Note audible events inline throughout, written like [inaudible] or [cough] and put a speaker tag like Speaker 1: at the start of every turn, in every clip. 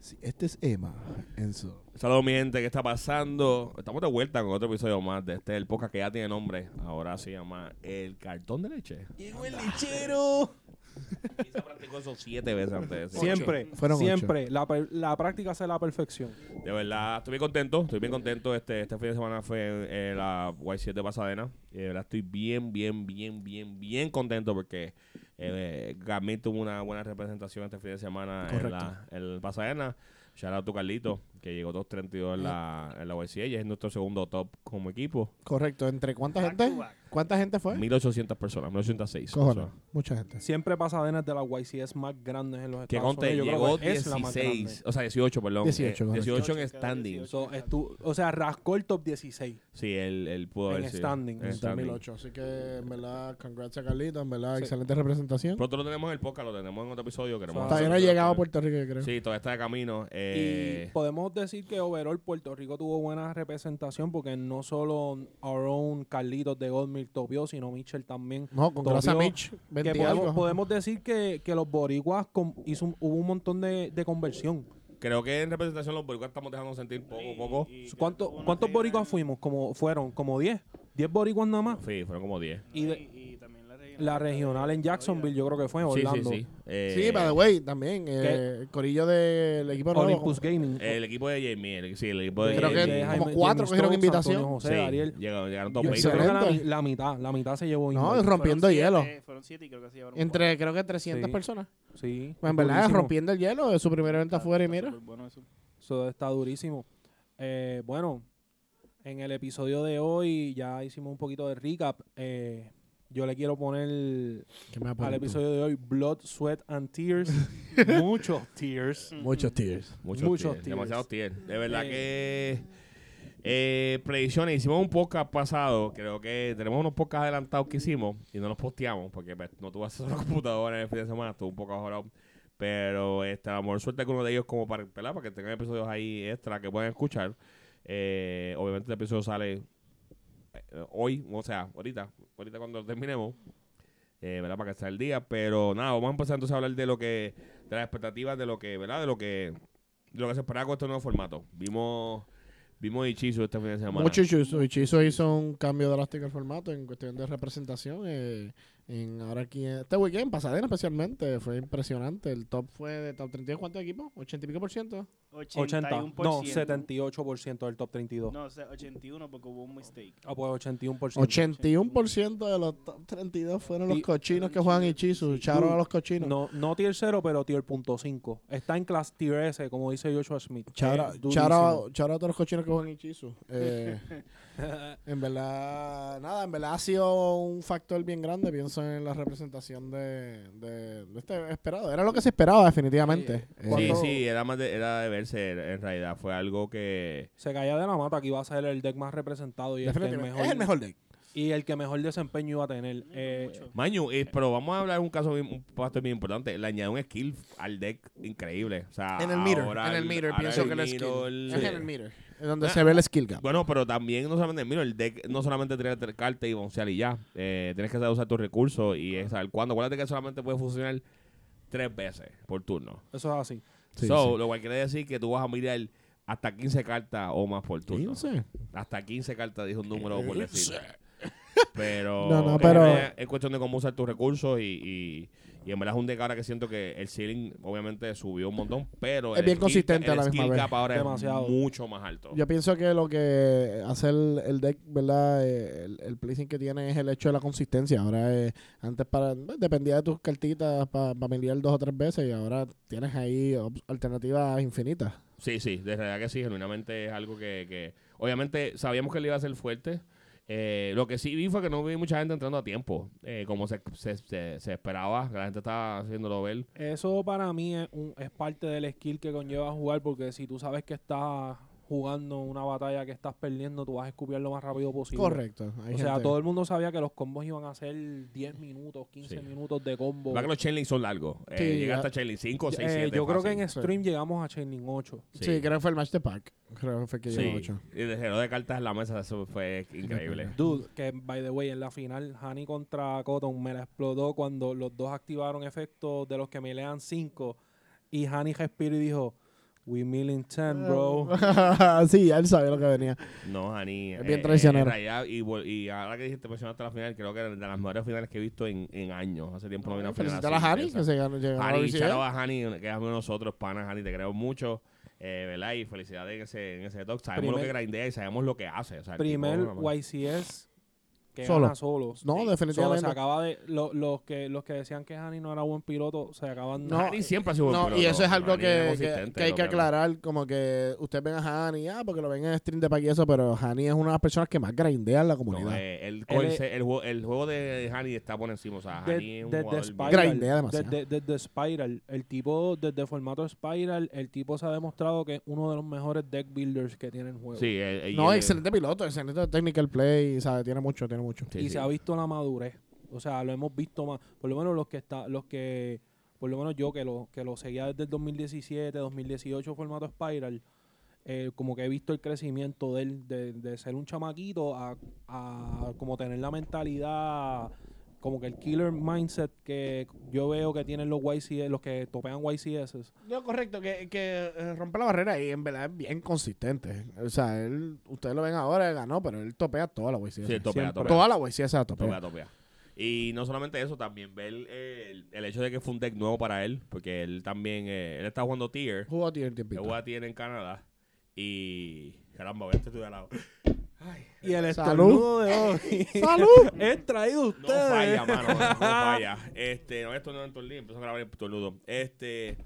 Speaker 1: Sí, este es Emma, Enzo.
Speaker 2: Saludos, mi gente, ¿qué está pasando? Estamos de vuelta con otro episodio más de este, el podcast que ya tiene nombre. Ahora se llama El Cartón de Leche.
Speaker 3: Llegó el lechero.
Speaker 2: [laughs] Y se practicó eso siete veces antes. de eso.
Speaker 4: Siempre,
Speaker 1: Fueron ocho.
Speaker 4: siempre. La, per- la práctica hace la perfección.
Speaker 2: De verdad, estoy bien contento, estoy bien contento. Este, este fin de semana fue en, en la Y7 de Pasadena. Y de verdad estoy bien, bien, bien, bien, bien contento porque eh, Gamil tuvo una buena representación este fin de semana en
Speaker 4: Correcto.
Speaker 2: la en Pasadena. Shout out to Carlito, que llegó 2.32 en la, en la Y7 y es nuestro segundo top como equipo.
Speaker 1: Correcto. ¿Entre cuánta
Speaker 3: Back
Speaker 1: gente?
Speaker 3: to back.
Speaker 1: ¿Cuánta gente fue?
Speaker 2: 1.800 personas, 1.806.
Speaker 1: Pues, Cojones.
Speaker 2: personas.
Speaker 1: Mucha gente.
Speaker 4: Siempre Pasadena es de las YCS más grandes en los
Speaker 2: Que
Speaker 4: Estados
Speaker 2: conté,
Speaker 4: Unidos. Yo creo
Speaker 2: llegó
Speaker 4: que es la más
Speaker 2: 16,
Speaker 4: grande.
Speaker 2: o sea, 18, perdón.
Speaker 1: 18,
Speaker 2: Eh,
Speaker 1: correcto.
Speaker 2: 18 en
Speaker 3: 18,
Speaker 2: standing.
Speaker 3: 18.
Speaker 4: So, estu- o sea, rascó el top 16.
Speaker 2: Sí, él, él pudo
Speaker 4: En
Speaker 2: haber sido.
Speaker 4: standing,
Speaker 2: En
Speaker 4: en
Speaker 2: standing.
Speaker 1: 2008. Así que, en verdad, congrats a Carlito. En verdad,
Speaker 4: Sí.
Speaker 1: excelente representación.
Speaker 2: Pronto lo tenemos en el podcast, lo tenemos en otro episodio. Queremos
Speaker 4: Está
Speaker 1: Todavía no ha
Speaker 2: hacer-
Speaker 1: llegado a Puerto Rico, yo creo.
Speaker 2: Sí, todavía está de camino.
Speaker 4: Y
Speaker 2: Eh,
Speaker 4: podemos decir que overall Puerto Rico tuvo buena representación porque no solo our own Carlitos de Goldmill topió, sino Mitchell también.
Speaker 1: No, congrats a
Speaker 4: Topió.
Speaker 1: Mitch. 20
Speaker 4: Que
Speaker 1: y
Speaker 4: podemos,
Speaker 1: algo.
Speaker 4: podemos decir que, que los boricuas com- hizo un- hubo un montón de, de conversión.
Speaker 2: creo que en representación los boricuas estamos dejando sentir poco a poco.
Speaker 4: ¿Cuánto- ¿Cuántos boricuas fuimos? Como, fueron como 10. 10 boricuas nada más.
Speaker 2: Sí, fueron como 10.
Speaker 4: Y,
Speaker 3: Y,
Speaker 4: de-
Speaker 3: y también la regional.
Speaker 4: la regional en Jacksonville yo creo que fue, en
Speaker 2: eh, Sí, sí,
Speaker 4: Orlando.
Speaker 2: sí. Eh,
Speaker 1: Sí, by the way, también. eh, el corillo del equipo nuevo.
Speaker 4: Olympus Gaming.
Speaker 2: El equipo de Jamie, el- sí, el equipo de
Speaker 1: Creo
Speaker 2: Jamie.
Speaker 1: que
Speaker 4: de
Speaker 1: como cuatro cogieron
Speaker 4: Stones,
Speaker 1: invitación.
Speaker 4: Antonio José,
Speaker 2: Sí,
Speaker 4: Ariel.
Speaker 2: llegaron, llegaron
Speaker 4: Yo
Speaker 2: top
Speaker 4: creo
Speaker 2: 20.
Speaker 4: que la, mi-
Speaker 1: Excelente.
Speaker 4: la mitad, la mitad se llevó
Speaker 1: No,
Speaker 4: indoor.
Speaker 1: es rompiendo
Speaker 3: Fueron
Speaker 1: hielo.
Speaker 3: siete, Fueron siete y creo que se llevaron
Speaker 1: Entre, creo que 300
Speaker 4: Sí.
Speaker 1: personas.
Speaker 4: Sí.
Speaker 1: Bueno, en verdad,
Speaker 4: durísimo.
Speaker 1: rompiendo el hielo. Es su primera venta afuera y mira.
Speaker 4: Eso está durísimo. Eh, bueno, en el episodio de hoy ya hicimos un poquito de recap. Eh, yo le quiero poner
Speaker 1: Que me
Speaker 4: al episodio de hoy Blood, Sweat and
Speaker 1: [laughs]
Speaker 4: Tears. Muchos tears.
Speaker 1: Muchos tears.
Speaker 2: Muchos,
Speaker 4: Muchos
Speaker 2: tiers,
Speaker 4: tiers.
Speaker 2: Demasiados tiers. De verdad
Speaker 4: Eh.
Speaker 2: que. Eh, predicciones, hicimos un podcast pasado, creo que tenemos unos podcasts adelantados que hicimos y no los posteamos porque pues, no tuve acceso a la [laughs] computadora en el fin de semana, estuvo un poco ajorado. Pero este, a lo mejor suerte con uno de ellos como para, ¿verdad? para que tengan episodios ahí extra que puedan escuchar. Eh, obviamente el episodio sale eh, hoy, o sea, ahorita, ahorita cuando lo terminemos, eh, ¿verdad? Para que sea el día. Pero nada, vamos a empezar entonces a hablar de lo que, de las expectativas, de lo que, ¿verdad? De lo que, de lo que se esperaba con este nuevo formato. Vimos, vimos hechizo este fin de semana.
Speaker 1: Mucho Ichizo. Ichizo hizo un cambio drástico al formato en cuestión de representación. eh, en ahora aquí, en- este weekend, Pasadena especialmente, fue impresionante. El top fue de top 32, ¿cuántos equipos? ¿80 y pico por ciento?
Speaker 4: 80. No, 78% del top 32.
Speaker 3: No, o sea, 81 porque hubo un mistake.
Speaker 4: Ah, pues 81%.
Speaker 1: 81 por ciento de los top 32 fueron los
Speaker 4: Y-
Speaker 1: cochinos que juegan Ichizo. Echaron a los cochinos.
Speaker 4: No, no tier 0, pero tier punto .5. Está en class tier S, como dice Joshua Smith.
Speaker 1: Chara,
Speaker 4: Es durísimo.
Speaker 1: chara, chara a todos los cochinos que juegan hechizo. Eh, en verdad, nada, en verdad ha sido un factor bien grande. Pienso en la representación de, de, de este esperado. Era lo que se esperaba, definitivamente. Eh,
Speaker 2: Sí,
Speaker 4: ¿Cuánto-
Speaker 2: sí, era más de, era de verse en- en realidad. Fue algo que.
Speaker 4: [laughs] Se caía de la mata que iba a ser el deck más representado y el, que
Speaker 1: definitivamente. Es el mejor deck.
Speaker 4: y el que mejor desempeño iba a tener. Eh,
Speaker 3: mucho.
Speaker 2: Mañu, eh, pero vamos a hablar de un caso bien, un factor bien importante. Le añade un skill al deck increíble. O sea,
Speaker 1: En el mirror,
Speaker 2: ahora
Speaker 1: en el mirror,
Speaker 2: ahora
Speaker 1: pienso
Speaker 2: el
Speaker 1: que el skill.
Speaker 2: mirror-
Speaker 1: Es [laughs] en el mirror. Es donde
Speaker 2: Ah.
Speaker 1: se ve el skill gap.
Speaker 2: Bueno, pero también no solamente mira, el deck no solamente tiene tres cartas y bouncear y ya. Eh, tienes que saber usar tus recursos y es saber cuándo. Acuérdate que solamente puede funcionar tres veces por turno.
Speaker 4: eso es así.
Speaker 1: Sí,
Speaker 2: so,
Speaker 1: sí.
Speaker 2: lo cual quiere decir que tú vas a mirar hasta 15 cartas o más por turno.
Speaker 1: 15.
Speaker 2: Hasta 15 cartas dijo un número por decir. Pero,
Speaker 1: [laughs] No, no, pero-
Speaker 2: es- es cuestión de cómo usar tus recursos y, y, y en verdad es un deck ahora que siento que el ceiling obviamente subió un montón, pero
Speaker 1: Es
Speaker 2: el
Speaker 1: bien
Speaker 2: skill
Speaker 1: consistente
Speaker 2: ca-
Speaker 1: a la
Speaker 2: el
Speaker 1: misma
Speaker 2: skill
Speaker 1: vez.
Speaker 2: cap ahora
Speaker 4: Demasiado.
Speaker 2: es mucho más alto.
Speaker 1: Yo pienso que lo que hace el, el deck, ¿verdad? Eh, El, el placing que tiene es el hecho de la consistencia. Ahora, eh, antes para bueno, dependía de tus cartitas para pelear dos o tres veces y ahora tienes ahí op- alternativas infinitas.
Speaker 2: Sí, sí, de verdad que sí, genuinamente es algo que, que- obviamente sabíamos que le iba a ser fuerte. Eh, lo que sí vi fue que no vi mucha gente entrando a tiempo, eh, como se, se, se- se esperaba, que la gente estaba haciéndolo ver.
Speaker 4: Eso para mí es, un- es parte del skill que conlleva jugar, porque si tú sabes que estás jugando una batalla que estás perdiendo, tú vas a escupir lo más rápido posible.
Speaker 1: Correcto.
Speaker 4: O
Speaker 1: hay
Speaker 4: sea,
Speaker 1: gente-
Speaker 4: todo el mundo sabía que los combos iban a ser 10 minutos, 15
Speaker 2: Sí.
Speaker 4: minutos de combo.
Speaker 2: Va que los chainlinks son largos. Eh,
Speaker 1: Sí,
Speaker 2: llega
Speaker 1: ya-
Speaker 2: hasta chainlink 5, 6,
Speaker 4: Eh,
Speaker 2: 7.
Speaker 4: yo creo que en
Speaker 1: fácil.
Speaker 4: stream llegamos a Chainlink 8.
Speaker 1: Sí. creo que fue el match de pack. Creo que fue que llegó
Speaker 2: Sí,
Speaker 1: ocho.
Speaker 2: y el género de cartas en la mesa, eso fue
Speaker 1: [laughs]
Speaker 2: increíble.
Speaker 4: Dude, que by the way, en la final, Hani contra Cotton me la explotó cuando los dos activaron efectos de los que melean 5 y Hani respiró y dijo, We meal in 10,
Speaker 1: [laughs]
Speaker 4: bro.
Speaker 2: [laughs]
Speaker 1: sí, ya él sabía lo que venía.
Speaker 2: No, Jani.
Speaker 1: Es bien traicionero.
Speaker 2: en realidad, y, vol- y ahora que dijiste, mencionaste la final, creo que de las mejores finales que he visto en, en años. Hace tiempo no vi una final.
Speaker 1: Felicitar a
Speaker 2: así,
Speaker 1: Hani,
Speaker 2: esa.
Speaker 1: que se ganó. llegó a la
Speaker 2: Hani,
Speaker 1: universidad.
Speaker 2: shout out a Hani, que es amigo de nosotros, pana Hani, te creo mucho. Eh, ¿Verdad? Y felicidades en ese, en ese talk. Sabemos
Speaker 4: Primer-
Speaker 2: lo que grindea y sabemos lo que hace. O sea, el
Speaker 4: Primer
Speaker 2: tipo, no,
Speaker 4: YCS que
Speaker 1: Solo.
Speaker 4: gana solo.
Speaker 1: No,
Speaker 4: Sí.
Speaker 1: definitivamente.
Speaker 4: Solo se acaba de. lo- los, que, los que decían que Hani no era buen piloto se acaban.
Speaker 1: No,
Speaker 2: Hani siempre ha sido buen
Speaker 1: No, y
Speaker 2: piloto.
Speaker 1: eso es algo
Speaker 2: Hani era
Speaker 1: que, que-
Speaker 2: consistente,
Speaker 1: que hay
Speaker 2: lo
Speaker 1: que
Speaker 2: habla.
Speaker 1: aclarar, como que usted ven a Hani, ah, porque lo ven en stream de pa' y eso, pero Hani es una de las personas que más grindea en la
Speaker 2: No,
Speaker 1: comunidad.
Speaker 2: eh, el,
Speaker 4: Él es-
Speaker 2: el, el, juego- el juego de Hani está por encima. O sea,
Speaker 4: de-
Speaker 2: Hani es un
Speaker 4: desde
Speaker 2: jugador bien-
Speaker 4: Spiral,
Speaker 1: Grindea demasiado.
Speaker 4: desde, desde Spiral, el tipo, desde formato Spiral, el tipo se ha demostrado que es uno de los mejores deck builders que tiene el juego.
Speaker 2: Sí, eh, eh, y
Speaker 1: no,
Speaker 2: él-
Speaker 1: excelente piloto, excelente technical play, sabe, tiene mucho, tiene mucho.
Speaker 2: sí,
Speaker 4: y
Speaker 2: sí.
Speaker 4: se ha visto la madurez. O sea, lo hemos visto más. Por lo menos los que está, los que, por lo menos yo que lo, que lo seguía desde el 2017, 2018 formato Spiral, eh, como que he visto el crecimiento de él, de, de ser un chamaquito a, a como tener la mentalidad, como que el killer mindset que yo veo que tienen los YCS, los que topean YCS.
Speaker 1: No, correcto, que, que eh, rompe la barrera y en verdad es bien consistente. O sea, él, ustedes lo ven ahora, él ganó, pero él topea toda la WCS.
Speaker 2: Sí, topea,
Speaker 4: Siempre.
Speaker 2: topea.
Speaker 1: toda la WCS la topea.
Speaker 2: Topea, topea. Y no solamente eso, también ver eh, el, el hecho de que fue un deck nuevo para él, porque él también, eh, él está jugando tier,
Speaker 1: Jugó tier
Speaker 2: él
Speaker 1: tiempito.
Speaker 2: juega tier en Canadá, y caramba, voy a estudiar lado.
Speaker 4: Y el
Speaker 1: estornudo
Speaker 4: de [laughs] hoy
Speaker 1: ¡Salud!
Speaker 4: es traído
Speaker 2: No falla, mano, no
Speaker 1: [laughs]
Speaker 2: falla. Este, no, esto no es Torlín, empezó a grabar el Torludo. Este,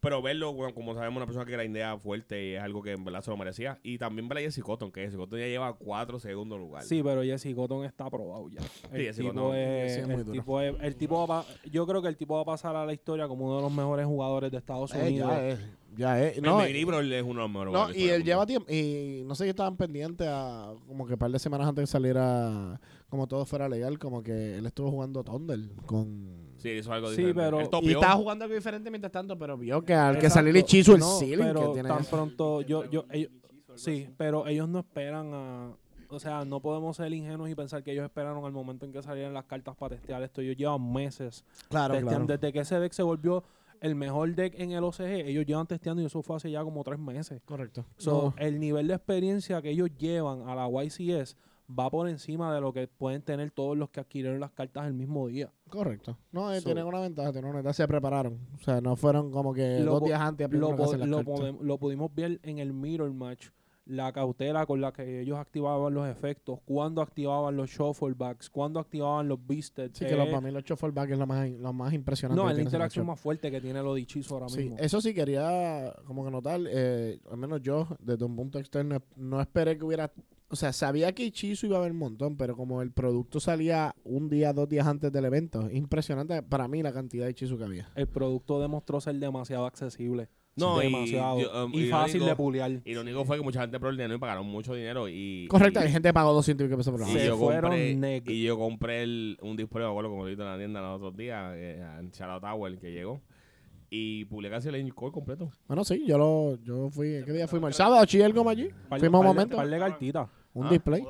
Speaker 2: pero verlo, bueno, como sabemos, una persona que grindea fuerte y es algo que en verdad se lo merecía. Y también ver a Jesse Cotton, que Jesse Cotton ya lleva cuatro segundos lugar.
Speaker 4: Sí, pero Jesse Cotton está aprobado ya. El
Speaker 2: Jesse
Speaker 4: tipo
Speaker 2: Cotton.
Speaker 4: es-
Speaker 1: Jesse es muy
Speaker 4: el
Speaker 1: duro.
Speaker 4: tipo es- el tipo va a pa- yo creo que el tipo va a pasar a la historia como uno de los mejores jugadores de Estados
Speaker 1: Eh,
Speaker 4: Unidos.
Speaker 1: ya es, ya es.
Speaker 2: No,
Speaker 1: No,
Speaker 2: mi libro él es uno de los mejores.
Speaker 1: No,
Speaker 2: jugadores
Speaker 1: y
Speaker 2: del
Speaker 1: él
Speaker 2: mundo.
Speaker 1: lleva tiempo. Y no sé si estaban pendientes a como que un par de semanas antes de salir a. Como todo fuera legal, como que él estuvo jugando Thunder con.
Speaker 2: Sí, hizo algo
Speaker 4: Sí,
Speaker 2: diferente.
Speaker 4: pero-
Speaker 2: Él
Speaker 1: Y
Speaker 2: topió.
Speaker 1: estaba jugando algo diferente mientras tanto, pero vio que al que
Speaker 4: Exacto.
Speaker 1: salir hechizo el
Speaker 4: No,
Speaker 1: ceiling que
Speaker 4: pero
Speaker 1: tiene.
Speaker 4: tan pronto yo yo ellos- sí, pero ellos no esperan a o sea, no podemos ser ingenuos y pensar que ellos esperaron al momento en que salieran las cartas para testear esto. Ellos llevan meses
Speaker 1: Claro,
Speaker 4: testeando.
Speaker 1: claro.
Speaker 4: Desde que ese deck se volvió el mejor deck en el OCG, ellos llevan testeando y eso fue hace ya como tres meses.
Speaker 1: Correcto. No.
Speaker 4: So, El nivel de experiencia que ellos llevan a la YCS va por encima de lo que pueden tener todos los que adquirieron las cartas el mismo día.
Speaker 1: Correcto. No, eh,
Speaker 4: So-
Speaker 1: tienen una ventaja, tienen una ventaja. Se prepararon. O sea, no fueron como que
Speaker 4: Lo
Speaker 1: dos
Speaker 4: po-
Speaker 1: días antes
Speaker 4: Lo,
Speaker 1: aprendieron a
Speaker 4: po-
Speaker 1: hacer las
Speaker 4: lo
Speaker 1: cartas.
Speaker 4: podem- lo pudimos ver en el Mirror Match, la cautela con la que ellos activaban los efectos, cuando activaban los shufflebacks, cuando activaban los beasted.
Speaker 1: Sí, que lo,
Speaker 4: eh,
Speaker 1: para mí los Shuffleback es lo más, lo más impresionante.
Speaker 4: no,
Speaker 1: que
Speaker 4: es la
Speaker 1: tiene ese
Speaker 4: interacción
Speaker 1: matchup.
Speaker 4: más fuerte que tiene lo dichizo ahora
Speaker 1: Sí,
Speaker 4: mismo.
Speaker 1: eso sí quería como que notar, eh, al menos yo, desde un punto externo, no esperé que hubiera, o sea, sabía que hechizo iba a haber un montón, pero como el producto salía un día, dos días antes del evento, impresionante para mí la cantidad de hechizo que había.
Speaker 4: El producto demostró ser demasiado accesible.
Speaker 2: No, y-
Speaker 4: demasiado. Y,
Speaker 2: yo, um, y yo
Speaker 4: fácil
Speaker 2: digo-
Speaker 4: de puliar.
Speaker 2: Y lo único fue que mucha gente por el dinero y pagaron mucho dinero. Y,
Speaker 1: Correcto,
Speaker 2: y-
Speaker 1: hay gente que pagó 200 y que pesos por la
Speaker 2: y
Speaker 4: Se
Speaker 1: hora.
Speaker 2: yo
Speaker 4: fueron
Speaker 2: compré,
Speaker 4: negros.
Speaker 2: y yo compré el- un disco de acuerdo como lo en la tienda los otros días, eh, en Charlotte Tower, que llegó. Y publiqué casi el Angel Core completo.
Speaker 1: Bueno, sí, yo lo, yo fui, ¿qué día fuimos? El sábado, chillé algo allí,
Speaker 4: Par-
Speaker 1: fuimos un
Speaker 4: par-
Speaker 1: momento,
Speaker 4: par de cartitas.
Speaker 1: un
Speaker 2: Ah,
Speaker 1: display.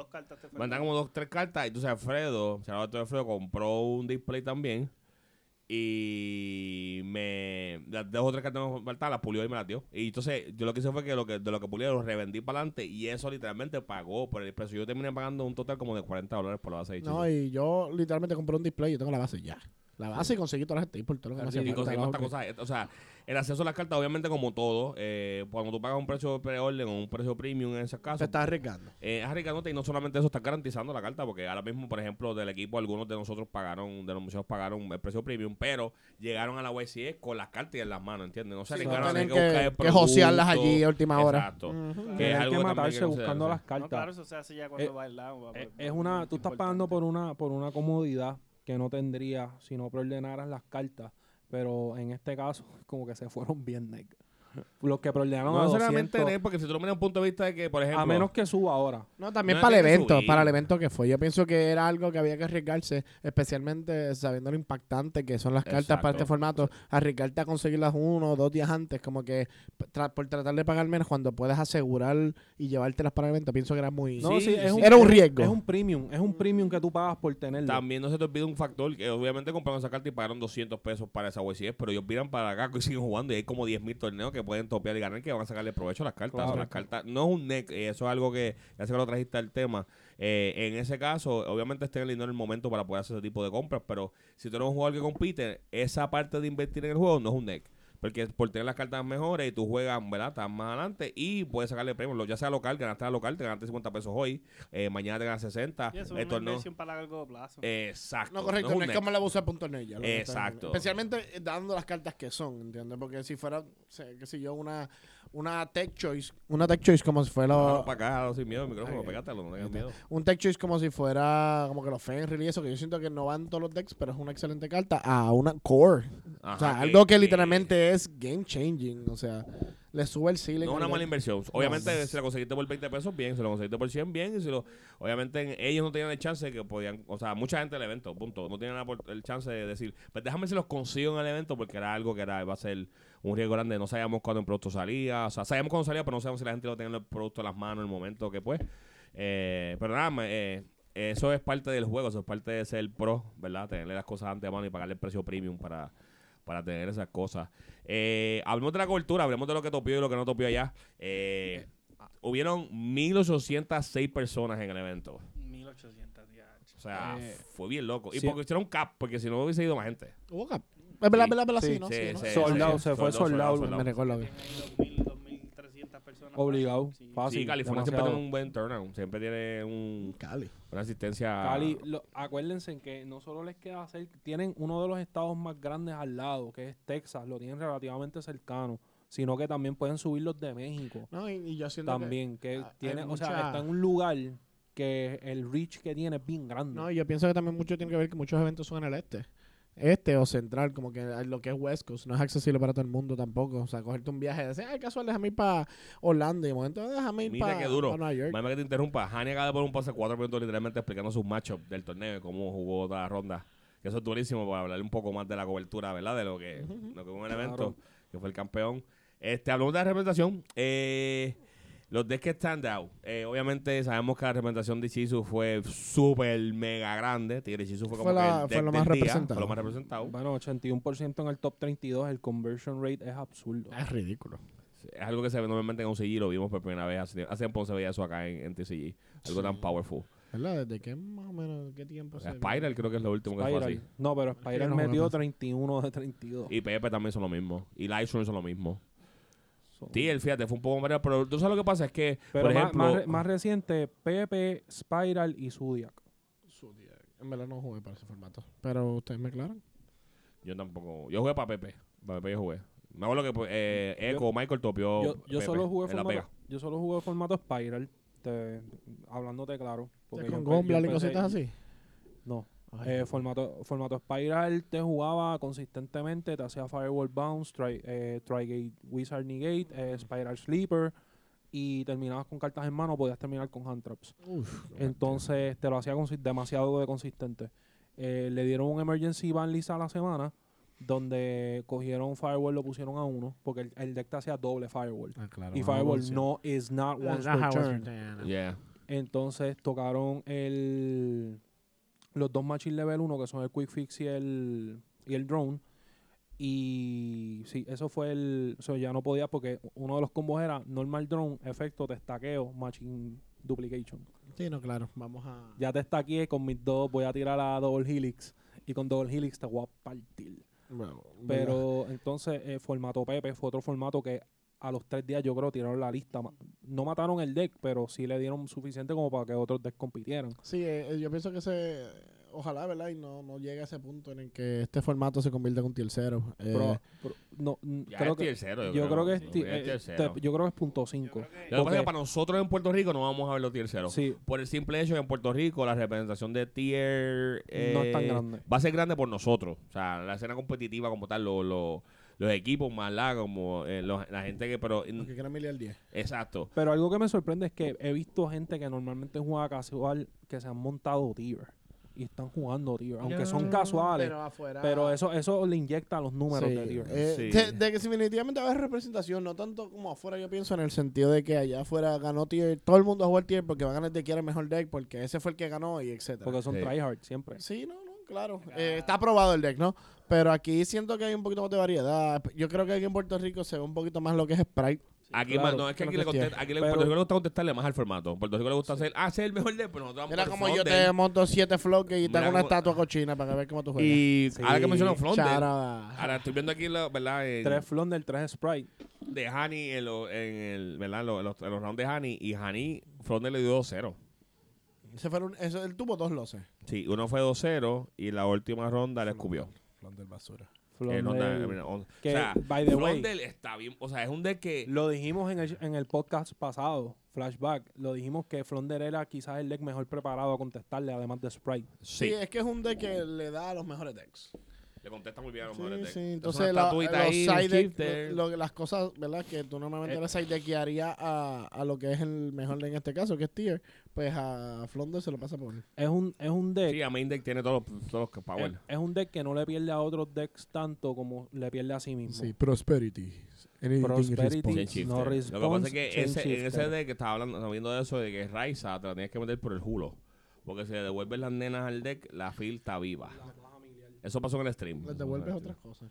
Speaker 2: Mandan como dos, tres cartas. Y entonces Alfredo, Charlotte Alfredo, compró un display también. Y me. Las dos o tres cartas que me faltaban, las pulió y me las dio. Y entonces, yo lo que hice fue que, lo que de lo que pulió lo revendí para adelante. Y eso literalmente pagó por el precio. Yo terminé pagando un total como de 40 dólares por la base de
Speaker 1: No, y yo literalmente compré un display, yo tengo la base ya. La base y conseguí todas las estrellas por todo lo que me Pues, hacía
Speaker 2: Y
Speaker 1: falta,
Speaker 2: conseguimos
Speaker 1: loco.
Speaker 2: esta cosa. eh, O sea, el acceso a las cartas, obviamente, como todo, eh, cuando tú pagas un precio preorden o un precio premium en ese
Speaker 1: Te
Speaker 2: caso,
Speaker 1: estás arriesgando.
Speaker 2: eh, es arriesgándote y no solamente eso, estás garantizando la carta, porque ahora mismo, por ejemplo, del equipo, algunos de nosotros pagaron, de los museos pagaron el precio premium, pero llegaron a la YCS E con las cartas en las manos, ¿entiendes? No se
Speaker 1: Sí,
Speaker 2: arriesgaron a
Speaker 1: no
Speaker 2: tener que
Speaker 1: tienen
Speaker 2: buscar
Speaker 1: que- que
Speaker 2: el
Speaker 1: josearlas
Speaker 2: producto.
Speaker 1: allí a última hora. Mm.
Speaker 2: Exacto.
Speaker 1: Ujú.
Speaker 2: Que es
Speaker 4: Tener
Speaker 2: algo
Speaker 4: que
Speaker 2: también
Speaker 4: matarse
Speaker 2: que
Speaker 4: buscando
Speaker 2: considerar,
Speaker 4: las
Speaker 2: sí.
Speaker 4: cartas.
Speaker 3: claro, eso se hace ya cuando
Speaker 4: Eh,
Speaker 3: va al lado. va-
Speaker 4: Eh,
Speaker 3: va-
Speaker 4: es
Speaker 3: va-
Speaker 4: una,
Speaker 3: es
Speaker 4: tú estás pagando por
Speaker 3: importante.
Speaker 4: una, por una comodidad que no tendrías si no preordenaras las cartas, pero en este caso [laughs] como que se fueron bien neg. Los que preordenaron
Speaker 2: No
Speaker 4: a
Speaker 2: necesariamente,
Speaker 4: 200,
Speaker 2: Nel, porque si tú lo miras desde un punto de vista de que, por ejemplo,
Speaker 4: a menos que suba ahora.
Speaker 1: No, también
Speaker 2: No
Speaker 1: para el
Speaker 2: había que
Speaker 1: evento,
Speaker 2: subir.
Speaker 1: para el evento que fue. Yo pienso que era algo que había que arriesgarse, especialmente sabiendo lo impactante que son las cartas para este
Speaker 2: Exacto.
Speaker 1: formato. Arriesgarte a conseguirlas uno o dos días antes, como que tra- por tratar de pagar menos cuando puedes asegurar y llevártelas para el evento. Pienso que era muy...
Speaker 4: No,
Speaker 2: Sí,
Speaker 4: sí, es
Speaker 2: sí.
Speaker 1: Era un riesgo.
Speaker 4: Es un premium, es un premium que tú pagas por tenerlo.
Speaker 2: También no se te olvida un factor que obviamente compraron esa carta y pagaron 200 pesos para esa YCS, pero ellos miran para acá y siguen jugando y hay como 10.000 torneos que que pueden topear y ganar, que van a sacarle provecho a las cartas.
Speaker 4: Claro.
Speaker 2: O sea, las cartas no es un neck, eh, eso es algo que ya sé que lo trajiste al tema. Eh, en ese caso, obviamente está en el momento para poder hacer ese tipo de compras, pero si tú eres un jugador que compite, esa parte de invertir en el juego no es un neck. Porque por tener las cartas mejores y tú juegas, ¿verdad? Estás más adelante y puedes sacarle premios. Lo- Ya sea local, ganaste a local, te ganaste 50 pesos hoy, eh, mañana te ganas 60.
Speaker 3: Y eso
Speaker 2: el
Speaker 3: es una
Speaker 2: torneo-
Speaker 3: inversión para largo plazo.
Speaker 2: Exacto.
Speaker 1: No, correcto,
Speaker 2: un
Speaker 1: no es
Speaker 2: neck.
Speaker 1: que me la voy a usar por torneo ya, lo que está
Speaker 2: Exacto.
Speaker 1: diciendo. Especialmente eh, dando las cartas que son, ¿entiendes? Porque si fuera, se- qué sé yo, una, una tech choice, una tech choice como si fuera
Speaker 2: Déjalo para acá, déjalo sin miedo, el micrófono,
Speaker 1: Ok.
Speaker 2: pégatelo, no tengas
Speaker 1: Ahí está.
Speaker 2: miedo.
Speaker 1: un tech choice como si fuera como que los Fenrir y eso, que yo siento que no van todos los decks, pero es una excelente carta a una core. o sea,
Speaker 2: Ajá,
Speaker 1: algo que literalmente es game changing, o sea, le sube el ceiling.
Speaker 2: No es una
Speaker 1: al
Speaker 2: mala
Speaker 1: deck.
Speaker 2: inversión. Obviamente,
Speaker 1: No.
Speaker 2: si la conseguiste por 20 pesos, bien. Si la conseguiste por 100, bien. Y si lo, obviamente, en- ellos no tenían el chance que podían. O sea, mucha gente del evento, punto. No tenían la por- el chance de decir, pues déjame si los consigo en el evento, porque era algo que era, iba a ser un riesgo grande. No sabíamos cuándo el producto salía. O sea, sabíamos cuándo salía, pero no sabíamos si la gente lo tenía en el producto en las manos en el momento que pues. Eh, pero nada, me- eh, eso es parte del juego, eso es parte de ser pro, ¿verdad? Tenerle las cosas ante mano y pagarle el precio premium para, para tener esas cosas. Eh, hablemos de la cobertura, hablemos de lo que topió y lo que no topió allá. Eh, hubieron 1.806 personas en el evento.
Speaker 3: 1800 diacho.
Speaker 2: O sea,
Speaker 4: Eh,
Speaker 2: fue bien loco. Y
Speaker 4: sí.
Speaker 2: porque hicieron cap, porque si no hubiese ido más gente.
Speaker 1: Hubo cap. Es verdad,
Speaker 2: Sí,
Speaker 1: verdad, verdad, sí,
Speaker 4: sí,
Speaker 1: ¿no?
Speaker 2: sí,
Speaker 1: ¿no?
Speaker 2: sí,
Speaker 1: Sí,
Speaker 4: Soldado, se fue
Speaker 2: soldado,
Speaker 4: soldado.
Speaker 2: soldado.
Speaker 1: Me recuerdo que.
Speaker 3: Tienen ahí 2000, 2300 personas.
Speaker 4: Obligado,
Speaker 3: Sí.
Speaker 4: fácil.
Speaker 2: sí, California siempre
Speaker 4: demasiado.
Speaker 2: tiene un buen turnout. Siempre tiene un-
Speaker 1: Cali.
Speaker 2: una asistencia.
Speaker 4: Cali, lo- acuérdense que no solo les queda hacer, tienen uno de los estados más grandes al lado, que es Texas, lo tienen relativamente cercano, sino que también pueden subir los de México.
Speaker 1: No, y, y yo siento que-
Speaker 4: También, que
Speaker 1: ah, hay
Speaker 4: tiene, o sea,
Speaker 1: mucha-
Speaker 4: está en un lugar que el reach que tiene es bien grande.
Speaker 1: No, y yo pienso que también mucho tiene que ver que muchos eventos son en el este. Este o central, como que eh, lo que es West Coast, no es accesible para todo el mundo tampoco. O sea, cogerte un viaje, decir, ay, casual, déjame ir para Orlando. Y de momento, "Ah, déjame ir
Speaker 2: Mira
Speaker 1: para
Speaker 2: qué duro.
Speaker 1: Nueva York.
Speaker 2: Mami, que te interrumpa. Hani acaba de poner un pase de cuatro minutos literalmente explicando sus matchups del torneo y cómo jugó otra ronda. Que eso es durísimo para hablar un poco más de la cobertura, ¿verdad? De lo que, lo que fue un evento, que fue el campeón. Este, hablamos de la representación. Eh, los decks que stand out. Eh, obviamente sabemos que la representación de Ichizu fue súper mega grande. Tigre Ichizu fue como
Speaker 1: Fue
Speaker 2: que
Speaker 1: la- fue
Speaker 2: el deck
Speaker 1: lo más
Speaker 2: del día,
Speaker 1: representado.
Speaker 2: Fue lo más representado.
Speaker 4: Bueno, 81% en el top 32, el conversion rate es absurdo.
Speaker 1: Es ridículo.
Speaker 2: Es algo que se ve normalmente en un CG, lo vimos por primera vez. Hace, hace tiempo no se veía eso acá en, en TCG. Algo tan powerful.
Speaker 1: ¿Verdad? ¿Desde qué más o menos, qué tiempo se
Speaker 2: Spiral creo que es lo último que fue así.
Speaker 4: Spiral. No, pero Spiral
Speaker 1: no, no
Speaker 4: metió
Speaker 1: pasa.
Speaker 4: 31 de 32.
Speaker 2: Y Pepe también son lo mismo. Y Lightstream son lo mismo.
Speaker 4: So-
Speaker 2: Tiel, fíjate, fue un poco más. Pero tú sabes lo que pasa es que,
Speaker 4: pero
Speaker 2: por
Speaker 4: más-
Speaker 2: ejemplo.
Speaker 4: más, re- más reciente, Pepe, Spiral y Zodiac.
Speaker 1: Zodiac. En verdad no jugué para ese formato. Pero ustedes me aclaran.
Speaker 2: Yo tampoco. Yo jugué para Pepe. Para Pepe yo jugué. Me acuerdo que pues, eh, Echo, Michael topió.
Speaker 4: yo, yo
Speaker 2: Oh, Pepe
Speaker 4: solo jugué
Speaker 2: en La
Speaker 4: formato,
Speaker 2: Vega.
Speaker 4: yo solo jugué formato Spiral, te- hablándote claro. porque
Speaker 1: ¿Es
Speaker 4: yo
Speaker 1: con
Speaker 4: empe- yo
Speaker 1: Gombla y
Speaker 4: empecé-
Speaker 1: cositas así?
Speaker 4: No.
Speaker 1: Ay,
Speaker 4: Eh, formato, formato Spiral te jugaba consistentemente, te hacía Firewall Bounce, Tri, eh, Trigate Wizard Negate, eh, Spiral Sleeper y terminabas con cartas en mano, podías terminar con Hand Traps.
Speaker 1: Uf.
Speaker 4: Entonces te lo hacía consi- demasiado de consistente. Eh, le dieron un emergency ban lisa a la semana, donde cogieron Firewall, lo pusieron a uno, porque el, el deck te hacía doble Firewall.
Speaker 1: Ah, claro,
Speaker 4: Y
Speaker 1: una
Speaker 4: Firewall
Speaker 1: evolución.
Speaker 4: no is not once
Speaker 1: Ajá, once
Speaker 4: per turn.
Speaker 1: per turn.
Speaker 2: Yeah.
Speaker 4: Entonces tocaron el los dos Machine Level 1, que son el Quick Fix y el, y el Drone. Y sí, eso fue el. O sea, ya no podía porque uno de los combos era normal drone, efecto, testaqueo, machine duplication.
Speaker 1: Sí, no, claro. Vamos a...
Speaker 4: Ya testaqueé con mis dos, voy a tirar a double helix y con double helix te voy a partir.
Speaker 1: Bueno, ¿verdad?
Speaker 4: Pero entonces, eh, formato Pepe fue otro formato que a los tres días yo creo tiraron la lista. Ma- No mataron el deck, pero sí le dieron suficiente como para que otros decks compitieran.
Speaker 1: Sí, eh, eh, yo pienso que se... Ojalá, ¿verdad? Y no, no llegue a ese punto en el que este formato se convierta en un tercero. Eh,
Speaker 4: Pero, pero- no, n-
Speaker 2: Ya
Speaker 4: creo
Speaker 2: es
Speaker 4: que,
Speaker 2: tier cero,
Speaker 4: yo creo que es,
Speaker 2: Sí,
Speaker 4: ti-
Speaker 2: es
Speaker 4: eh,
Speaker 2: tier cero.
Speaker 4: te- yo creo que es punto 5.
Speaker 2: Lo que pasa es que
Speaker 4: porque-
Speaker 2: para nosotros en Puerto Rico no vamos a ver los tier 0.
Speaker 4: Sí,
Speaker 2: Por el simple hecho que en Puerto Rico la representación de tier.
Speaker 4: no es tan
Speaker 2: eh,
Speaker 4: grande.
Speaker 2: va a ser grande por nosotros. O sea, la escena competitiva como tal, lo- lo- los equipos más la, como eh, los- la gente que. Pero.
Speaker 1: Porque quieren mil al 10.
Speaker 2: Exacto.
Speaker 4: Pero algo que me sorprende es que he visto gente que normalmente juega casual que se han montado tier y están jugando tier, aunque son casuales. Pero,
Speaker 1: Pero afuera...
Speaker 4: eso eso le inyecta los números
Speaker 1: Sí,
Speaker 4: de tier.
Speaker 1: eh,
Speaker 2: Sí.
Speaker 1: de, de que si definitivamente va a haber representación, no tanto como afuera, yo pienso en el sentido de que allá afuera ganó tier, todo el mundo jugó el tier porque va a ganar el que quiera el mejor deck, porque ese fue el que ganó y etcétera.
Speaker 4: porque son
Speaker 2: Sí.
Speaker 4: tryhard siempre.
Speaker 1: Sí, no, no, claro.
Speaker 2: Ah.
Speaker 1: Eh, está aprobado el deck, ¿no? Pero aquí siento que hay un poquito más de variedad. Yo creo que aquí en Puerto Rico se ve un poquito más lo que es Sprite.
Speaker 2: Aquí,
Speaker 1: claro,
Speaker 2: más, no, es que
Speaker 1: creo
Speaker 2: aquí,
Speaker 1: que
Speaker 2: le
Speaker 1: sí es.
Speaker 2: contesta, aquí le-
Speaker 4: Pero-
Speaker 2: Puerto Rico le gusta contestarle más al formato. Puerto Rico le gusta hacer, ah, ese es el mejor de, pero nosotros vamos
Speaker 1: Era
Speaker 2: por el
Speaker 1: como yo
Speaker 2: front
Speaker 1: te
Speaker 2: end.
Speaker 1: monto siete floques y te
Speaker 2: Mira
Speaker 1: hago una
Speaker 2: cómo-
Speaker 1: estatua cochina para que ver cómo tú juegas.
Speaker 2: Y
Speaker 4: Sí.
Speaker 2: ahora que menciono front end,
Speaker 1: Chara.
Speaker 2: ahora estoy viendo aquí, la, ¿verdad? El-
Speaker 4: Tres Flonder, tres Sprite.
Speaker 2: de Hani en, lo- en el, ¿verdad? Los, los, los rounds de Hani y Hani Fronde le dio 2-0.
Speaker 1: Ese fue un- ese- él tuvo dos loses.
Speaker 2: Sí, uno fue 2-0 y la última ronda le escupió. Eh,
Speaker 1: Flonder basura.
Speaker 2: En onda-
Speaker 4: Flonder-
Speaker 2: en onda-
Speaker 4: que,
Speaker 2: o sea,
Speaker 4: by the way-
Speaker 2: Flondel está bien, o sea, es un deck que
Speaker 4: Eh, Lo dijimos en el, en el podcast pasado, Flashback. Lo dijimos que Flonder era quizás el deck mejor preparado a contestarle, además de Sprite.
Speaker 1: Sí.
Speaker 2: sí,
Speaker 1: es que es un deck que le da a los mejores decks.
Speaker 2: le contesta muy bien a los
Speaker 1: Sí,
Speaker 2: mejores decks.
Speaker 1: sí.
Speaker 2: Es una
Speaker 1: Entonces, la- los
Speaker 2: estatuita ahí, un
Speaker 1: side deck,
Speaker 2: shifter.
Speaker 1: lo- lo- las cosas, ¿verdad? Que tú normalmente
Speaker 2: Eh.
Speaker 1: le sidedeckearía a, a lo que es el mejor deck en este caso, que es Tier. Pues a Flonder se lo pasa por él.
Speaker 4: Es un, es un deck.
Speaker 2: Sí, a main deck tiene todos los, todos los
Speaker 4: es,
Speaker 2: power.
Speaker 1: Eh,
Speaker 4: es un deck que no le pierde a otros decks tanto como le pierde a sí mismo.
Speaker 1: Prosperity.
Speaker 4: Prosperity.
Speaker 2: Chain
Speaker 4: no
Speaker 2: shifter.
Speaker 4: response,
Speaker 2: Lo que pasa es que
Speaker 4: chain
Speaker 2: ese, en ese
Speaker 4: shifter.
Speaker 2: deck que estaba hablando, estaba viendo de eso, de que Raiza te la tienes que meter por el julo. Porque si le devuelves las nenas al deck, la fil está viva. Eso pasó en el stream.
Speaker 1: Les devuelves otras cosas.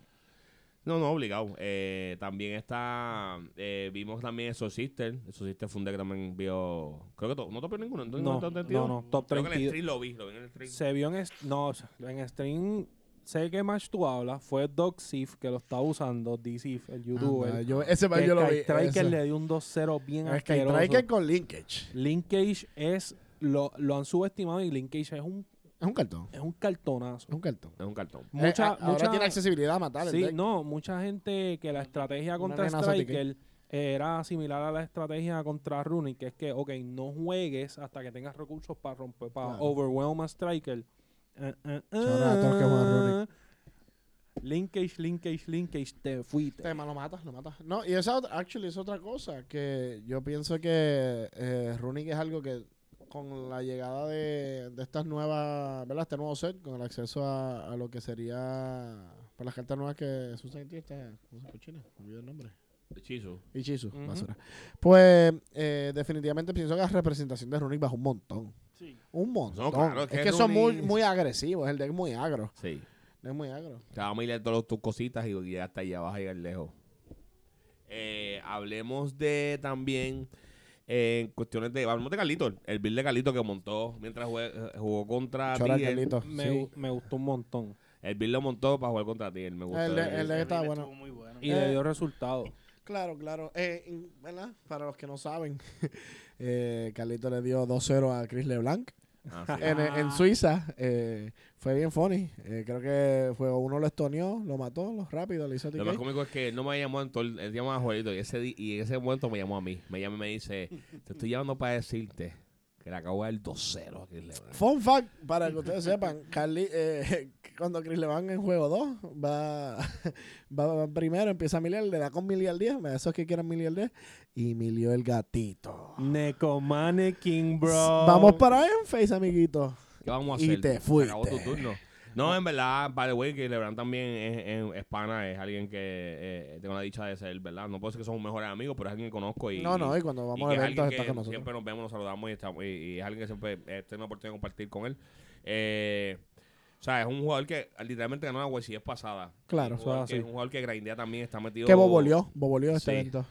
Speaker 2: No, no, obligado. Eh, también está. eh, vimos también eso Sister. Eso Sister fue un deck que también vio. Creo que to- no topió ninguno. ¿entonces
Speaker 4: No,
Speaker 2: no, no,
Speaker 4: no, no, top
Speaker 2: Creo que en el
Speaker 4: 32.
Speaker 2: stream lo vi. Lo vi en el stream.
Speaker 4: Se vio en, est- no, o sea, en stream. Sé que match tú hablas. Fue Doc Sif que lo estaba usando. DCIF, el youtuber.
Speaker 1: Anda, yo- ese
Speaker 4: que
Speaker 1: man yo lo vi.
Speaker 4: Skystriker
Speaker 1: ese.
Speaker 4: le dio un 2-0 bien
Speaker 1: Es que
Speaker 4: asqueroso.
Speaker 1: Striker con linkage.
Speaker 4: Linkage es. Lo, lo han subestimado y Linkage es un,
Speaker 1: Es un cartón.
Speaker 4: es un cartonazo.
Speaker 1: Es un cartón.
Speaker 2: Es un cartón.
Speaker 1: Eh,
Speaker 4: Mucha,
Speaker 1: a- ahora
Speaker 4: mucha-
Speaker 1: tiene accesibilidad a matar el
Speaker 4: sí,
Speaker 1: deck.
Speaker 4: no, mucha gente que la estrategia contra
Speaker 1: nena exótica.
Speaker 4: Striker era similar a la estrategia contra Runic, que es que, ok, no juegues hasta que tengas recursos para romper, para
Speaker 1: Claro.
Speaker 4: overwhelm a Striker. Eh, eh,
Speaker 1: Chorra, todos que juegan Runic.
Speaker 4: eh. Linkage, linkage, linkage, te fuiste.
Speaker 1: Tema, lo matas, lo matas. No, y esa otra, actually, es otra cosa que yo pienso que eh, Runic es algo que con la llegada de, de estas nuevas, ¿verdad? Este nuevo set, con el acceso a, a lo que sería, pues las cartas nuevas que Susan T está, ¿cómo se cochina? Me olvidé el nombre.
Speaker 2: Hechizo.
Speaker 1: Ichizu,
Speaker 4: Ujú.
Speaker 1: basura. Pues, eh, definitivamente pienso que la representación de Runic baja un montón.
Speaker 3: Sí.
Speaker 1: Un montón.
Speaker 2: claro,
Speaker 1: es
Speaker 2: es
Speaker 1: que,
Speaker 2: que
Speaker 1: son muy,
Speaker 2: Runic-
Speaker 1: muy agresivos, el deck es muy agro.
Speaker 2: Sí.
Speaker 1: el deck Es muy agro.
Speaker 2: Te vamos a ir a todas tus cositas y ya hasta allá vas a llegar lejos. Eh, hablemos de también. eh, cuestiones de. Hablemos de Carlito. El build de Carlito que montó mientras jue- jugó, contra
Speaker 1: Chora,
Speaker 2: Tier.
Speaker 1: Carlitos,
Speaker 4: eh, Me,
Speaker 1: sí.
Speaker 4: gu- me gustó un montón.
Speaker 2: El build lo montó para jugar contra ti. Me gustó.
Speaker 1: El de- el de-
Speaker 3: Ese
Speaker 1: está
Speaker 3: reel
Speaker 1: bueno.
Speaker 3: estuvo muy bueno.
Speaker 4: Y
Speaker 1: Eh.
Speaker 4: le dio resultado.
Speaker 1: Claro, claro. Eh, in- ¿verdad? Para los que no saben, [laughs] eh, Carlito le dio 2-0 a Chris LeBlanc
Speaker 2: [laughs] Ah, sí.
Speaker 1: en, en Suiza. eh, fue bien funny. Eh, creo que fue uno lo estoneó, lo mató, lo rápido, le hizo
Speaker 2: Lo más
Speaker 1: TK.
Speaker 2: cómico es que él no me llamó en todo el, él llamaba a Joelito y ese di- y en ese momento me llamó a mí. Me llama y me dice, te estoy llamando para decirte que le acabo de dar 2-0 a Chris Leblanc".
Speaker 1: Fun fact, para que ustedes sepan, [laughs] Carli, eh, [laughs] cuando Chris LeBlanc en juego 2 va, [laughs] va, va primero, empieza a miliar, le da con miliar 10, me da esos que quieran miliar 10, y milió el gatito.
Speaker 4: Necomane King, bro.
Speaker 1: Vamos para Face, amiguito.
Speaker 2: ¿Qué vamos a
Speaker 1: Y
Speaker 2: hacer?
Speaker 1: te
Speaker 2: Se Acabó tu
Speaker 1: fuiste.
Speaker 2: turno. No, en verdad, by the way, que Lebron también es, es- es pana, es alguien que eh, tengo la dicha de ser, ¿verdad? No puedo decir que somos mejores amigos, pero es alguien que conozco y...
Speaker 1: No, no,
Speaker 2: y-
Speaker 1: y cuando
Speaker 2: y
Speaker 1: vamos
Speaker 2: que
Speaker 1: a
Speaker 2: es
Speaker 1: eventos
Speaker 2: alguien
Speaker 1: está
Speaker 2: que
Speaker 1: con nosotros.
Speaker 2: Siempre nos vemos, nos saludamos y, estamos, y, y es alguien que siempre eh, tengo la oportunidad de compartir con él. Eh, o sea, es un jugador que ah, literalmente ganó la World Series pasada.
Speaker 1: Claro,
Speaker 2: Un
Speaker 1: eso
Speaker 4: es
Speaker 2: jugador que-
Speaker 4: así.
Speaker 2: un jugador que grindea también, está metido...
Speaker 1: Que boboleó, boboleó este
Speaker 2: Sí.
Speaker 1: evento.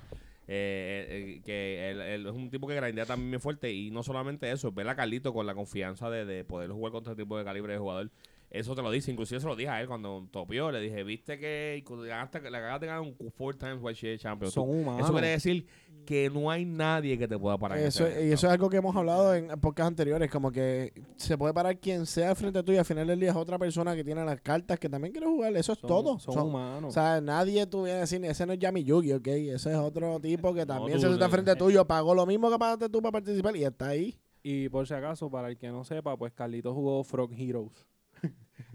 Speaker 2: Eh, eh, eh, que él, él es un tipo que grindea también bien fuerte y no solamente eso, ver a Carlito con la confianza de, de poder jugar contra este tipo de calibre de jugador. Eso te lo dice, inclusive se lo dije a él cuando topió, le dije, viste que cuando ganaste, le acabas de ganar un four times World Series Champion.
Speaker 4: Son
Speaker 2: Tú-
Speaker 4: humanos.
Speaker 2: eso quiere decir que no hay nadie que te pueda parar. en
Speaker 1: Eso,
Speaker 2: ese
Speaker 1: y
Speaker 2: evento.
Speaker 1: eso es algo que hemos hablado en épocas anteriores, como que se puede parar quien sea al frente tuyo, al final del día es otra persona que tiene las cartas que también quiere jugar, eso es
Speaker 4: Son-
Speaker 1: todo.
Speaker 4: Son,
Speaker 1: Son- o
Speaker 4: humanos.
Speaker 1: sea, nadie tú vienes a decir, ese no es Yami Yugi, ok, ese es otro tipo que
Speaker 2: No,
Speaker 1: también
Speaker 2: tú-
Speaker 1: se sienta
Speaker 2: tú-
Speaker 1: frente tuyo, pagó lo mismo que pagaste tú para participar y está ahí.
Speaker 4: y por si acaso, para el que no sepa, pues Carlito jugó Frog Heroes.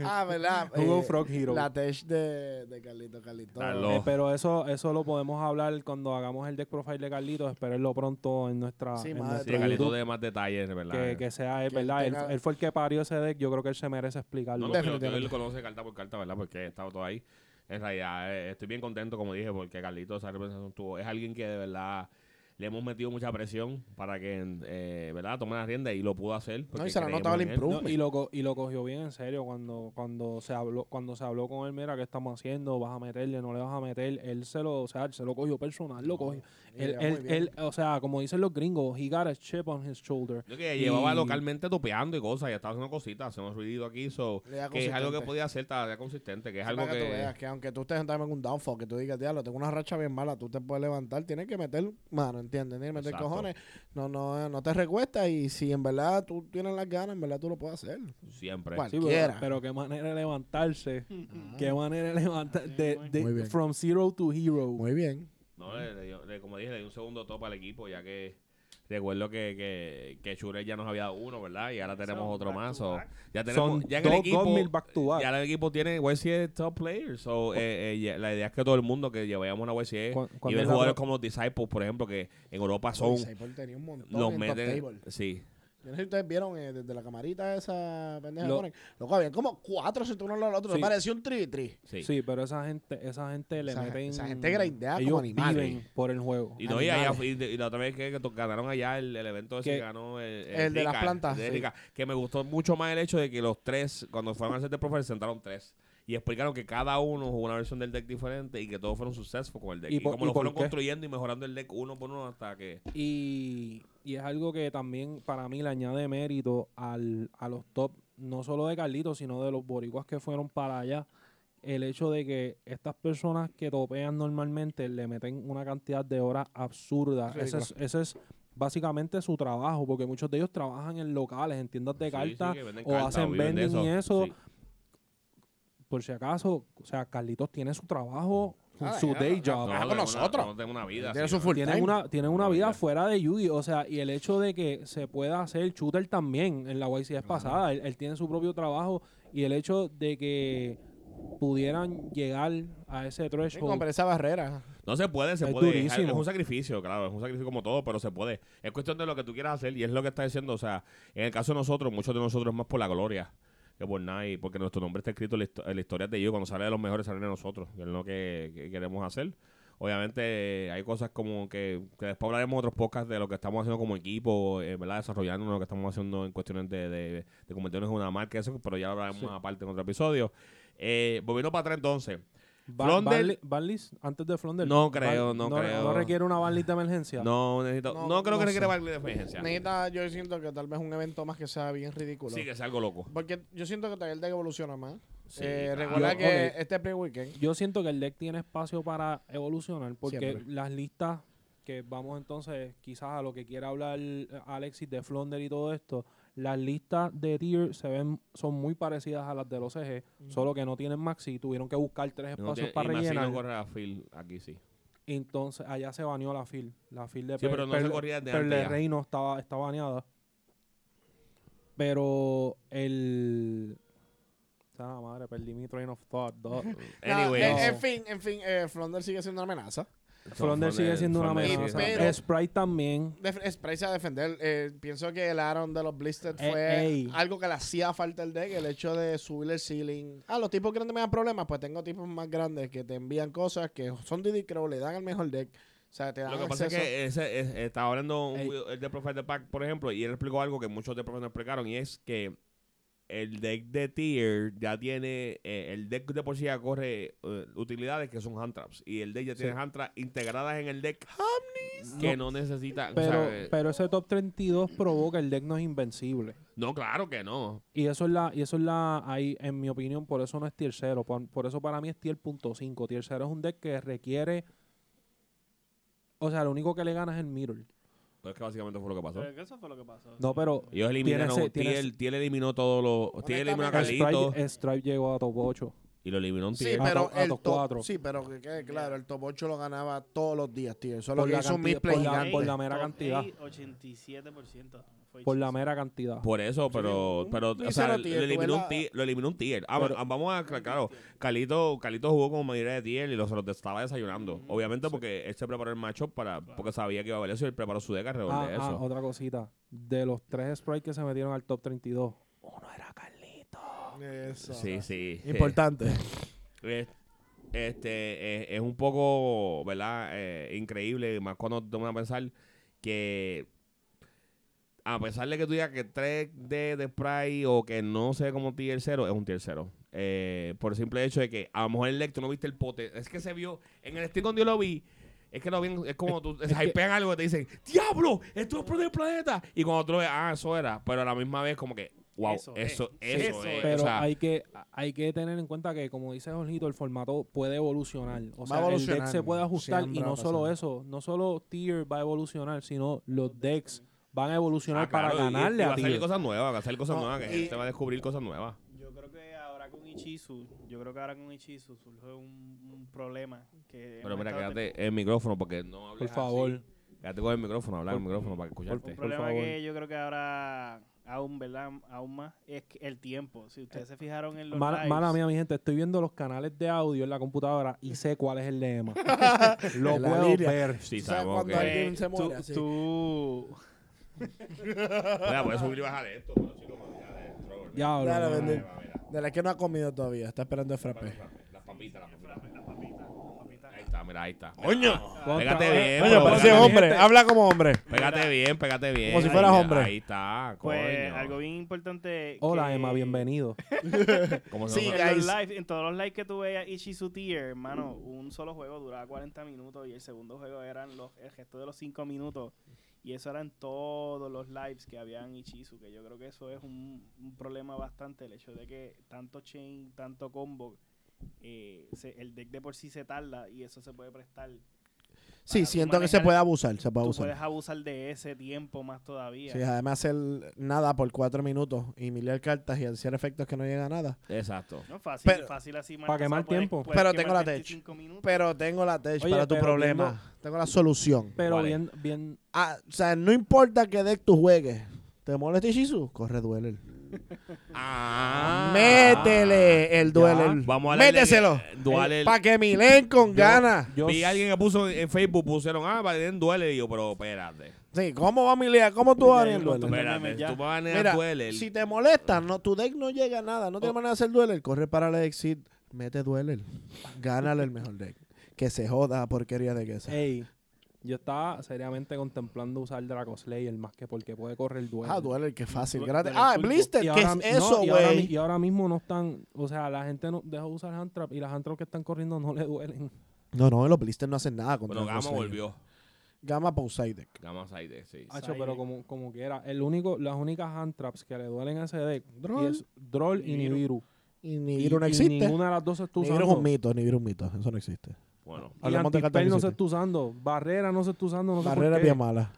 Speaker 1: Ah, ¿verdad?
Speaker 4: Jugó
Speaker 1: Eh,
Speaker 4: Frog Heroes.
Speaker 1: la tech de, de Carlito, Carlito.
Speaker 2: Está
Speaker 4: Eh,
Speaker 2: loco.
Speaker 4: pero eso, eso lo podemos hablar cuando hagamos el deck profile de Carlitos. Espérenlo pronto en nuestra.
Speaker 1: Sí,
Speaker 4: en
Speaker 1: madre,
Speaker 2: Sí,
Speaker 4: nuestro
Speaker 1: Carlito
Speaker 2: Carlito
Speaker 4: YouTube,
Speaker 2: de más detalles, de ¿verdad? eh.
Speaker 4: que, que sea él,
Speaker 1: Que él
Speaker 4: ¿verdad? Él,
Speaker 1: tenga-
Speaker 4: él fue el que parió ese deck. Yo creo que él se merece
Speaker 2: No,
Speaker 4: explicarlo.
Speaker 2: no,
Speaker 1: Definitivamente.
Speaker 2: pero él conoce carta por carta, ¿verdad? Porque he estado todo ahí. En realidad, eh, estoy bien contento, como dije, porque Carlito, esa representación tuvo. Es alguien que de verdad le hemos metido mucha presión para que, eh, ¿verdad?, tome la rienda y lo pudo hacer. porque
Speaker 1: y se le
Speaker 2: creemos
Speaker 1: notaba el
Speaker 2: en él.
Speaker 1: improve.
Speaker 4: No, y, lo, co- y lo cogió bien en serio cuando, cuando se habló, cuando se habló con él, mira, ¿qué estamos haciendo? ¿Vas a meterle? ¿No le vas a meter? Él se lo, o sea, él se lo cogió personal, lo cogió.
Speaker 1: le
Speaker 4: Él,
Speaker 1: va muy
Speaker 4: él,
Speaker 1: bien.
Speaker 4: él, o sea, como dicen los gringos, he got a chip on his shoulder.
Speaker 2: Yo que llevaba
Speaker 4: Y-
Speaker 2: localmente topeando y cosas, ya estaba haciendo cositas, haciendo ruido aquí, so,
Speaker 1: Le da
Speaker 2: que es algo que
Speaker 1: consistente.
Speaker 2: podía hacer, estaba consistente, que es
Speaker 1: Sí,
Speaker 2: algo
Speaker 1: para que tú
Speaker 2: que...
Speaker 1: veas que aunque tú estés sentado en un downfall, que tú digas, diablo, tengo una racha bien mala, tú te puedes levantar, tienes que meter mano, ¿entiendes? Tienes que meter
Speaker 2: Exacto.
Speaker 1: cojones. No, no, no te recuestas y si en verdad tú tienes las ganas, en verdad tú lo puedes hacer.
Speaker 2: Siempre.
Speaker 1: Bueno.
Speaker 4: Sí, pero,
Speaker 1: Cualquiera.
Speaker 4: pero qué manera de levantarse. Qué manera de levantar. De, de-
Speaker 1: Muy bien.
Speaker 4: from zero to hero.
Speaker 1: Muy bien.
Speaker 2: No, le- le dio- le- como dije, le di un segundo top al equipo, ya que recuerdo que, que, que Shurel ya nos había dado uno, ¿verdad? Y ahora tenemos otro más. so, ya tenemos,
Speaker 4: Son
Speaker 2: ya que
Speaker 4: dos
Speaker 2: el equipo,
Speaker 4: Godmil back to back.
Speaker 2: ya el equipo tiene YCA top players. So, eh, eh, ya- la idea es que todo el mundo que llevamos una YCA
Speaker 4: Cu-
Speaker 2: y ver
Speaker 4: cuando es la
Speaker 2: jugadores
Speaker 4: pro-
Speaker 2: como los Disciples, por ejemplo, que en Europa son,
Speaker 1: Uy, Seipol tenía un montón
Speaker 2: los
Speaker 1: en top
Speaker 2: meten,
Speaker 1: table.
Speaker 2: sí,
Speaker 1: Yo no sé si ustedes vieron eh, desde la camarita esa pendeja.
Speaker 4: Lo-
Speaker 1: Lo, loco, habían como cuatro si tú uno al otro.
Speaker 4: Sí.
Speaker 1: Me pareció un tri-tri.
Speaker 2: sí.
Speaker 4: Sí, pero esa gente, esa gente le
Speaker 1: Esa-
Speaker 4: meten.
Speaker 1: esa gente grindea como
Speaker 4: ellos
Speaker 1: animales.
Speaker 4: viven por el juego.
Speaker 2: Y, no, y, allá-
Speaker 1: Animales.
Speaker 2: y de- y la otra vez que, que to- ganaron allá el, el evento ese
Speaker 4: Que-
Speaker 2: que ganó el,
Speaker 1: el de las
Speaker 2: Ricard,
Speaker 1: plantas,
Speaker 2: de
Speaker 1: sí.
Speaker 2: Ricard, que me gustó mucho más el hecho de que los tres, cuando fueron a hacer de profe, se sentaron tres. Y explicaron que cada uno jugó una versión del deck diferente y que todos fueron successful con el deck.
Speaker 4: ¿Y
Speaker 2: Y,
Speaker 4: por-
Speaker 2: como
Speaker 4: y
Speaker 2: lo
Speaker 4: por
Speaker 2: fueron
Speaker 4: qué?
Speaker 2: construyendo y mejorando el deck uno por uno hasta que.
Speaker 4: Y, y es algo que también para mí le añade mérito al, a los top, no solo de Carlitos, sino de los boricuas que fueron para allá. El hecho de que estas personas que topean normalmente le meten una cantidad de horas absurda. Ese es, ese es básicamente su trabajo, porque muchos de ellos trabajan en locales, en tiendas
Speaker 2: Sí,
Speaker 4: de
Speaker 2: sí,
Speaker 4: cartas,
Speaker 2: que venden
Speaker 4: o
Speaker 2: cartas,
Speaker 4: hacen
Speaker 2: viven de
Speaker 4: vending y eso.
Speaker 2: Sí.
Speaker 4: Por si acaso, o sea, Carlitos tiene su trabajo,
Speaker 1: Ah,
Speaker 4: su
Speaker 1: ya,
Speaker 4: day
Speaker 1: ya,
Speaker 4: job.
Speaker 1: Ah,
Speaker 2: No,
Speaker 1: con
Speaker 2: tengo una-
Speaker 1: nosotros.
Speaker 2: no tengo una vida.
Speaker 1: Tiene
Speaker 2: sí,
Speaker 1: su
Speaker 2: no.
Speaker 1: full
Speaker 4: tienen
Speaker 1: time.
Speaker 4: una, tienen una
Speaker 2: No,
Speaker 4: vida
Speaker 2: ya.
Speaker 4: fuera de Yugi. O sea, y el hecho de que se pueda hacer shooter también en la YCS pasada. Él, él tiene su propio trabajo. Y el hecho de que pudieran llegar a ese
Speaker 1: Sí, compré
Speaker 4: threshold.
Speaker 1: esa barrera.
Speaker 2: No se puede, se
Speaker 4: Es
Speaker 2: puede. Es-
Speaker 4: durísimo.
Speaker 2: Es un sacrificio, claro, es un sacrificio como todo, pero se puede. Es cuestión de lo que tú quieras hacer y es lo que está diciendo. O sea, en el caso de nosotros, muchos de nosotros es más por la gloria que por nada y porque nuestro nombre está escrito en la, histo- en la historia de ellos. Cuando sale de los mejores, sale de nosotros. Y es lo que, que queremos hacer. Obviamente hay cosas como que, que después hablaremos en otros podcasts de lo que estamos haciendo como equipo, eh, ¿verdad? Desarrollando lo que estamos haciendo en cuestiones de, de, de convertirnos en una marca, eso, pero ya lo hablaremos
Speaker 4: Sí.
Speaker 2: aparte en otro episodio. Eh, volviendo para atrás entonces,
Speaker 4: Ba-
Speaker 2: Flondel-
Speaker 4: Barli- Barlis, antes de Flondel.
Speaker 2: No creo, no creo.
Speaker 4: No requiere una Barlis de emergencia.
Speaker 2: No, necesito. No,
Speaker 1: No,
Speaker 2: creo
Speaker 1: no
Speaker 2: que
Speaker 1: sé.
Speaker 2: requiera baile de emergencia.
Speaker 1: Necesita, yo siento que tal vez un evento más que sea bien ridículo.
Speaker 2: Sí, que es algo loco.
Speaker 1: Porque yo siento que todavía el deck evoluciona más.
Speaker 2: Sí, Ah,
Speaker 1: Eh,
Speaker 2: claro.
Speaker 1: Recuerda
Speaker 4: Yo-
Speaker 1: que
Speaker 4: ok.
Speaker 1: este pre-weekend.
Speaker 4: Yo siento que el deck tiene espacio para evolucionar porque
Speaker 1: Siempre.
Speaker 4: las listas que vamos entonces quizás a lo que quiera hablar eh, Alexis de Flonder y todo esto, las listas de tier se ven son muy parecidas a las del OCG, solo que no tienen maxi, tuvieron que buscar tres
Speaker 2: No tiene-
Speaker 4: espacios para
Speaker 2: y Maxi no
Speaker 4: rellenar.
Speaker 2: corre a Phil aquí sí.
Speaker 4: entonces allá se baneó la fil, la fil de
Speaker 2: Sí, pero no se corría de antes ya.
Speaker 4: Reino estaba está baneada. Pero el Ah, madre, perdí mi train of thought. dog.
Speaker 2: [laughs]
Speaker 1: Nada,
Speaker 2: Anyway.
Speaker 1: eh,
Speaker 4: no.
Speaker 1: en fin, en fin, eh, Flonder sigue siendo una amenaza.
Speaker 4: Flonder sigue siendo una
Speaker 2: Flonder
Speaker 4: amenaza.
Speaker 2: sigue-
Speaker 1: Pero-
Speaker 4: Sprite también.
Speaker 1: Def- es Price a defender. eh, pienso que el Aaron de los Blister
Speaker 4: Eh,
Speaker 1: fue
Speaker 4: ey.
Speaker 1: algo que le hacía falta al deck, el hecho de subir el ceiling. Ah, los tipos grandes me dan problemas, pues tengo tipos más grandes que te envían cosas que son DD Crow, le dan el mejor deck. O sea, te dan
Speaker 2: Lo que pasa es
Speaker 1: acceso.
Speaker 2: que ese, es- estaba hablando un
Speaker 4: Ey.
Speaker 2: video- el de Profile de Pack, por ejemplo, y él explicó algo que muchos de Profile no explicaron, y es que el deck de tier ya tiene, eh, el deck de por sí ya corre eh, utilidades que son hand traps, y el deck ya tiene hand traps integradas en el deck que no, necesita. o
Speaker 4: Pero,
Speaker 2: sea, eh,
Speaker 4: pero ese top 32 provoca el deck no es invencible.
Speaker 2: no, claro que no.
Speaker 4: Y eso es la, y eso es la, ahí, en mi opinión, por eso no es tier 0. Por, por eso para mí es tier punto .5. Tier 0 es un deck que requiere. O sea, lo único que le gana es el mirror.
Speaker 2: Pues es que básicamente fue lo que pasó.
Speaker 1: Eh,
Speaker 3: Pero que eso fue lo que pasó.
Speaker 4: No, pero
Speaker 2: Ellos
Speaker 4: Tiene ese-
Speaker 2: eliminaron,
Speaker 4: tiene
Speaker 2: Tiel, Tiel eliminó todos los, Tiel eliminó a Carlitos
Speaker 4: Stripe, Stripe llegó a top 8.
Speaker 2: y lo eliminó un
Speaker 1: eh, Sí,
Speaker 2: Tiel.
Speaker 4: A
Speaker 1: pero
Speaker 4: top- a
Speaker 1: el
Speaker 4: top
Speaker 1: top-
Speaker 4: cuatro.
Speaker 1: sí, pero que quede claro, el top 8 lo ganaba todos los días, tío. Solo
Speaker 4: Por
Speaker 1: que
Speaker 4: la,
Speaker 1: hizo un
Speaker 4: cantidad,
Speaker 1: misplay
Speaker 4: por, la,
Speaker 1: gigante.
Speaker 4: por la mera
Speaker 3: Top
Speaker 4: cantidad.
Speaker 3: eight, 87%. Fue
Speaker 4: Por la
Speaker 3: Chelsea.
Speaker 4: mera cantidad.
Speaker 2: Por eso, pero,
Speaker 1: Ah, un
Speaker 2: pero o sea,
Speaker 1: mísero
Speaker 2: lo
Speaker 1: tier,
Speaker 2: eliminó un
Speaker 1: ¿verdad?
Speaker 2: Tiel. Lo eliminó un Tiel. Ah, bueno, vamos a, aclarar, claro, Carlito, Carlito jugó como mayoría de Tiel y los, los estaba desayunando. Obviamente porque él se preparó el macho para, porque sabía que iba a haber eso y él preparó su deck alrededor
Speaker 4: Ah,
Speaker 2: de
Speaker 4: ah,
Speaker 2: eso.
Speaker 4: otra cosita. De los tres sprites que se metieron al top 32, uno era Carlitos.
Speaker 1: Eso.
Speaker 2: sí, sí.
Speaker 1: Importante.
Speaker 2: Eh, este, es, es un poco, ¿verdad? Eh, increíble, más cuando te van a pensar que a pesar de que tú digas que 3D de Sprite o que no sé como tier 0, es un tier 0. Eh, por el simple hecho de que a lo mejor el Lecto no viste el pote. Es que se vio, en el stream donde yo lo vi, es que lo vi, en- es como tú, se hypean algo y te dicen, ¡Diablo! ¡Esto es Pro del Planeta! Y cuando tú lo ves, ah, eso era. Pero a la misma vez como que, wow, eso,
Speaker 3: Eso
Speaker 2: eso,
Speaker 3: es.
Speaker 2: es.
Speaker 3: Eso es.
Speaker 2: Eh, O
Speaker 4: Pero
Speaker 2: sea,
Speaker 4: hay, que, hay que tener en cuenta que, como dice Jorgito, el formato puede evolucionar. O sea, el deck
Speaker 5: evolucionando.
Speaker 4: se puede ajustar
Speaker 5: Siempre
Speaker 4: y
Speaker 5: va
Speaker 4: no
Speaker 5: a
Speaker 4: solo
Speaker 5: pasar.
Speaker 4: eso, no solo tier va a evolucionar, sino los decks van a evolucionar
Speaker 2: ah,
Speaker 4: para
Speaker 2: claro, y-
Speaker 4: ganarle
Speaker 2: y va
Speaker 4: a
Speaker 2: a salir
Speaker 4: tier.
Speaker 2: cosas nuevas, va a salir cosas
Speaker 5: No,
Speaker 2: nuevas, que la
Speaker 5: y-
Speaker 2: gente va a descubrir cosas nuevas.
Speaker 3: Yo creo que ahora con Ichizu, yo creo que ahora con Ichizu surge un, un problema que
Speaker 2: Pero
Speaker 3: hemos
Speaker 2: mira,
Speaker 3: estado
Speaker 2: quédate en el micrófono porque no hables
Speaker 4: Por
Speaker 2: así.
Speaker 4: favor.
Speaker 2: Quédate con el micrófono, habla con el micrófono para
Speaker 3: Un
Speaker 2: escucharte.
Speaker 4: por
Speaker 3: problema
Speaker 4: favor.
Speaker 3: que yo creo que ahora aún, ¿verdad? Aún más es que el tiempo. Si ustedes se fijaron en los
Speaker 4: Eh, Mala,
Speaker 3: lives,
Speaker 4: mala mía, mi gente, estoy viendo los canales de audio en la computadora y sé cuál es el de Emma. Lo
Speaker 1: La
Speaker 4: puedo
Speaker 1: liria.
Speaker 4: ver.
Speaker 2: Sí,
Speaker 1: ¿Tú sabes
Speaker 2: sabemos que...
Speaker 1: cuando hay- Alguien
Speaker 3: eh,
Speaker 1: se muere,
Speaker 3: tú-
Speaker 1: sí.
Speaker 3: tú,
Speaker 2: Mira, puedes subir y bajar esto, pero chico, ya de troll, mira,
Speaker 4: Diablo,
Speaker 1: Dale,
Speaker 4: mano.
Speaker 1: vende.
Speaker 2: mira, mira.
Speaker 1: De la que no ha comido todavía, está esperando el frappé.
Speaker 2: Las papitas, las papitas.
Speaker 3: papita,
Speaker 2: Ahí está, mira, ahí está.
Speaker 5: ¡Coño!
Speaker 2: Pégate bien,
Speaker 4: Contra- Oye,
Speaker 1: Coño,
Speaker 2: pero
Speaker 1: parece
Speaker 2: pégate-
Speaker 1: hombre, habla como hombre.
Speaker 2: Pégate bien, pégate bien.
Speaker 1: Como si fueras
Speaker 2: Ahí-
Speaker 1: hombre.
Speaker 2: Ahí está, coño.
Speaker 3: Pues algo bien importante.
Speaker 4: Hola,
Speaker 3: que-
Speaker 4: Emma, bienvenido.
Speaker 2: Como
Speaker 5: Sí,
Speaker 2: si no-
Speaker 5: ya-
Speaker 3: En,
Speaker 5: Guys.
Speaker 3: los live, en todos los lives que tú veías Ichizu Tier, hermano, un solo juego duraba 40 minutos y el segundo juego eran los, el gesto de los 5 minutos. Y eso eran todos los lives que habían Ichizu, que yo creo que eso es un, un problema bastante, el hecho de que tanto chain, tanto combo, eh, se- el deck de por sí se tarda y eso se puede prestar.
Speaker 1: Sí,
Speaker 3: Para
Speaker 1: siento que
Speaker 3: manejar-
Speaker 1: se puede abusar, se puede
Speaker 3: Tú
Speaker 1: abusar.
Speaker 3: puedes abusar de ese tiempo más todavía.
Speaker 1: Sí, además hacer nada por cuatro minutos y milear cartas y hacer efectos que no llega a nada.
Speaker 2: Exacto.
Speaker 3: No es fácil,
Speaker 1: Pero-
Speaker 3: fácil así.
Speaker 4: Para quemar tiempo.
Speaker 1: Pero tengo la tech.
Speaker 3: Pero
Speaker 1: Pero tengo la tech
Speaker 4: Oye,
Speaker 1: para tu
Speaker 4: pero
Speaker 1: problema. Tengo la solución.
Speaker 4: Pero
Speaker 2: ¿Cuál es?
Speaker 4: bien, bien,
Speaker 1: Ah, o sea, no importa qué deck tú juegues. ¿Te molesta Shizu? Corre Dueler.
Speaker 2: Ah,
Speaker 1: Métele el Dueler.
Speaker 2: Vamos a darle-
Speaker 1: Méteselo.
Speaker 2: Dueler.
Speaker 1: Para que Milen con ganas.
Speaker 4: yo
Speaker 2: Vi a alguien que puso en en Facebook, pusieron, ah, Biden duele. Y yo, pero espérate.
Speaker 1: Sí, ¿cómo va Milia? ¿Cómo tú vas a
Speaker 3: Ya,
Speaker 1: venir
Speaker 3: yo lo
Speaker 1: Dueler?
Speaker 3: tomé.
Speaker 2: Espérate,
Speaker 3: ya.
Speaker 2: tú vas a ganar
Speaker 1: Mira,
Speaker 2: duele. Oh.
Speaker 1: si te molesta, no, tu deck no llega a nada. No tiene manera de hacer Dueler. Corre para la exit. Mete Dueler. Gánale el mejor deck. Que se joda la porquería de que sea.
Speaker 4: Ey, yo estaba seriamente contemplando usar Draco Slayer más que porque puede correr duelo.
Speaker 1: Ah, duele, qué fácil.
Speaker 3: Duele,
Speaker 1: gratis.
Speaker 3: duele
Speaker 1: Ah,
Speaker 3: turbo.
Speaker 1: Blister, ¿qué es eso,
Speaker 4: y, ahora, mi-
Speaker 1: güey?
Speaker 4: y ahora mismo no están, o sea, la gente no deja de usar hand trap y las hand trap que están corriendo no le duelen.
Speaker 1: No, no, los Blister no hacen nada contra
Speaker 2: Bueno,
Speaker 1: el
Speaker 2: Gama
Speaker 1: Slayer.
Speaker 2: volvió.
Speaker 1: Gama Poseidon.
Speaker 2: Gama Side, sí.
Speaker 1: Ah,
Speaker 4: Hacho, pero como, como quiera, el único, las únicas hand traps que le duelen a ese deck
Speaker 1: Droll.
Speaker 4: y es Droll y
Speaker 3: Nibiru.
Speaker 4: Nibiru.
Speaker 1: Y
Speaker 4: Y-
Speaker 1: Nibiru no
Speaker 4: y
Speaker 1: existe.
Speaker 4: ninguna de las dos se está
Speaker 1: Nibiru
Speaker 4: usando.
Speaker 1: es un mito, Nibiru es un mito. Eso no existe.
Speaker 2: Bueno,
Speaker 4: Y
Speaker 1: Hablamos de cartas
Speaker 4: Antispell
Speaker 1: que
Speaker 4: no se
Speaker 1: existen.
Speaker 4: está usando. Barrera no se está usando. No sé por
Speaker 1: Barrera
Speaker 4: qué.
Speaker 1: es bien mala.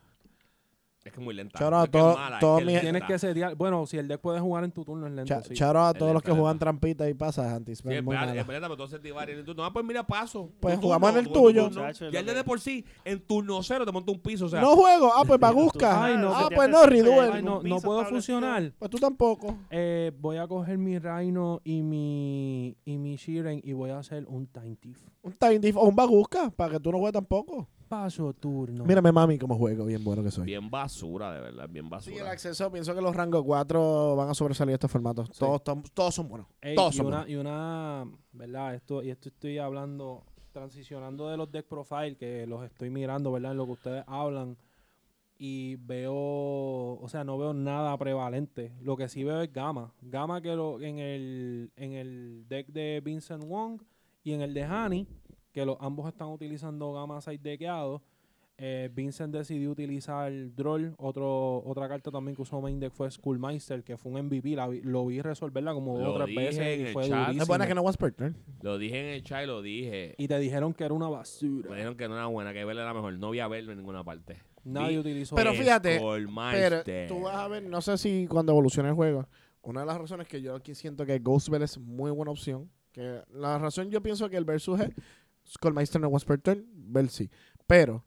Speaker 2: es que es muy lenta.
Speaker 1: Shout out
Speaker 2: No
Speaker 1: a
Speaker 2: es que es
Speaker 1: todo-
Speaker 2: mala, es
Speaker 1: todo
Speaker 2: que es
Speaker 1: mi-
Speaker 4: Tienes
Speaker 2: lenta.
Speaker 4: que setear. Bueno, si el deck puede jugar en tu turno es lento.
Speaker 1: Cha-
Speaker 4: sí.
Speaker 1: Charo a todos
Speaker 2: Es
Speaker 1: los que
Speaker 2: verdad.
Speaker 1: juegan trampitas y pasas,
Speaker 2: Sí,
Speaker 1: antispam.
Speaker 2: es
Speaker 1: muy
Speaker 2: verdad,
Speaker 1: mala.
Speaker 2: es verdad, pero entonces te varias. Tú, No, pues mira, paso.
Speaker 1: Pues
Speaker 2: Tu
Speaker 1: jugamos en el
Speaker 2: tu turno,
Speaker 1: tuyo.
Speaker 2: tu turno.
Speaker 3: Muchacho, es
Speaker 2: Ya
Speaker 3: lo
Speaker 2: él de
Speaker 3: que-
Speaker 2: por sí, en turno cero te monta un piso. O sea,
Speaker 1: no juego. Ah, pues Bagusca.
Speaker 4: Ay, no,
Speaker 1: ah,
Speaker 3: que te
Speaker 1: pues
Speaker 3: hace-
Speaker 1: no,
Speaker 4: Ay,
Speaker 1: Riduel.
Speaker 3: Un
Speaker 4: no, no
Speaker 3: piso
Speaker 4: puedo
Speaker 3: establecido.
Speaker 4: fusionar.
Speaker 1: Pues tú tampoco.
Speaker 4: Eh, voy a coger mi Rhino y mi y mi Shiren y voy a hacer un Time Thief.
Speaker 1: Un Time Diff o un Bagusca para que tú no juegues tampoco.
Speaker 4: Paso turno.
Speaker 1: Mírame, mami, cómo juego. Bien bueno que soy.
Speaker 2: bien basura, de verdad, bien basura.
Speaker 1: Sí, el acceso. Pienso que los rangos 4 van a sobresalir estos formatos. Todos, tom- todos son buenos.
Speaker 4: Ey,
Speaker 1: todos
Speaker 4: y
Speaker 1: son
Speaker 4: una,
Speaker 1: buenos.
Speaker 4: y una, ¿verdad? Esto, y esto estoy hablando, transicionando de los deck profile, que los estoy mirando, ¿verdad? En lo que ustedes hablan. Y veo, o sea, no veo nada prevalente. Lo que sí veo es Gama. Gama que lo, en, el, en el deck de Vincent Wong y en el de Hani, que los, ambos están utilizando Gama side deckeado. Eh, Vincent decidió utilizar Droll. Otro, otra carta también que usó Main Deck fue Schoolmeister, que fue un MVP. la vi- lo vi resolverla como
Speaker 2: Lo
Speaker 4: dos o tres
Speaker 2: dije en
Speaker 4: veces y
Speaker 2: el
Speaker 4: fue
Speaker 2: chat.
Speaker 4: durísimo.
Speaker 1: Es buena que no was per turn.
Speaker 2: Lo dije en el chat y lo dije.
Speaker 4: Y te dijeron que era una
Speaker 2: Me
Speaker 4: basura.
Speaker 2: dijeron que no era buena, que verla era mejor. No voy a verlo en ninguna parte.
Speaker 4: Nadie
Speaker 2: Vi
Speaker 4: utilizó
Speaker 1: Pero
Speaker 4: eso.
Speaker 1: fíjate- Pero
Speaker 2: Skullmaster.
Speaker 1: tú vas a ver, no sé si cuando evolucione el juego, una de las razones que yo aquí siento que Ghost Bell es muy buena opción, que la razón yo pienso que el versus es Skullmeister no was per turn, Bell sí. Pero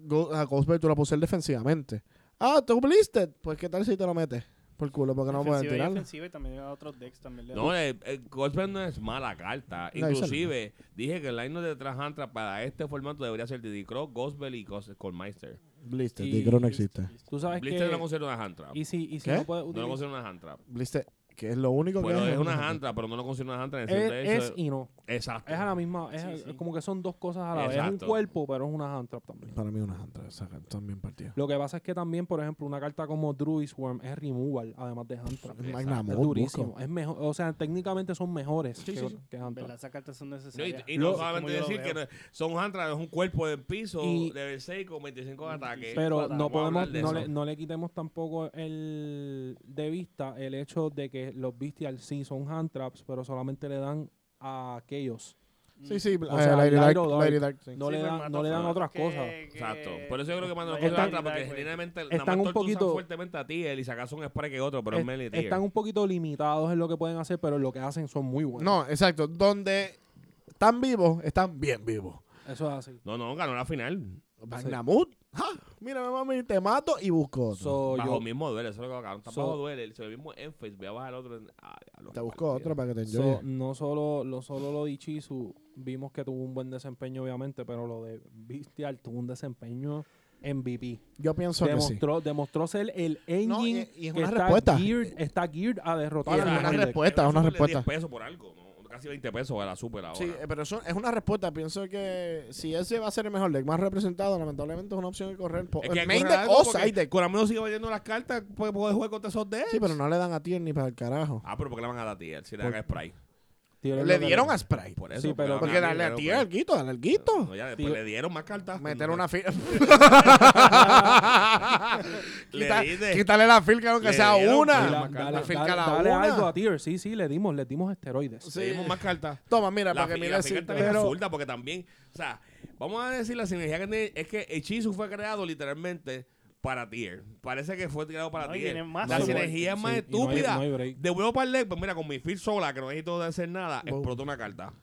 Speaker 1: Go- a Ghost Bell tú la puedes usar defensivamente. Ah, tú Blister, pues qué tal si te lo metes por culo, porque no pueden
Speaker 3: Defensiva y
Speaker 1: tirarlo.
Speaker 3: ofensiva y también a otros decks también. le
Speaker 2: No, el, Goldsberg no es mala carta.
Speaker 1: No, eso no.
Speaker 2: Inclusive, dije que el line de Trajantra para este formato debería ser Diddy Cross, Gospel y Skullmeister.
Speaker 1: Blister,
Speaker 4: Y-
Speaker 1: Tigro no existe.
Speaker 4: Tú sabes
Speaker 2: Blister no
Speaker 4: que...
Speaker 2: la considero una hand trap.
Speaker 4: Y si, y si
Speaker 1: ¿Qué?
Speaker 4: no puedes
Speaker 2: No la
Speaker 4: utilizar...
Speaker 2: considero una hand trap.
Speaker 1: Blister, que es lo único
Speaker 2: Bueno,
Speaker 1: que
Speaker 2: es una
Speaker 1: Hunter.
Speaker 2: Hantra, pero no lo considero una Hantra. En el
Speaker 4: Es,
Speaker 2: sentido de
Speaker 4: es
Speaker 2: eso-
Speaker 4: y no.
Speaker 2: exacto.
Speaker 4: Es a la misma, es,
Speaker 3: Sí,
Speaker 4: es
Speaker 3: sí.
Speaker 4: como que son dos cosas a la vez. Es un
Speaker 2: Exacto.
Speaker 4: cuerpo, pero es una hand trap también.
Speaker 1: Para mí una Hunter, esa están bien partidas.
Speaker 4: Lo que pasa es que también, por ejemplo, una carta como Druid's Worm es removal, además de hand trap.
Speaker 1: Es
Speaker 4: Es
Speaker 1: Magna Mod,
Speaker 4: durísimo.
Speaker 1: busco.
Speaker 4: Es mejor, o sea, técnicamente son mejores
Speaker 3: Sí,
Speaker 4: que,
Speaker 3: sí, sí.
Speaker 4: que hand
Speaker 3: ¿Verdad?
Speaker 4: trap.
Speaker 3: Esas cartas son
Speaker 2: No, y,
Speaker 3: necesarias.
Speaker 2: y no
Speaker 3: Así
Speaker 2: solamente
Speaker 3: como yo lo
Speaker 2: decir que
Speaker 3: veo.
Speaker 2: no- son Hantra, es un cuerpo de piso,
Speaker 4: Y-
Speaker 2: level 6 con 25 de ataque.
Speaker 4: Pero
Speaker 3: Vamos
Speaker 4: no
Speaker 2: a hablar
Speaker 4: podemos,
Speaker 2: de
Speaker 4: no
Speaker 2: eso.
Speaker 4: le, no le quitemos tampoco el de vista el hecho de que los bestial sí son hand traps, pero solamente le dan a aquellos.
Speaker 1: Sí, sí,
Speaker 4: O sea,
Speaker 1: Lady Dark,
Speaker 4: Light o Dark.
Speaker 1: Lady Dark, sí.
Speaker 4: No le dan- no le dan otras cosas.
Speaker 2: Exacto. Por eso yo creo que mandan los cosas
Speaker 3: mandan
Speaker 4: Eh, Están-
Speaker 2: atrás, porque generalmente nada
Speaker 4: están
Speaker 2: más
Speaker 4: un
Speaker 2: tortuzan
Speaker 4: poquito-
Speaker 2: fuertemente a ti, él y sacas un spray que otro, pero es,
Speaker 4: Es-
Speaker 2: melee tier.
Speaker 4: están un poquito limitados en lo que pueden hacer, pero lo que hacen son muy buenos.
Speaker 1: No, exacto. Donde están vivos, están bien vivos.
Speaker 4: Eso es así.
Speaker 2: No, no, ganó la final.
Speaker 1: Magnamut. ¡Ja! Mira, mami, te mato y busco otro.
Speaker 4: So,
Speaker 2: bajo
Speaker 4: yo-
Speaker 2: mismo duele, eso es lo que acabaron. Está
Speaker 4: So-
Speaker 2: bajo duele, se lo mismo Enface, voy a bajar otro. en- Ah, diablo,
Speaker 1: te
Speaker 2: qué
Speaker 1: busco
Speaker 2: partida.
Speaker 1: otro para que te enjoye.
Speaker 4: So, no solo lo, solo lo de Ichizu, vimos que tuvo un buen desempeño, obviamente, pero lo de Bestial tuvo un desempeño MVP.
Speaker 1: Yo pienso que sí.
Speaker 4: Demostró, demostró ser el engine
Speaker 1: No, y- y es
Speaker 4: que
Speaker 1: una
Speaker 4: está
Speaker 1: respuesta.
Speaker 4: geared, está geared a
Speaker 1: Y
Speaker 4: derrotar
Speaker 1: es
Speaker 4: a
Speaker 1: una
Speaker 4: los Hornets.
Speaker 1: respuesta. es una
Speaker 2: Super de
Speaker 1: respuesta.
Speaker 2: 10 pesos por algo, ¿no? casi 20 pesos a la super ahora.
Speaker 1: Sí, eh, pero eso es una respuesta. Pienso que si ese va a ser el mejor deck más representado, lamentablemente es una opción que correr. po-
Speaker 2: es que
Speaker 1: el eh, main
Speaker 2: corre
Speaker 1: deck Oh,
Speaker 2: algo
Speaker 1: o
Speaker 2: porque
Speaker 1: side deck.
Speaker 2: Coramelo sigue vendiendo las cartas, puede, puede jugar contra esos decks.
Speaker 1: Sí, pero no le dan a tier ni para el carajo.
Speaker 2: Ah, pero ¿por qué le van a dar a tier si le dan a spray?
Speaker 4: Tío, es
Speaker 1: le
Speaker 4: lo que-
Speaker 1: dieron a Sprite.
Speaker 2: Por eso.
Speaker 4: Sí, pero-
Speaker 2: le van
Speaker 1: Porque
Speaker 2: a
Speaker 1: darle a
Speaker 2: pero-
Speaker 1: tier, al guito, dale al guito.
Speaker 2: Pues, No, ya después
Speaker 4: Tío.
Speaker 2: le dieron más cartas.
Speaker 1: Meter
Speaker 2: No,
Speaker 1: una fila. [laughs]
Speaker 2: Le dices.
Speaker 1: quítale la filca aunque
Speaker 2: Le
Speaker 1: sea
Speaker 2: dieron
Speaker 1: una.
Speaker 4: Dale,
Speaker 2: fila.
Speaker 4: pues, dale,
Speaker 1: La finca
Speaker 4: dale-
Speaker 1: la
Speaker 4: dale
Speaker 1: una.
Speaker 4: algo a Tier. Sí, sí, le dimos, le dimos esteroides.
Speaker 1: Sí.
Speaker 2: Le dieron más cartas.
Speaker 1: Toma, mira,
Speaker 2: la,
Speaker 1: para que
Speaker 2: fi-
Speaker 1: mire
Speaker 2: la
Speaker 1: si...
Speaker 2: figura también es absurda porque también, o sea, vamos a decir la sinergia que tiene, es que Hechizo fue creado literalmente para Tier. Parece que fue creado para
Speaker 3: No, y
Speaker 2: Tier.
Speaker 3: tiene más
Speaker 2: La
Speaker 3: support.
Speaker 2: sinergia es más
Speaker 4: Sí, y no hay-
Speaker 2: estúpida.
Speaker 4: no hay break.
Speaker 2: de huevo para el leg, pues mira, con mi Phil sola, que no necesito de hacer nada,
Speaker 1: Wow.
Speaker 2: explotó una carta.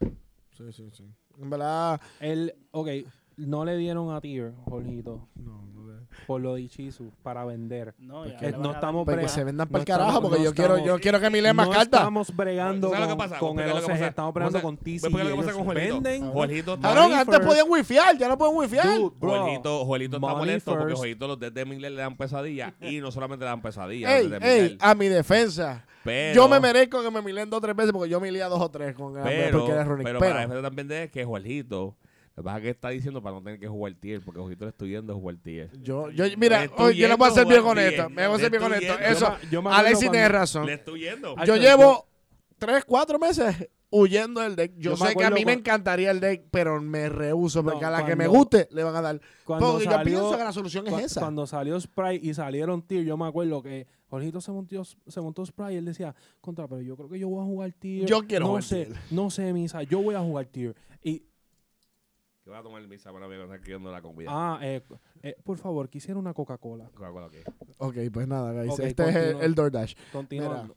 Speaker 1: Sí, sí, sí. En verdad... pues,
Speaker 4: El, ok, no le dieron a Tier, Jorgito,
Speaker 1: No, no le-
Speaker 4: por lo de Ichizu, para vender.
Speaker 3: No, ya
Speaker 4: Porque
Speaker 3: le van
Speaker 4: no
Speaker 3: a dar
Speaker 4: estamos
Speaker 1: Pues
Speaker 4: Pero
Speaker 1: que
Speaker 4: ya,
Speaker 1: se vendan
Speaker 4: no
Speaker 1: para el carajo
Speaker 4: estamos-
Speaker 1: porque
Speaker 4: no
Speaker 1: yo, quiero, yo
Speaker 4: estamos-
Speaker 1: quiero que mi leen más
Speaker 4: no
Speaker 1: cartas.
Speaker 4: estamos bregando
Speaker 2: ¿Sabes lo que
Speaker 4: con,
Speaker 2: pasa?
Speaker 4: con
Speaker 2: Porque
Speaker 4: el
Speaker 2: lo que
Speaker 4: OCG,
Speaker 2: pasa-
Speaker 4: estamos bregando
Speaker 2: ¿Sabes
Speaker 4: con TC.
Speaker 2: ¿Ves lo que pasa
Speaker 4: ellos
Speaker 2: con Juelito?
Speaker 4: venden.
Speaker 2: Juelito está-
Speaker 1: Cabrón,
Speaker 4: Money
Speaker 1: antes
Speaker 4: first.
Speaker 1: podían wifiar, ya no pueden wifiar.
Speaker 4: Dude, bro.
Speaker 2: Juelito, Juelito está
Speaker 4: Money
Speaker 2: molesto porque
Speaker 4: first.
Speaker 2: Juelito los de Miller le dan pesadillas y no solamente le dan pesadillas.
Speaker 1: Ey,
Speaker 2: los de
Speaker 1: ey,
Speaker 2: Miller,
Speaker 1: a mi defensa.
Speaker 2: pero,
Speaker 1: Yo me merezco que me milen dos o tres veces porque yo milía dos o tres con
Speaker 2: Pero,
Speaker 1: porque era
Speaker 2: pero,
Speaker 1: Runic. Pero,
Speaker 2: para defender también de que Juelito, lo que pasa es que está diciendo para no tener que jugar Tier, porque Juelito le estoy yendo a jugar Tier.
Speaker 1: yo, yo, mira,
Speaker 2: Destruyendo
Speaker 1: hoy yo le voy a hacer bien con
Speaker 2: jugar
Speaker 1: esto.
Speaker 2: bien.
Speaker 1: Me voy a hacer bien con esto.
Speaker 2: Destruyendo.
Speaker 1: Eso,
Speaker 4: Yo me- yo me acuerdo
Speaker 1: Alexis tiene
Speaker 4: cuando-
Speaker 1: razón.
Speaker 2: Le estoy yendo.
Speaker 1: Yo
Speaker 4: Alto,
Speaker 1: llevo tres, cuatro meses huyendo del deck. Yo,
Speaker 4: Yo me
Speaker 1: sé que a
Speaker 4: acuerdo
Speaker 1: mí me
Speaker 4: cua-
Speaker 1: encantaría el deck, pero me rehuso porque
Speaker 4: No,
Speaker 1: a la que me
Speaker 4: cuando-
Speaker 1: guste le van a dar.
Speaker 4: Cuando
Speaker 1: Porque yo
Speaker 4: salió-
Speaker 1: pienso que la solución
Speaker 4: cua-
Speaker 1: es esa.
Speaker 4: Cuando salió Sprite y salieron Tier, yo me acuerdo que Jorgito se montó, se montó Sprite y él decía, contra, pero yo creo que yo voy a jugar Tier.
Speaker 1: Yo quiero
Speaker 4: no
Speaker 1: jugar
Speaker 4: sé,
Speaker 1: tier".
Speaker 4: No sé, Misa, yo voy a jugar Tier. Y,
Speaker 2: Que va a tomar misa para ver está escribiendo la comida.
Speaker 4: ah, eh, eh, por favor, quisiera una Coca-Cola.
Speaker 2: Coca-Cola, ok.
Speaker 1: Ok, pues nada, guys.
Speaker 4: Ok,
Speaker 1: este es el,
Speaker 4: continúa.
Speaker 1: el DoorDash.
Speaker 4: Continuando.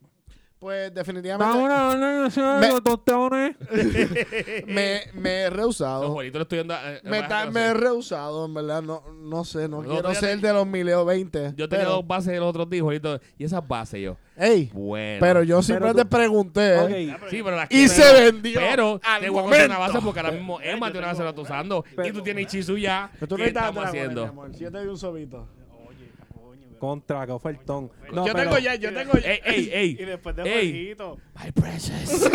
Speaker 1: Pues definitivamente
Speaker 4: Ahora, no, no,
Speaker 1: Me-
Speaker 4: no, los tostones.
Speaker 1: [laughs] me, me he
Speaker 2: No,
Speaker 1: rehusado.
Speaker 2: Juelito le estoy yendo a- eh,
Speaker 1: Oh. Me,
Speaker 2: más
Speaker 1: ta-
Speaker 2: que no
Speaker 1: me
Speaker 2: sé.
Speaker 1: he rehusado, en verdad. No, no sé, no
Speaker 2: Yo
Speaker 1: quiero
Speaker 2: todavía
Speaker 1: ser
Speaker 2: tengo-
Speaker 1: de los mileo 20.
Speaker 2: Yo tenía
Speaker 1: pero,
Speaker 2: dos bases los otros días, Juelito. Y esas bases yo.
Speaker 1: ey,
Speaker 2: Bueno.
Speaker 1: pero yo siempre te
Speaker 4: tú-
Speaker 1: pregunté.
Speaker 4: Ok,
Speaker 2: Sí, pero las
Speaker 1: Y
Speaker 2: que-
Speaker 1: se
Speaker 2: pero-
Speaker 1: vendió
Speaker 2: Pero
Speaker 1: al
Speaker 2: te voy a comprar una
Speaker 1: momento.
Speaker 2: base porque ahora mismo
Speaker 3: Pero-
Speaker 2: Emma tiene una base la está usando. Y tú
Speaker 4: pero-
Speaker 2: tienes Ichizu ya.
Speaker 1: Pero tú
Speaker 2: ¿Qué
Speaker 1: necesitas
Speaker 2: estamos
Speaker 1: dragones, mi
Speaker 2: haciendo?
Speaker 1: amor. Si Yo te doy un sobito.
Speaker 3: Oye, coño. pero-
Speaker 4: Contra, que ofertón. No,
Speaker 1: yo
Speaker 4: pero-
Speaker 1: tengo ya, yo tengo ya.
Speaker 2: Ey, ey,
Speaker 3: Y
Speaker 2: ey.
Speaker 3: después de
Speaker 2: Ey.
Speaker 3: jueguito.
Speaker 2: My precious.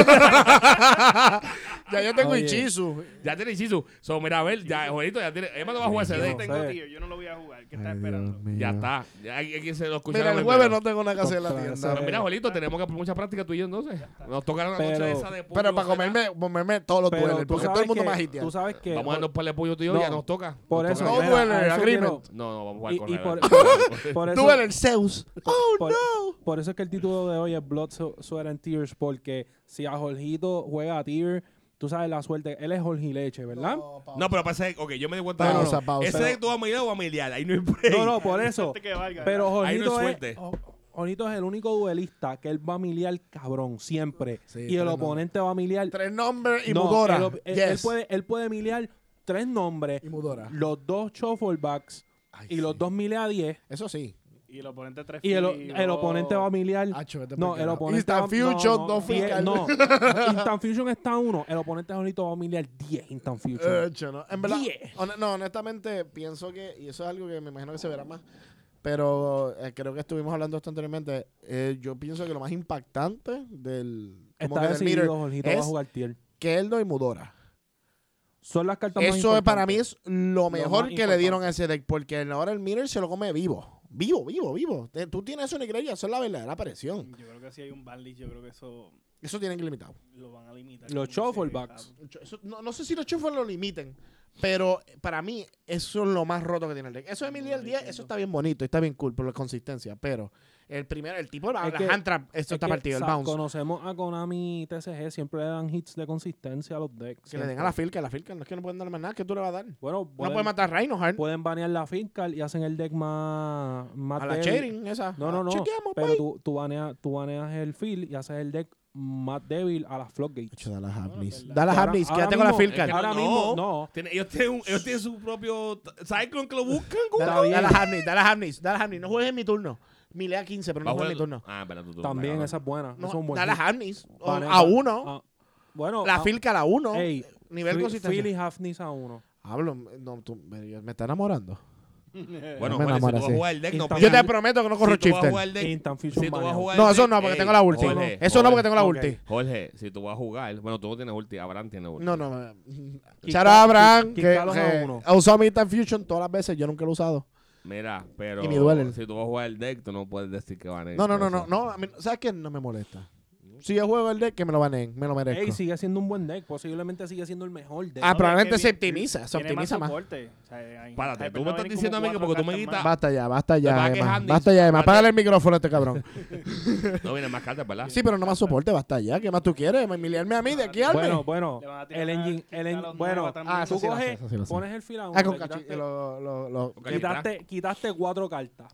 Speaker 1: ya yo tengo
Speaker 4: Oye.
Speaker 1: Ichizu.
Speaker 2: Ya tiene Ichizu. So, mira, a ver, ya, Juelito, ya tiene. Emma no va a jugar ese
Speaker 3: Yo
Speaker 4: No
Speaker 3: no
Speaker 2: deck.
Speaker 4: sé.
Speaker 3: tengo tío, yo no lo voy a jugar. ¿Qué estás esperando?
Speaker 2: Ya está. Ya hay hay que se lo escucharon
Speaker 1: Mira, el
Speaker 2: primero.
Speaker 1: jueves no tengo nada que hacer en la
Speaker 4: Contra,
Speaker 1: tienda.
Speaker 2: Pero mira, Juelito, tenemos que hacer mucha práctica tú y yo entonces. Nos tocará una noche
Speaker 4: Pero-
Speaker 2: esa de pollo.
Speaker 1: Pero para
Speaker 2: ¿verdad?
Speaker 1: comerme, comerme todos los
Speaker 4: pero
Speaker 1: dueles,
Speaker 4: tú
Speaker 1: porque todo
Speaker 4: sabes
Speaker 1: el mundo
Speaker 4: que-
Speaker 1: más haitiano.
Speaker 4: Tú sabes que.
Speaker 2: Vamos a darnos un par de pollo tú y yo,
Speaker 4: No.
Speaker 2: ya nos toca.
Speaker 4: Por
Speaker 2: Nos
Speaker 4: eso.
Speaker 2: toca.
Speaker 1: No
Speaker 4: mira,
Speaker 1: duele,
Speaker 4: a eso
Speaker 1: agreement.
Speaker 4: quiero-
Speaker 2: No, no, vamos a jugar
Speaker 4: Y,
Speaker 2: con
Speaker 4: y
Speaker 2: la
Speaker 4: por,
Speaker 2: verdad. [laughs]
Speaker 4: por- [laughs] por eso,
Speaker 1: Duele el Zeus. Oh,
Speaker 4: por-
Speaker 1: no.
Speaker 4: por eso es que el título de hoy es Blood, Su- Sweat and Tears, porque si a Jorgito juega a Tier, tú sabes la suerte. Él es Jorge Leche, ¿verdad? No,
Speaker 2: No, pero pasa que, ok, yo me di cuenta de
Speaker 1: Pausa,
Speaker 2: algo.
Speaker 1: pausa.
Speaker 2: Ese de tú vas a mirar o vas a miliar, ahí no hay break.
Speaker 4: no, por eso.
Speaker 3: Suerte que valga,
Speaker 4: Pero
Speaker 2: Ahí no
Speaker 4: Jorgito
Speaker 2: hay
Speaker 4: es,
Speaker 2: suerte.
Speaker 4: Jo- Jorgito es el único duelista que él va a miliar cabrón, siempre.
Speaker 1: Sí,
Speaker 4: y el
Speaker 1: tremendo.
Speaker 4: oponente va a miliar.
Speaker 1: Tres nombres y
Speaker 4: No,
Speaker 1: Mudora.
Speaker 4: Él, él- él
Speaker 1: Yes.
Speaker 4: puede, él puede miliar tres nombres,
Speaker 1: Y Mudora.
Speaker 4: los dos shufflebacks
Speaker 1: Ay,
Speaker 4: y los
Speaker 1: sí.
Speaker 4: dos milea a 10.
Speaker 1: Eso sí.
Speaker 3: Y el oponente tres
Speaker 4: Y el,
Speaker 3: filos.
Speaker 4: el oponente va a miliar.
Speaker 1: Acho, vete pa'l
Speaker 4: No, el
Speaker 1: carajo.
Speaker 4: oponente.
Speaker 1: Instant
Speaker 4: va- no,
Speaker 1: Fusion,
Speaker 4: no,
Speaker 1: dos
Speaker 4: die-
Speaker 1: fiscal. [laughs]
Speaker 4: No, Instant Fusion está uno. El oponente ahorita va a miliar 10 Instant Fusion.
Speaker 1: Eh, che, no. En verdad,
Speaker 4: Yeah.
Speaker 1: hone- no, honestamente, pienso que, y eso es algo que me imagino que se verá más, Pero eh, creo que estuvimos hablando esto anteriormente. Eh, yo pienso que lo más impactante del, como
Speaker 4: Está
Speaker 1: que del meter
Speaker 4: decidido, Jorgito va a
Speaker 1: es
Speaker 4: jugar tier.
Speaker 1: Keldo y Mudora.
Speaker 4: Son las cartas más
Speaker 1: Eso es, para
Speaker 4: importantes.
Speaker 1: mí es lo mejor
Speaker 4: más
Speaker 1: que le dieron a ese deck, porque ahora el Mirror se lo come vivo. Vivo, vivo, vivo. Te- Tú tienes eso en Iglesia, eso es la verdadera aparición.
Speaker 3: Yo creo que si hay un ban list, yo creo que eso
Speaker 1: Eso tienen que limitarlo.
Speaker 3: lo van a limitar. como
Speaker 4: Los
Speaker 3: se ve,
Speaker 4: shufflebacks.
Speaker 3: cabrón.
Speaker 1: Eso- no, no sé si los chufos lo limiten, pero para mí eso es lo más roto que tiene el deck. Eso de
Speaker 3: No,
Speaker 1: Mil del
Speaker 3: no
Speaker 1: 10,
Speaker 3: entiendo.
Speaker 1: eso está bien bonito, está bien cool por la consistencia, pero el primero, el tipo, la,
Speaker 4: Es
Speaker 1: la
Speaker 4: que-
Speaker 1: hand trap,
Speaker 4: Es
Speaker 1: esto está
Speaker 4: que,
Speaker 1: partido, el
Speaker 4: sa-
Speaker 1: bounce.
Speaker 4: Conocemos a Konami y TCG, siempre le dan hits de consistencia a los decks.
Speaker 1: Que le den
Speaker 4: siempre.
Speaker 1: a la filca, la filca, no es que no pueden dar más nada, que tú le vas a dar?
Speaker 4: Bueno,
Speaker 1: No
Speaker 4: pueden,
Speaker 1: puede matar a Reinhardt,
Speaker 4: pueden banear la Fincal y hacen el deck más. más
Speaker 1: a la
Speaker 4: débil.
Speaker 1: Cherin, esa.
Speaker 4: No, no, no.
Speaker 1: Chequeamos,
Speaker 4: Pero
Speaker 1: bye.
Speaker 4: tú, tú, baneas, tú baneas el field y haces el deck más débil a las Floodgate.
Speaker 1: Hecho, dale a
Speaker 3: Hablis.
Speaker 1: Hablis. Dale a
Speaker 4: Ahora-
Speaker 1: Hablis,
Speaker 4: ahora
Speaker 1: quédate con la
Speaker 4: mismo-
Speaker 1: filca.
Speaker 2: Claro,
Speaker 4: Ahora
Speaker 2: Ah, no.
Speaker 4: mismo, no.
Speaker 2: Tiene- ellos, tienen un- ellos tienen su propio t- Cyclone que lo buscan.
Speaker 1: Dale,
Speaker 4: Está bien.
Speaker 1: dale a Hablis, dale a Hablis, dale a Hablis. No juegues en mi turno. Milea 15, pero no
Speaker 2: Va a
Speaker 1: juegues
Speaker 2: jugar-
Speaker 1: en mi turno.
Speaker 2: Ah, espera, tú, tú,
Speaker 4: También
Speaker 2: cabrón.
Speaker 4: esa es buena.
Speaker 1: No,
Speaker 4: eso es un buen
Speaker 1: dale
Speaker 4: hit.
Speaker 1: a Hablis. o
Speaker 4: Banea-
Speaker 1: A uno.
Speaker 4: Ah, bueno,
Speaker 1: La
Speaker 4: a-
Speaker 1: filca a la uno.
Speaker 4: Ey,
Speaker 1: Nivel
Speaker 4: Fi-
Speaker 1: consistencia.
Speaker 4: Philly Hafnis a uno.
Speaker 1: Hablo, no, tú- me, me está enamorando. Yo
Speaker 2: Bueno,
Speaker 1: me
Speaker 2: bueno,
Speaker 1: enamoro
Speaker 2: si tú vas
Speaker 1: así.
Speaker 2: a jugar el deck, no
Speaker 4: Yo
Speaker 1: Yo
Speaker 2: pierdas.
Speaker 1: te prometo que no corro
Speaker 2: si tú vas a
Speaker 1: shifter.
Speaker 2: jugar el deck-
Speaker 4: Instant Fusion
Speaker 2: Si tú vas a
Speaker 4: baneado.
Speaker 2: jugar
Speaker 1: No,
Speaker 2: el
Speaker 1: eso
Speaker 2: deck,
Speaker 1: no, porque
Speaker 2: ey,
Speaker 1: tengo la ulti.
Speaker 2: Jorge,
Speaker 1: Eso no,
Speaker 2: Jorge,
Speaker 1: porque tengo la
Speaker 4: Ok.
Speaker 1: ulti.
Speaker 2: Jorge, si tú vas a jugar, bueno, tú no tienes ulti, Abraham tiene ulti.
Speaker 1: No, no. Charo
Speaker 4: Quita-
Speaker 1: Abraham,
Speaker 4: qui-
Speaker 1: que,
Speaker 4: quitarlos a
Speaker 1: que
Speaker 4: uno.
Speaker 1: ha usado mi Instant Fusion todas las veces. Yo nunca lo he usado.
Speaker 2: Mira, pero
Speaker 1: Y me duele.
Speaker 2: si tú vas a jugar el deck, tú no puedes decir que van a
Speaker 1: No, no, no, no. no a mí- ¿Sabes qué? No me molesta. Si yo juego el deck, que me lo baneen. Me lo merezco.
Speaker 4: Ey, sigue siendo un buen deck. Posiblemente sigue siendo el mejor deck.
Speaker 1: Ah,
Speaker 3: No,
Speaker 1: probablemente
Speaker 3: es que
Speaker 1: se
Speaker 3: vi-
Speaker 1: optimiza, se
Speaker 3: tiene
Speaker 1: optimiza más.
Speaker 3: soporte. O sea, hay-
Speaker 2: Párate,
Speaker 3: hay-
Speaker 2: tú me estás
Speaker 3: hay como
Speaker 2: diciendo a mí que
Speaker 3: cuatro
Speaker 2: porque tú me
Speaker 3: cartas
Speaker 2: quitas-
Speaker 3: más.
Speaker 1: Basta ya, basta ya,
Speaker 2: Además que
Speaker 1: Emma.
Speaker 2: Handy-
Speaker 1: Basta ya, Emma.
Speaker 2: aparte-
Speaker 1: Apágale el micrófono a este
Speaker 2: [laughs]
Speaker 1: cabrón.
Speaker 2: No vienen más cartas, ¿verdad?
Speaker 1: Sí, pero no más soporte, basta ya. ¿Qué más tú quieres? Miliarme a mí, de aquí al
Speaker 4: Bueno, bueno.
Speaker 3: Le van a tirar
Speaker 4: El
Speaker 3: una
Speaker 4: engine.
Speaker 3: quita
Speaker 4: El
Speaker 3: a los
Speaker 4: en- bueno,
Speaker 3: nuevos también.
Speaker 1: ah, eso
Speaker 4: tú
Speaker 1: sí lo sé,
Speaker 4: coges,
Speaker 1: eso sí lo sé.
Speaker 4: pones el fila uno,
Speaker 1: Ah, con
Speaker 4: le
Speaker 1: cachi-
Speaker 4: quitaste-
Speaker 1: lo- lo- lo-
Speaker 2: Con
Speaker 4: Quitaste, quitaste cuatro cartas.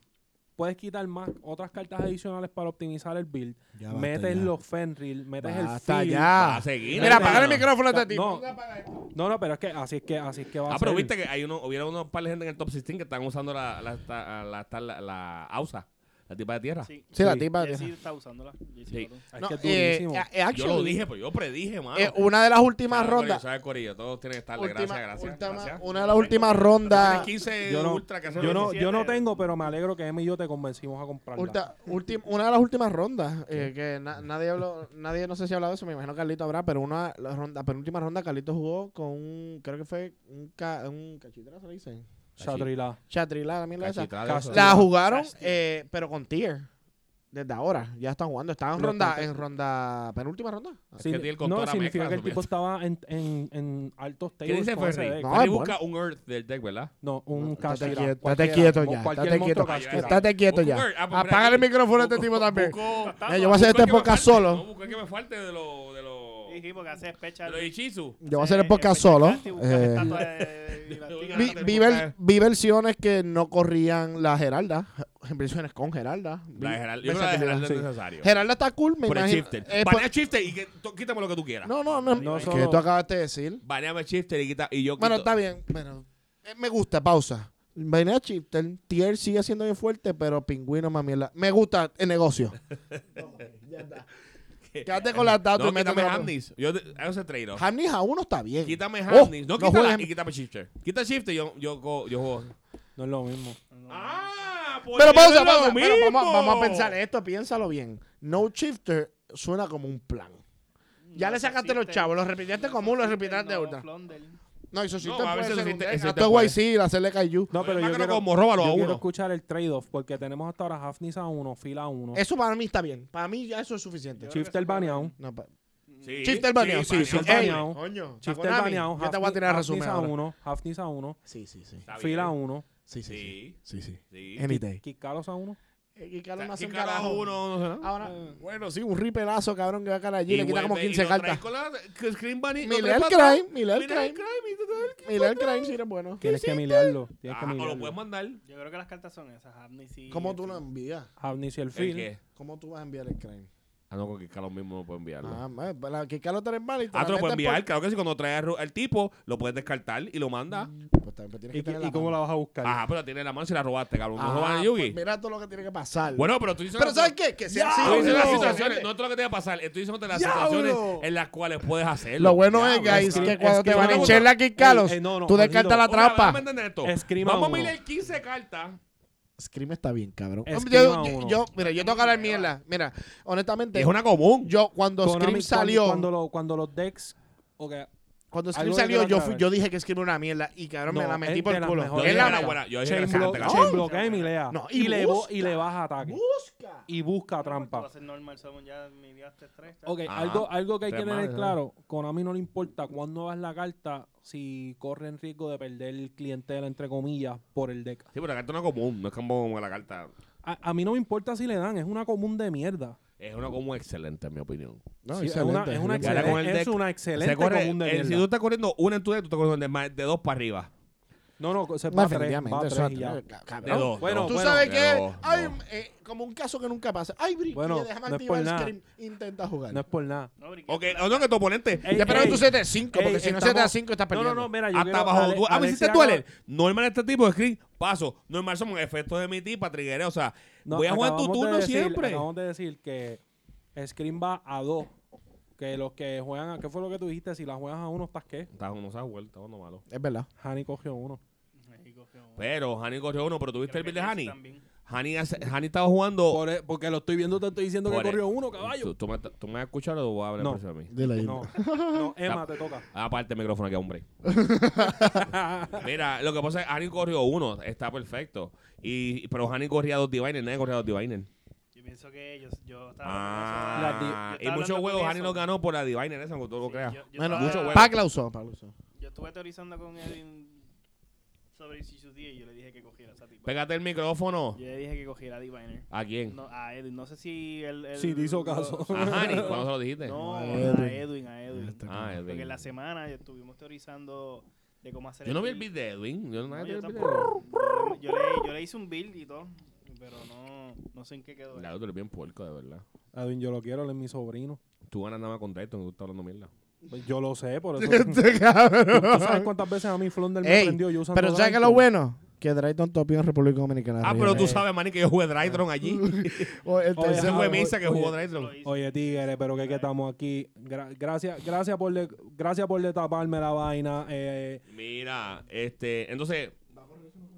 Speaker 4: Puedes quitar más otras cartas adicionales para optimizar el build.
Speaker 1: Ya basta
Speaker 4: metes
Speaker 1: ya.
Speaker 4: los Fenril, metes
Speaker 1: Basta
Speaker 4: el Field.
Speaker 2: Va
Speaker 1: ya.
Speaker 2: a seguir.
Speaker 1: Ah, Mira,
Speaker 4: no,
Speaker 1: apaga el
Speaker 2: no.
Speaker 1: micrófono a este tipo.
Speaker 4: No, no, no, pero es que así es que, así es que va
Speaker 2: Ah,
Speaker 4: a
Speaker 2: pero
Speaker 4: ser.
Speaker 2: viste que hay uno, hubiera unos par de gente en el top 16 que están usando la, la, la, la, la, la, AUSA, la tipa de tierra.
Speaker 3: Sí,
Speaker 1: Sí, la
Speaker 4: Sí.
Speaker 1: tipa.
Speaker 3: Jessy está usándola. Jessy
Speaker 2: Sí.
Speaker 3: Cotton.
Speaker 4: Es
Speaker 1: No,
Speaker 4: que es
Speaker 1: eh,
Speaker 4: durísimo.
Speaker 1: eh, eh,
Speaker 2: Yo lo
Speaker 1: actually,
Speaker 2: dije, pero yo predije, mano.
Speaker 1: eh, una de las últimas
Speaker 2: Sabe, corillo,
Speaker 1: rondas.
Speaker 2: sabe, corillo, todos tienen que estarle.
Speaker 1: última-
Speaker 2: gracias, gracias.
Speaker 1: última-
Speaker 2: gracias.
Speaker 1: Una de las últimas rondas.
Speaker 2: Tienes 15
Speaker 4: yo no,
Speaker 2: ultra que hacer
Speaker 4: yo, no,
Speaker 3: 17.
Speaker 4: yo no tengo, pero me alegro que Emma y yo te convencimos a comprarla.
Speaker 1: ulta- ultim- una de las últimas rondas. eh, que na- nadie habló, nadie no sé si ha hablado de eso, me imagino Carlito habrá, pero una la ronda, penúltima ronda Carlito jugó con un, creo que fue un, ca, un cachitrazo, le dicen.
Speaker 4: Shatrila.
Speaker 1: Chatrila, la mierda esa.
Speaker 2: Cachita de eso.
Speaker 1: La jugaron,
Speaker 3: Cash tier.
Speaker 1: eh, pero con tier. Desde ahora, ya están jugando. Estaban en
Speaker 4: Lo
Speaker 1: ronda,
Speaker 4: están-
Speaker 1: en ronda, penúltima ronda.
Speaker 2: que tiene el
Speaker 4: no,
Speaker 2: control a
Speaker 4: significa
Speaker 2: mezcla,
Speaker 4: que el tipo
Speaker 2: supuesto.
Speaker 4: estaba en, en, en altos
Speaker 2: ¿Qué
Speaker 4: tables
Speaker 2: dice
Speaker 4: con ese
Speaker 2: Ferry?
Speaker 4: deck.
Speaker 1: No, pues.
Speaker 2: Ferry
Speaker 1: es
Speaker 2: busca un Earth del deck, ¿verdad?
Speaker 4: No, un
Speaker 1: Estate
Speaker 4: Kashira,
Speaker 1: quieto, estate
Speaker 4: cualquiera,
Speaker 1: quieto
Speaker 4: mo-
Speaker 1: ya,
Speaker 4: cualquier
Speaker 1: estate
Speaker 4: monstruo
Speaker 1: quieto.
Speaker 4: Kashira.
Speaker 1: Estate quieto
Speaker 2: Busca
Speaker 1: ya.
Speaker 2: un Earth. Ah, pues mira,
Speaker 1: Apágale el
Speaker 2: aquí-
Speaker 1: micrófono a este
Speaker 2: busco-
Speaker 1: tipo también. Eh, yo
Speaker 2: busco-
Speaker 1: voy a hacer
Speaker 2: busco
Speaker 1: este
Speaker 2: el que me
Speaker 1: podcast
Speaker 2: falte,
Speaker 1: solo.
Speaker 2: No, busco el que me falte de los... De los...
Speaker 3: Sí, sí, porque hace
Speaker 2: de
Speaker 3: special.
Speaker 2: los Ichizu.
Speaker 1: Yo voy a hacer el
Speaker 2: pues,
Speaker 1: podcast solo. eh, [laughs] vi,
Speaker 2: Espérate,
Speaker 1: vi
Speaker 2: porque-
Speaker 1: ver- vi versiones que no corrían la Geralda. [laughs] Versiones con Geralda. Vi-
Speaker 2: La de Gerald- yo creo que la de
Speaker 1: versatilidad.
Speaker 2: Gerald es
Speaker 1: Sí.
Speaker 2: necesario.
Speaker 1: Geralda está cool, me
Speaker 2: Por el
Speaker 1: imagino.
Speaker 2: shifter.
Speaker 1: Eh,
Speaker 2: Banea shifter y que, to- quítame lo que tú
Speaker 1: por-
Speaker 2: quieras.
Speaker 1: no, no, no.
Speaker 4: No
Speaker 1: es que
Speaker 4: solo-
Speaker 1: tú acabaste de decir.
Speaker 2: Baneame shifter y quita y yo quito.
Speaker 1: Bueno, está bien. Pero, eh, me gusta, pausa. Vaina Shifter, Tier sigue siendo bien fuerte, pero Pingüino, mami. la- Me gusta el
Speaker 2: [laughs]
Speaker 1: negocio. ya está. Quédate con las datos
Speaker 2: no,
Speaker 1: y méteme
Speaker 2: quítame
Speaker 1: la-
Speaker 2: Hamnis. Yo te- hago ese trade
Speaker 1: Hamnis a uno está bien.
Speaker 2: Quítame
Speaker 1: Oh,
Speaker 2: Hamnis. no,
Speaker 1: no
Speaker 2: quítala
Speaker 1: juegues-
Speaker 2: y quítame shifter. Quita shifter y yo, yo, co- yo juego.
Speaker 4: No es lo mismo.
Speaker 2: Ah, pues
Speaker 1: Pero pausa,
Speaker 2: es lo
Speaker 1: pausa. Pero
Speaker 2: mismo.
Speaker 1: vamos, vamos a pensar esto, piénsalo bien. No Shifter suena como un plan. Ya le sacaste los chavos, los repitiste como uno, los repitiste otra. No, eso sí
Speaker 2: No,
Speaker 1: te
Speaker 2: a
Speaker 1: puede
Speaker 2: veces
Speaker 1: ser
Speaker 2: sí
Speaker 1: un
Speaker 2: te-
Speaker 1: deck.
Speaker 2: ese
Speaker 1: Esto
Speaker 2: te
Speaker 1: es
Speaker 2: puede.
Speaker 1: YC, hacerle Kaiju.
Speaker 4: No, pero
Speaker 2: Yo
Speaker 4: yo
Speaker 2: creo
Speaker 4: quiero,
Speaker 2: como róbalo a
Speaker 4: yo
Speaker 2: uno.
Speaker 4: quiero escuchar el trade-off porque tenemos hasta ahora Hafnis a uno, Fila a uno.
Speaker 1: Eso para mí está bien. Para mí ya eso es suficiente.
Speaker 3: Yo-
Speaker 4: Shifter baneado.
Speaker 1: No, pa-
Speaker 2: Sí,
Speaker 1: Shifter baneado, sí, sí.
Speaker 2: baneado,
Speaker 1: Ey,
Speaker 4: baneado.
Speaker 1: coño,
Speaker 4: Shifter
Speaker 1: Takonami,
Speaker 4: baneado.
Speaker 1: Yo te voy a
Speaker 4: Hafnis-
Speaker 1: tirar el
Speaker 4: Hafnis
Speaker 1: resumen
Speaker 4: a
Speaker 1: ahora.
Speaker 4: uno. Hafnis a uno.
Speaker 1: Sí, sí, sí.
Speaker 2: está bien.
Speaker 4: Fila a uno.
Speaker 1: Sí, sí, sí. Sí,
Speaker 2: Sí.
Speaker 1: sí.
Speaker 2: Sí.
Speaker 1: Any day.
Speaker 4: Kikaros a uno.
Speaker 1: Eh, Y
Speaker 2: O
Speaker 1: Carlos
Speaker 2: sea,
Speaker 1: no hace un
Speaker 2: ¿qué carajo
Speaker 1: carajo.
Speaker 2: uno no sé nada?
Speaker 1: Ahora, mm. bueno, sí, un ripelazo, cabrón, que va a cara allí. Le Ah, quita como
Speaker 2: vuelve y
Speaker 1: 15
Speaker 2: lo
Speaker 1: cartas.
Speaker 2: traes con la que Screen Bunny. lo
Speaker 1: Miller
Speaker 2: traes para atrás.
Speaker 1: Crime, Miller
Speaker 2: Mira el
Speaker 1: Crime.
Speaker 2: crime. y te trae el-
Speaker 1: Miller Crime sí eres bueno.
Speaker 4: Tienes que milearlo. Tienes que
Speaker 2: Ah, O lo
Speaker 4: milearlo.
Speaker 2: puedes mandar. ¿El
Speaker 3: Yo creo que las cartas son esas. Amnesty.
Speaker 1: ¿Cómo tú lo envías?
Speaker 4: Hafnis y el Field.
Speaker 2: qué?
Speaker 1: ¿Cómo tú vas a enviar el crime?
Speaker 2: Ah, no, porque Carlos mismo no puede enviarlo.
Speaker 1: Ah, ma, para que Carlos te mal y te
Speaker 2: Ah,
Speaker 1: la
Speaker 2: tú lo puedes
Speaker 1: metes por-
Speaker 2: enviar, claro que sí, cuando traes al- al tipo, lo puedes descartar y lo manda.
Speaker 1: Pues también tienes
Speaker 4: ¿Y,
Speaker 1: que
Speaker 4: qué-
Speaker 1: tener la
Speaker 4: y cómo la
Speaker 1: mano.
Speaker 4: vas a buscar?
Speaker 2: Ajá, pero la tienes en la mano si la robaste, cabrón. No
Speaker 1: Ah,
Speaker 2: roban a
Speaker 1: pues
Speaker 2: Yugi.
Speaker 1: mira todo lo que tiene que pasar.
Speaker 2: Bueno, pero tú dices.
Speaker 1: pero ¿sabes qué? Que sea así.
Speaker 2: Tú dices las
Speaker 1: Diablo.
Speaker 2: situaciones, no es lo que te va a pasar, estoy diciendo las
Speaker 1: Diablo.
Speaker 2: situaciones en las cuales puedes hacerlo.
Speaker 1: Lo bueno es,
Speaker 2: Diablo.
Speaker 1: guys,
Speaker 4: es
Speaker 1: que
Speaker 4: que-
Speaker 1: cuando
Speaker 4: es que
Speaker 1: te van a
Speaker 2: yo-
Speaker 1: echar la Kid Carlos,
Speaker 4: Ey, ey, Eh, no, no,
Speaker 1: tú
Speaker 4: Jorgito,
Speaker 1: descartas la
Speaker 2: Ojalá,
Speaker 1: trampa.
Speaker 2: déjame entender esto.
Speaker 4: Escriba
Speaker 2: Vamos a
Speaker 4: uno.
Speaker 2: mirar 15 cartas
Speaker 1: Scream está bien, cabrón.
Speaker 4: Esquima
Speaker 1: Yo, yo-
Speaker 4: uno.
Speaker 1: yo- mira, yo tengo que hablar mierda. Mira, honestamente,
Speaker 2: Es una común.
Speaker 1: yo cuando
Speaker 4: Konami,
Speaker 1: Scream
Speaker 4: cuando-
Speaker 1: salió,
Speaker 4: Cuando, lo- cuando los decks. ok,
Speaker 1: cuando Scream
Speaker 4: algo que
Speaker 1: salió,
Speaker 4: quiero
Speaker 1: yo, fui-
Speaker 4: aclarar.
Speaker 1: yo dije que Scream era una mierda y cabrón me
Speaker 4: No,
Speaker 1: la
Speaker 4: es
Speaker 1: metí
Speaker 4: de
Speaker 1: por el
Speaker 4: las
Speaker 1: culo.
Speaker 4: mejores.
Speaker 1: Es
Speaker 2: Yo
Speaker 1: la
Speaker 2: dije que era
Speaker 1: mejor.
Speaker 2: buena. Yo dije que
Speaker 4: Chain
Speaker 2: era excelente,
Speaker 4: block-
Speaker 2: la-
Speaker 4: chain bloquea y milea.
Speaker 1: No, y
Speaker 4: y, le bo-
Speaker 1: busca.
Speaker 4: y le baja ataque.
Speaker 1: Busca.
Speaker 4: Y busca trampa.
Speaker 3: Va a ser normal, somos ya mi día hasta tres. ¿sabes?
Speaker 4: Ok,
Speaker 2: Ajá.
Speaker 4: algo, algo que hay
Speaker 2: Tres
Speaker 4: que tener
Speaker 2: más,
Speaker 4: claro, Konami no le importa cuándo vas la carta si corren riesgo de perder el clientela, entre comillas, por el deck.
Speaker 2: Sí, pero la carta es una común. No es como la carta.
Speaker 4: A, a mí no me importa si le dan, es una común de mierda.
Speaker 2: Es una común excelente, en mi opinión.
Speaker 1: No,
Speaker 4: Sí, es
Speaker 1: excelente,
Speaker 4: una, es una
Speaker 1: excelente.
Speaker 2: Gana con el
Speaker 4: excelente, es
Speaker 2: deck.
Speaker 4: una excelente
Speaker 2: Se corre-
Speaker 4: común de
Speaker 2: el-
Speaker 4: mierda.
Speaker 2: si tú estás corriendo una en tu dedo, tú estás corriendo de, más- de dos para arriba.
Speaker 4: No, no, se
Speaker 1: No,
Speaker 4: va a tres,
Speaker 1: definitivamente,
Speaker 4: va a
Speaker 1: eso
Speaker 4: tres
Speaker 1: es
Speaker 4: y ya.
Speaker 1: atrás,
Speaker 2: De
Speaker 1: cabrón.
Speaker 4: No,
Speaker 2: dos.
Speaker 4: bueno,
Speaker 2: de
Speaker 1: Tú
Speaker 2: dos.
Speaker 1: sabes
Speaker 2: De
Speaker 1: que
Speaker 2: dos,
Speaker 1: ay,
Speaker 2: dos.
Speaker 1: eh, como un caso que nunca pasa. Ay, Brick,
Speaker 4: Bueno,
Speaker 1: ya déjame
Speaker 4: no es
Speaker 1: activar
Speaker 4: por nada.
Speaker 1: Scream. Intenta jugar.
Speaker 4: No es por nada.
Speaker 3: No, porque-
Speaker 2: Ok, no, no, que tu oponente.
Speaker 4: Ey,
Speaker 1: ya espero que
Speaker 4: ey,
Speaker 1: tú seas de 5, porque
Speaker 4: ey,
Speaker 1: si no seas
Speaker 4: estamos-
Speaker 1: de 5 estás
Speaker 4: No,
Speaker 1: perdiendo.
Speaker 4: no, no, mira, yo
Speaker 2: Hasta
Speaker 4: quiero-
Speaker 2: bajo
Speaker 4: Ale-
Speaker 2: duelo. Ah, A mí sí
Speaker 4: Alexia
Speaker 2: te duele.
Speaker 4: acaba-
Speaker 2: Normal este tipo de screen. Paso. Normal somos efectos de mi tipa, trigueros. O sea,
Speaker 4: No,
Speaker 2: voy a jugar tu
Speaker 4: acabamos de
Speaker 2: turno
Speaker 4: decir-
Speaker 2: siempre.
Speaker 4: Acabamos de decir que Scream va a dos. Que los que juegan a... ¿Qué fue lo que tú dijiste? Si la juegas a uno, ¿estás qué?
Speaker 2: Estás no se ha vuelto, estás uno malo.
Speaker 1: Es verdad.
Speaker 4: Hani cogió uno.
Speaker 3: México, qué bueno.
Speaker 2: Pero Hani corrió uno, pero tuviste el
Speaker 3: Creo
Speaker 2: build de
Speaker 3: que
Speaker 2: Hani.
Speaker 3: Chris también.
Speaker 2: Hani hace- Hani estaba jugando.
Speaker 4: Por e- porque lo estoy viendo, te estoy diciendo
Speaker 2: Por
Speaker 4: que
Speaker 2: e-
Speaker 4: corrió uno, caballo.
Speaker 2: ¿Tú, tú me, tú me has escuchado o voy a hablar
Speaker 4: No.
Speaker 2: por encima de mí?
Speaker 1: Dile ahí.
Speaker 4: No, [laughs] no, Emma, te toca.
Speaker 2: Ah, Aparte el micrófono aquí,
Speaker 3: [laughs]
Speaker 2: hombre. Mira, lo que pasa es que Hani corrió uno, está perfecto. Y, pero Hani corría dos Diviner, nadie corría dos Diviner.
Speaker 3: Yo pienso que ellos, yo estaba
Speaker 1: Ah.
Speaker 3: hablando de eso.
Speaker 2: Ah,
Speaker 3: Yo
Speaker 2: y
Speaker 3: estaba
Speaker 2: muchos
Speaker 3: hablando
Speaker 2: juegos
Speaker 3: con
Speaker 2: Hani
Speaker 3: eso.
Speaker 2: los ganó por la Diviner esa, aunque tú lo
Speaker 3: Sí,
Speaker 2: creas.
Speaker 3: yo- yo
Speaker 1: Bueno,
Speaker 4: eh,
Speaker 2: Mucho
Speaker 3: estaba-
Speaker 2: huevo.
Speaker 1: Pac la usó, Pac la usó.
Speaker 3: Yo estuve teorizando con Edwin sobre Ichizu 10 y yo le dije que cogiera esa tipa.
Speaker 2: Pégate el micrófono.
Speaker 3: Yo le dije que cogiera a Diviner.
Speaker 2: ¿A quién?
Speaker 3: No, a Edwin, no sé si él... él-
Speaker 4: Sí, te
Speaker 3: [laughs]
Speaker 4: hizo caso.
Speaker 2: A Hani, ¿cuándo se lo dijiste?
Speaker 3: No,
Speaker 1: A
Speaker 3: a
Speaker 1: Edwin.
Speaker 3: Edwin, a Edwin.
Speaker 1: Este
Speaker 2: Ah, Edwin.
Speaker 3: Porque en la semana estuvimos teorizando de cómo hacer
Speaker 2: Yo no vi el
Speaker 3: build.
Speaker 2: beat de Edwin. Yo no,
Speaker 3: No,
Speaker 2: nadie
Speaker 3: yo
Speaker 2: vio el beat de Edwin.
Speaker 3: tampoco. Yo le- Yo le, yo le hice un build y todo, pero no, no sé en qué quedó.
Speaker 2: Claro, tú eres bien puerco, de verdad.
Speaker 4: Edwin, yo lo quiero, él es mi sobrino.
Speaker 2: Tú ganas nada más con Drayton, tú estás hablando mierda.
Speaker 4: Pues Yo lo sé, por eso. ¿Tú
Speaker 1: [laughs] Este cabrón.
Speaker 4: sabes cuántas veces a mí Flunder me
Speaker 1: Ey,
Speaker 4: prendió yo usando
Speaker 1: Pero ¿sabes qué es lo
Speaker 4: Drayton?
Speaker 1: bueno? Que Drayton topió en República Dominicana.
Speaker 2: Ah, pero tú sabes, Manny, que yo jugué Drayton allí.
Speaker 1: O el
Speaker 4: Oye,
Speaker 2: Ese
Speaker 1: tercer
Speaker 4: ajá,
Speaker 2: fue
Speaker 4: oye,
Speaker 2: Misa que jugó
Speaker 4: oye.
Speaker 3: Lo
Speaker 2: Drayton.
Speaker 3: hice.
Speaker 4: Oye, Tigre, pero que, que estamos aquí. Gra- gracias, gracias por le, gracias por le taparme la vaina. Eh,
Speaker 2: Mira, este, entonces,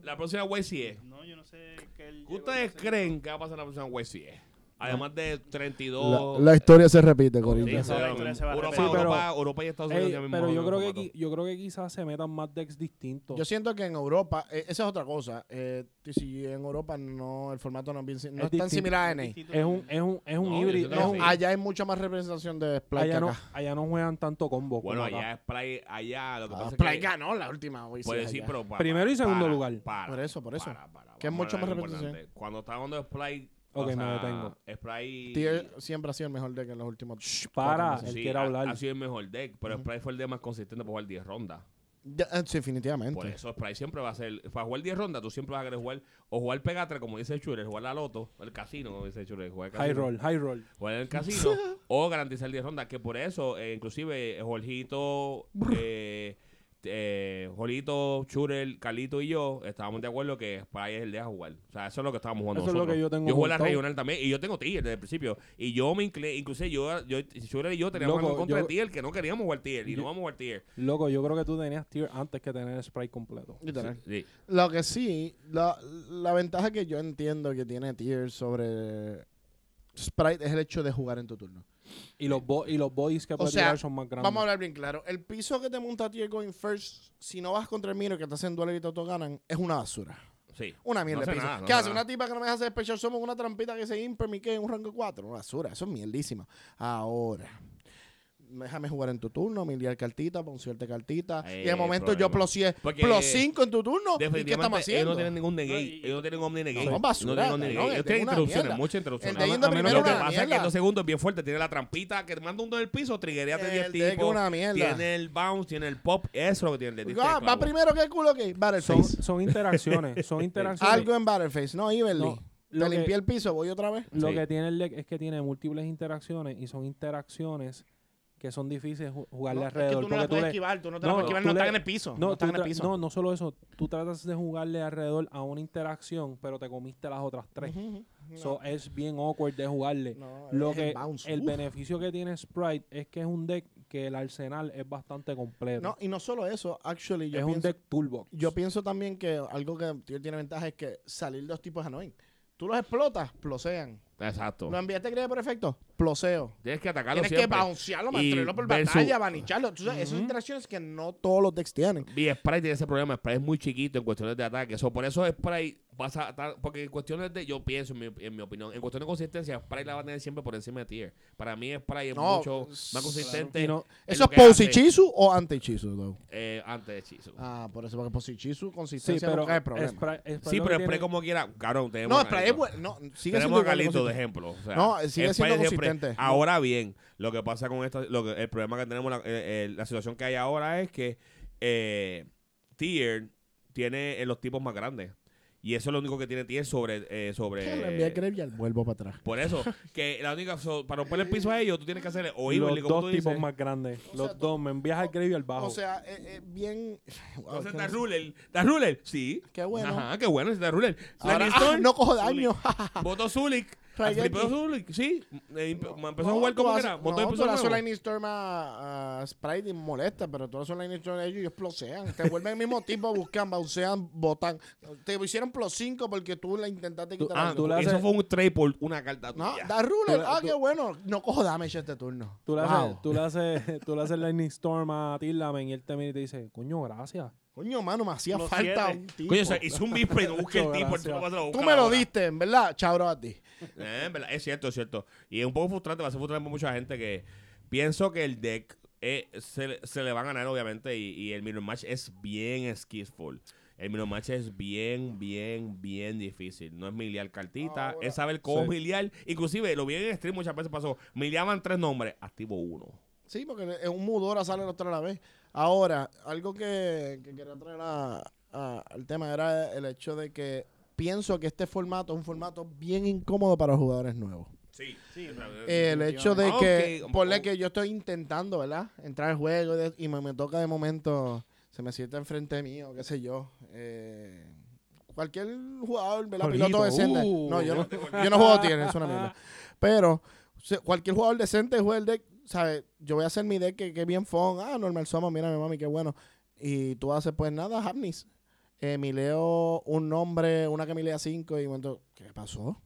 Speaker 2: la próxima WCE.
Speaker 3: No, yo no sé qué él
Speaker 2: ¿Qué
Speaker 3: llegó,
Speaker 2: ustedes
Speaker 3: no sé.
Speaker 2: creen que va a pasar en la próxima WCE? Además de 32...
Speaker 1: La, la historia se repite,
Speaker 2: Sí,
Speaker 1: Corita.
Speaker 2: se va-
Speaker 3: La historia se va a
Speaker 2: Europa,
Speaker 4: repetir.
Speaker 2: Europa, Europa y Estados Unidos
Speaker 4: ey,
Speaker 2: ya mismo
Speaker 4: pero yo
Speaker 2: lo
Speaker 4: creo que
Speaker 2: mató.
Speaker 4: qui- yo creo que quizás se metan más decks distintos.
Speaker 1: Yo siento que en Europa, eh, esa es otra cosa. Eh, si en Europa no, el formato no es, bien si- no
Speaker 4: Es
Speaker 1: es tan
Speaker 4: distinto.
Speaker 1: similar a NA.
Speaker 3: Distinto
Speaker 4: es un
Speaker 3: también.
Speaker 4: es un es
Speaker 2: No,
Speaker 4: un
Speaker 2: yo
Speaker 4: híbrido.
Speaker 2: creo que
Speaker 4: es un-
Speaker 2: sí.
Speaker 1: Allá hay mucha más representación de Splay que
Speaker 4: allá no
Speaker 1: acá.
Speaker 4: allá no juegan tanto combo.
Speaker 2: Bueno,
Speaker 4: como acá.
Speaker 2: allá es Play, allá lo que
Speaker 1: Ah,
Speaker 2: pasa
Speaker 1: Splay
Speaker 2: es que...
Speaker 1: ganó la última. hoy sí,
Speaker 2: Puede
Speaker 1: allá.
Speaker 2: decir, pero pa-
Speaker 4: Primero y
Speaker 2: para,
Speaker 4: segundo lugar.
Speaker 2: para,
Speaker 1: Por eso, por eso.
Speaker 2: para, para.
Speaker 1: Que es
Speaker 2: Vamos a
Speaker 1: mucho
Speaker 2: hablar
Speaker 1: más
Speaker 2: de lo
Speaker 1: repetición.
Speaker 2: importante. Cuando está hablando de Splay...
Speaker 4: Ok,
Speaker 2: o
Speaker 4: me
Speaker 2: sea,
Speaker 4: detengo.
Speaker 2: Splay...
Speaker 1: Tier siempre ha sido el mejor deck en los últimos. Shh,
Speaker 4: para.
Speaker 1: cuatro meses.
Speaker 4: Él quiere
Speaker 2: ha-
Speaker 4: hablar.
Speaker 2: Ha, sido el mejor deck, pero Sprite fue el deck más consistente para jugar 10 rondas.
Speaker 1: Ya, eh, sí, definitivamente.
Speaker 2: Por eso Sprite siempre va a ser. Para jugar 10 rondas, tú siempre vas a querer jugar. O jugar Pegatra, como dice Chure, jugar la Loto, el casino, como dice Chure, jugar el
Speaker 4: High
Speaker 2: casino.
Speaker 4: roll, high roll.
Speaker 2: Jugar en el
Speaker 4: [laughs]
Speaker 2: casino. o garantizar 10 rondas. Que por eso, eh, inclusive, eh, Jorgito, eh, eh, Jorgito, Chure, Carlito y yo estábamos de acuerdo que Sprite es el deck a jugar. O sea, eso es lo que estábamos jugando.
Speaker 4: Eso es lo
Speaker 2: nosotros.
Speaker 4: que yo tengo
Speaker 2: Yo jugué la
Speaker 4: montado.
Speaker 2: regional también. Y yo tengo Tier desde el principio. Y yo me incliné. Inclusive, yo, yo, Chure y yo teníamos
Speaker 4: Loco,
Speaker 2: algo contra de
Speaker 4: yo-
Speaker 2: Tier que no queríamos jugar Tier. Y
Speaker 4: Yo-
Speaker 2: no vamos a jugar Tier.
Speaker 4: Loco, yo creo que tú tenías tier antes que tener sprite completo.
Speaker 1: Literal.
Speaker 2: Sí.
Speaker 1: Lo que sí, la, la ventaja que yo entiendo que tiene Tier sobre Sprite es el hecho de jugar en tu turno.
Speaker 4: Y los bo- y los bodies que
Speaker 1: O
Speaker 4: puedes
Speaker 1: sea,
Speaker 4: tirar son más grandes.
Speaker 1: Vamos a hablar bien claro. El piso que te monta Tier Going First, si no vas contra el miro que te hacen duelo y te ganan, es una basura.
Speaker 2: Sí.
Speaker 1: Una mierda
Speaker 2: No
Speaker 1: de
Speaker 2: hace
Speaker 1: piso.
Speaker 2: nada, no
Speaker 1: ¿Qué
Speaker 2: hace
Speaker 1: hace?
Speaker 2: nada.
Speaker 1: Una tipa que no me deja hacer especial somos una trampita que se imperme y que en un rango 4. Una basura. Eso es mierdísima. Ahora. Déjame jugar en tu turno, miliar cartita, poncierte cartita.
Speaker 2: Ahí
Speaker 1: y de
Speaker 2: es
Speaker 1: momento yo
Speaker 2: problema.
Speaker 1: plosié
Speaker 2: Porque
Speaker 1: plus 5 en tu turno. [laughs] ¿Y qué estamos
Speaker 2: Definitivamente, ellos
Speaker 1: haciendo?
Speaker 2: no tienen ningún negate.
Speaker 3: No, y-
Speaker 2: ellos no tienen omni negate.
Speaker 1: Son
Speaker 2: No,
Speaker 1: basura,
Speaker 2: tienen omni
Speaker 1: cabrón,
Speaker 2: negate. Ellos
Speaker 1: es
Speaker 2: tienen
Speaker 1: una
Speaker 2: interrupciones,
Speaker 1: mierda.
Speaker 2: muchas
Speaker 1: El
Speaker 2: interrupciones.
Speaker 1: de
Speaker 4: A-
Speaker 1: yendo
Speaker 4: a menos
Speaker 1: primero
Speaker 2: Lo que
Speaker 1: una
Speaker 2: pasa es que
Speaker 1: mierda.
Speaker 2: en dos segundos es bien fuerte. Tiene la trampita que te manda uno del piso, triguería de
Speaker 1: El
Speaker 2: 10
Speaker 1: deck es
Speaker 2: tipos.
Speaker 1: una mierda.
Speaker 2: Tiene el bounce, tiene el pop. Eso es lo que tiene el deck.
Speaker 1: Ah,
Speaker 2: Tiene
Speaker 1: va
Speaker 2: clavo.
Speaker 1: primero que el culo que
Speaker 4: son,
Speaker 1: Battleface.
Speaker 4: son
Speaker 1: [laughs]
Speaker 4: interacciones, son interacciones.
Speaker 1: Algo en Battleface, no, Iberly.
Speaker 4: No,
Speaker 1: Te
Speaker 4: lo que-
Speaker 1: limpié el piso, voy otra vez.
Speaker 4: Lo
Speaker 2: Sí.
Speaker 4: que tiene el deck es que tiene múltiples interacciones y son interacciones que son difíciles ju- jugarle
Speaker 5: No, es que
Speaker 4: alrededor.
Speaker 5: tú no la
Speaker 4: porque tú
Speaker 5: puedes
Speaker 4: le-
Speaker 5: esquivar, tú no te la
Speaker 4: No,
Speaker 5: puedes esquivar,
Speaker 4: tú
Speaker 5: no
Speaker 4: le-
Speaker 5: están en el piso. No,
Speaker 4: no, tú
Speaker 5: están en el
Speaker 4: tra-
Speaker 5: piso.
Speaker 4: no, no solo eso. Tú tratas de jugarle alrededor a una interacción, pero te comiste las otras tres.
Speaker 5: Ujú, ujú.
Speaker 4: pues, So, es bien awkward de jugarle.
Speaker 5: No,
Speaker 4: Lo
Speaker 5: es el
Speaker 4: que
Speaker 5: bounce.
Speaker 4: el
Speaker 5: Uf.
Speaker 4: beneficio que tiene Sprite es que es un deck que el arsenal es bastante completo.
Speaker 1: No, y no solo eso, actually, yo
Speaker 4: es un
Speaker 1: pienso,
Speaker 4: deck toolbox.
Speaker 1: yo pienso también que algo que Tier tiene ventaja es que salir de los tipos annoying. Tú los explotas, plosean.
Speaker 2: Exacto.
Speaker 1: Lo enviaste a por efecto, ploseo.
Speaker 2: Tienes que atacarlo
Speaker 5: Tienes
Speaker 2: Oh. siempre.
Speaker 5: que bouncearlo,
Speaker 2: Y
Speaker 5: mantenerlo por
Speaker 2: versus-
Speaker 5: batalla, banicharlo. Entonces, esas
Speaker 4: Ujú.
Speaker 5: interacciones que no.
Speaker 1: Todos los decks tienen.
Speaker 2: Y Sprite tiene ese problema. Sprite es muy chiquito en cuestiones de ataque. So, por eso Sprite vas a atar- Porque en cuestiones de. Yo pienso, en mi, en mi opinión, en cuestiones de consistencia, Sprite la va a tener siempre por encima de tier. Para mí, Sprite es
Speaker 1: No,
Speaker 2: mucho más
Speaker 1: claro.
Speaker 2: consistente.
Speaker 4: Y no-
Speaker 2: en
Speaker 1: ¿Eso
Speaker 2: lo
Speaker 1: es
Speaker 2: que hace,
Speaker 1: Posichizu o Antichizu, though?
Speaker 2: eh, antes de hechizo.
Speaker 1: Ah, por eso, porque Posichizu,
Speaker 4: sí,
Speaker 1: consistencia,
Speaker 4: pero
Speaker 1: nunca es problema.
Speaker 4: Sprite- Sprite
Speaker 2: Sí,
Speaker 4: lo
Speaker 2: pero
Speaker 4: que
Speaker 2: Sprite
Speaker 4: tiene-
Speaker 2: como quiera. Cabrón, tenemos.
Speaker 1: No,
Speaker 2: a
Speaker 1: Sprite es
Speaker 2: Galito.
Speaker 1: bueno. No, sigue siendo
Speaker 2: tenemos a
Speaker 1: igual de
Speaker 2: Galito de
Speaker 1: consistente.
Speaker 2: ejemplo. o sea,
Speaker 1: No, sigue siendo
Speaker 2: Sprite siempre-
Speaker 1: consistente.
Speaker 2: Ahora bien, lo que pasa con esto, lo que- el problema que tenemos, la, eh, eh, la situación que hay ahora es que eh, Tier tiene eh, los tipos más grandes. Y eso es lo único que tiene Tier sobre. eh, sobre
Speaker 1: Que le envía el Graveyard, vuelvo para atrás.
Speaker 2: Por eso, que la única. so- para romper el piso a ellos, tú tienes que hacer o Iberly,
Speaker 4: los
Speaker 2: como tú
Speaker 4: dos tipos
Speaker 2: dices.
Speaker 4: más grandes.
Speaker 1: O
Speaker 4: los
Speaker 1: sea,
Speaker 4: dos. Me envías al grave y al bajo.
Speaker 1: O sea, es bien. Wow,
Speaker 2: Entonces,
Speaker 1: que
Speaker 2: da
Speaker 1: no sé.
Speaker 2: Ruler. Da Ruler, sí.
Speaker 1: Qué bueno.
Speaker 2: Ajá, qué bueno, da Ruler.
Speaker 1: Ahora,
Speaker 2: Lenny
Speaker 1: ah,
Speaker 2: Stone,
Speaker 1: [laughs] no cojo daño.
Speaker 2: votó Zulik.
Speaker 1: Raigeki.
Speaker 2: Flipó Zulik, Ah, sí. Eh, imp- Empezó a
Speaker 1: No,
Speaker 2: jugar como
Speaker 1: tú
Speaker 2: era.
Speaker 1: haces-
Speaker 2: Votó
Speaker 1: no,
Speaker 2: empezó
Speaker 1: tú le haces
Speaker 2: nuevo.
Speaker 1: Lightning Storm a, a Sprite y molesta, pero tú le haces Lightning Storm a ellos y ellos plosean. Te vuelven el mismo tipo, buscan, bouncean, botan. Te hicieron plus 5 porque tú le intentaste
Speaker 4: Tú-
Speaker 1: quitar
Speaker 2: Ah,
Speaker 1: la-
Speaker 4: tú le
Speaker 2: eso
Speaker 4: haces-
Speaker 2: fue un trade por una carta
Speaker 1: No,
Speaker 2: tuya.
Speaker 1: da
Speaker 4: Tú
Speaker 1: ruler.
Speaker 4: le-
Speaker 1: Ah,
Speaker 4: tú-
Speaker 1: qué bueno. No cojo damage este turno.
Speaker 4: Tú le,
Speaker 1: Wow.
Speaker 4: haces, tú,
Speaker 1: [laughs]
Speaker 4: le haces, tú le haces Lightning Storm a Tillamen y él te mira y te dice, coño, gracias.
Speaker 1: Coño, mano, me hacía
Speaker 3: Los
Speaker 1: falta
Speaker 3: siete.
Speaker 1: un tipo.
Speaker 2: Coño, o sea, hizo un misplay, no
Speaker 1: [laughs]
Speaker 2: busqué el
Speaker 4: Mucho
Speaker 2: tipo, el
Speaker 4: gracias.
Speaker 2: tipo vas a buscar
Speaker 1: Tú me lo
Speaker 2: ahora.
Speaker 1: diste, en verdad. Chao, a ti.
Speaker 2: Eh, en verdad, es cierto, es cierto. Y es un poco frustrante, va a ser frustrante para mucha gente que pienso que el deck eh, se, le- se le va a ganar, obviamente, y, y el mirror match es bien skillful. El mirror match es bien, bien, bien difícil. No es miliar cartita,
Speaker 1: Ahora-
Speaker 2: es saber cómo
Speaker 4: Sí.
Speaker 2: miliar. Inclusive, lo vi en stream muchas veces pasó, miliaban tres nombres, activo uno.
Speaker 1: Sí, porque en un Mudora sale los tres a la vez. Ahora, algo que, que quería traer a- a- al tema era el hecho de que pienso que este formato es un formato bien incómodo para los jugadores nuevos.
Speaker 2: Sí,
Speaker 3: Sí, no.
Speaker 2: eh,
Speaker 1: El hecho
Speaker 4: Ah,
Speaker 1: de
Speaker 2: Definitivamente.
Speaker 1: que,
Speaker 2: Aunque-
Speaker 1: ponle que yo estoy intentando, ¿verdad? Entrar al juego y de- y me, me toca de momento, se me sienta enfrente mío, qué sé yo. Eh, cualquier jugador, ¿verdad?
Speaker 4: Jorgito,
Speaker 1: Piloto decente.
Speaker 4: uh.
Speaker 1: no, yo no, yo no juego tier, es una mierda. Pero se- cualquier jugador decente juega el deck, ¿sabes? Yo voy a hacer mi deck que, que bien fun. Ah, normal somos, mira mi mami, qué bueno. Y tú haces pues nada, Hapnis. Eh, mileo un nombre, una que milea cinco y momento, ¿qué pasó?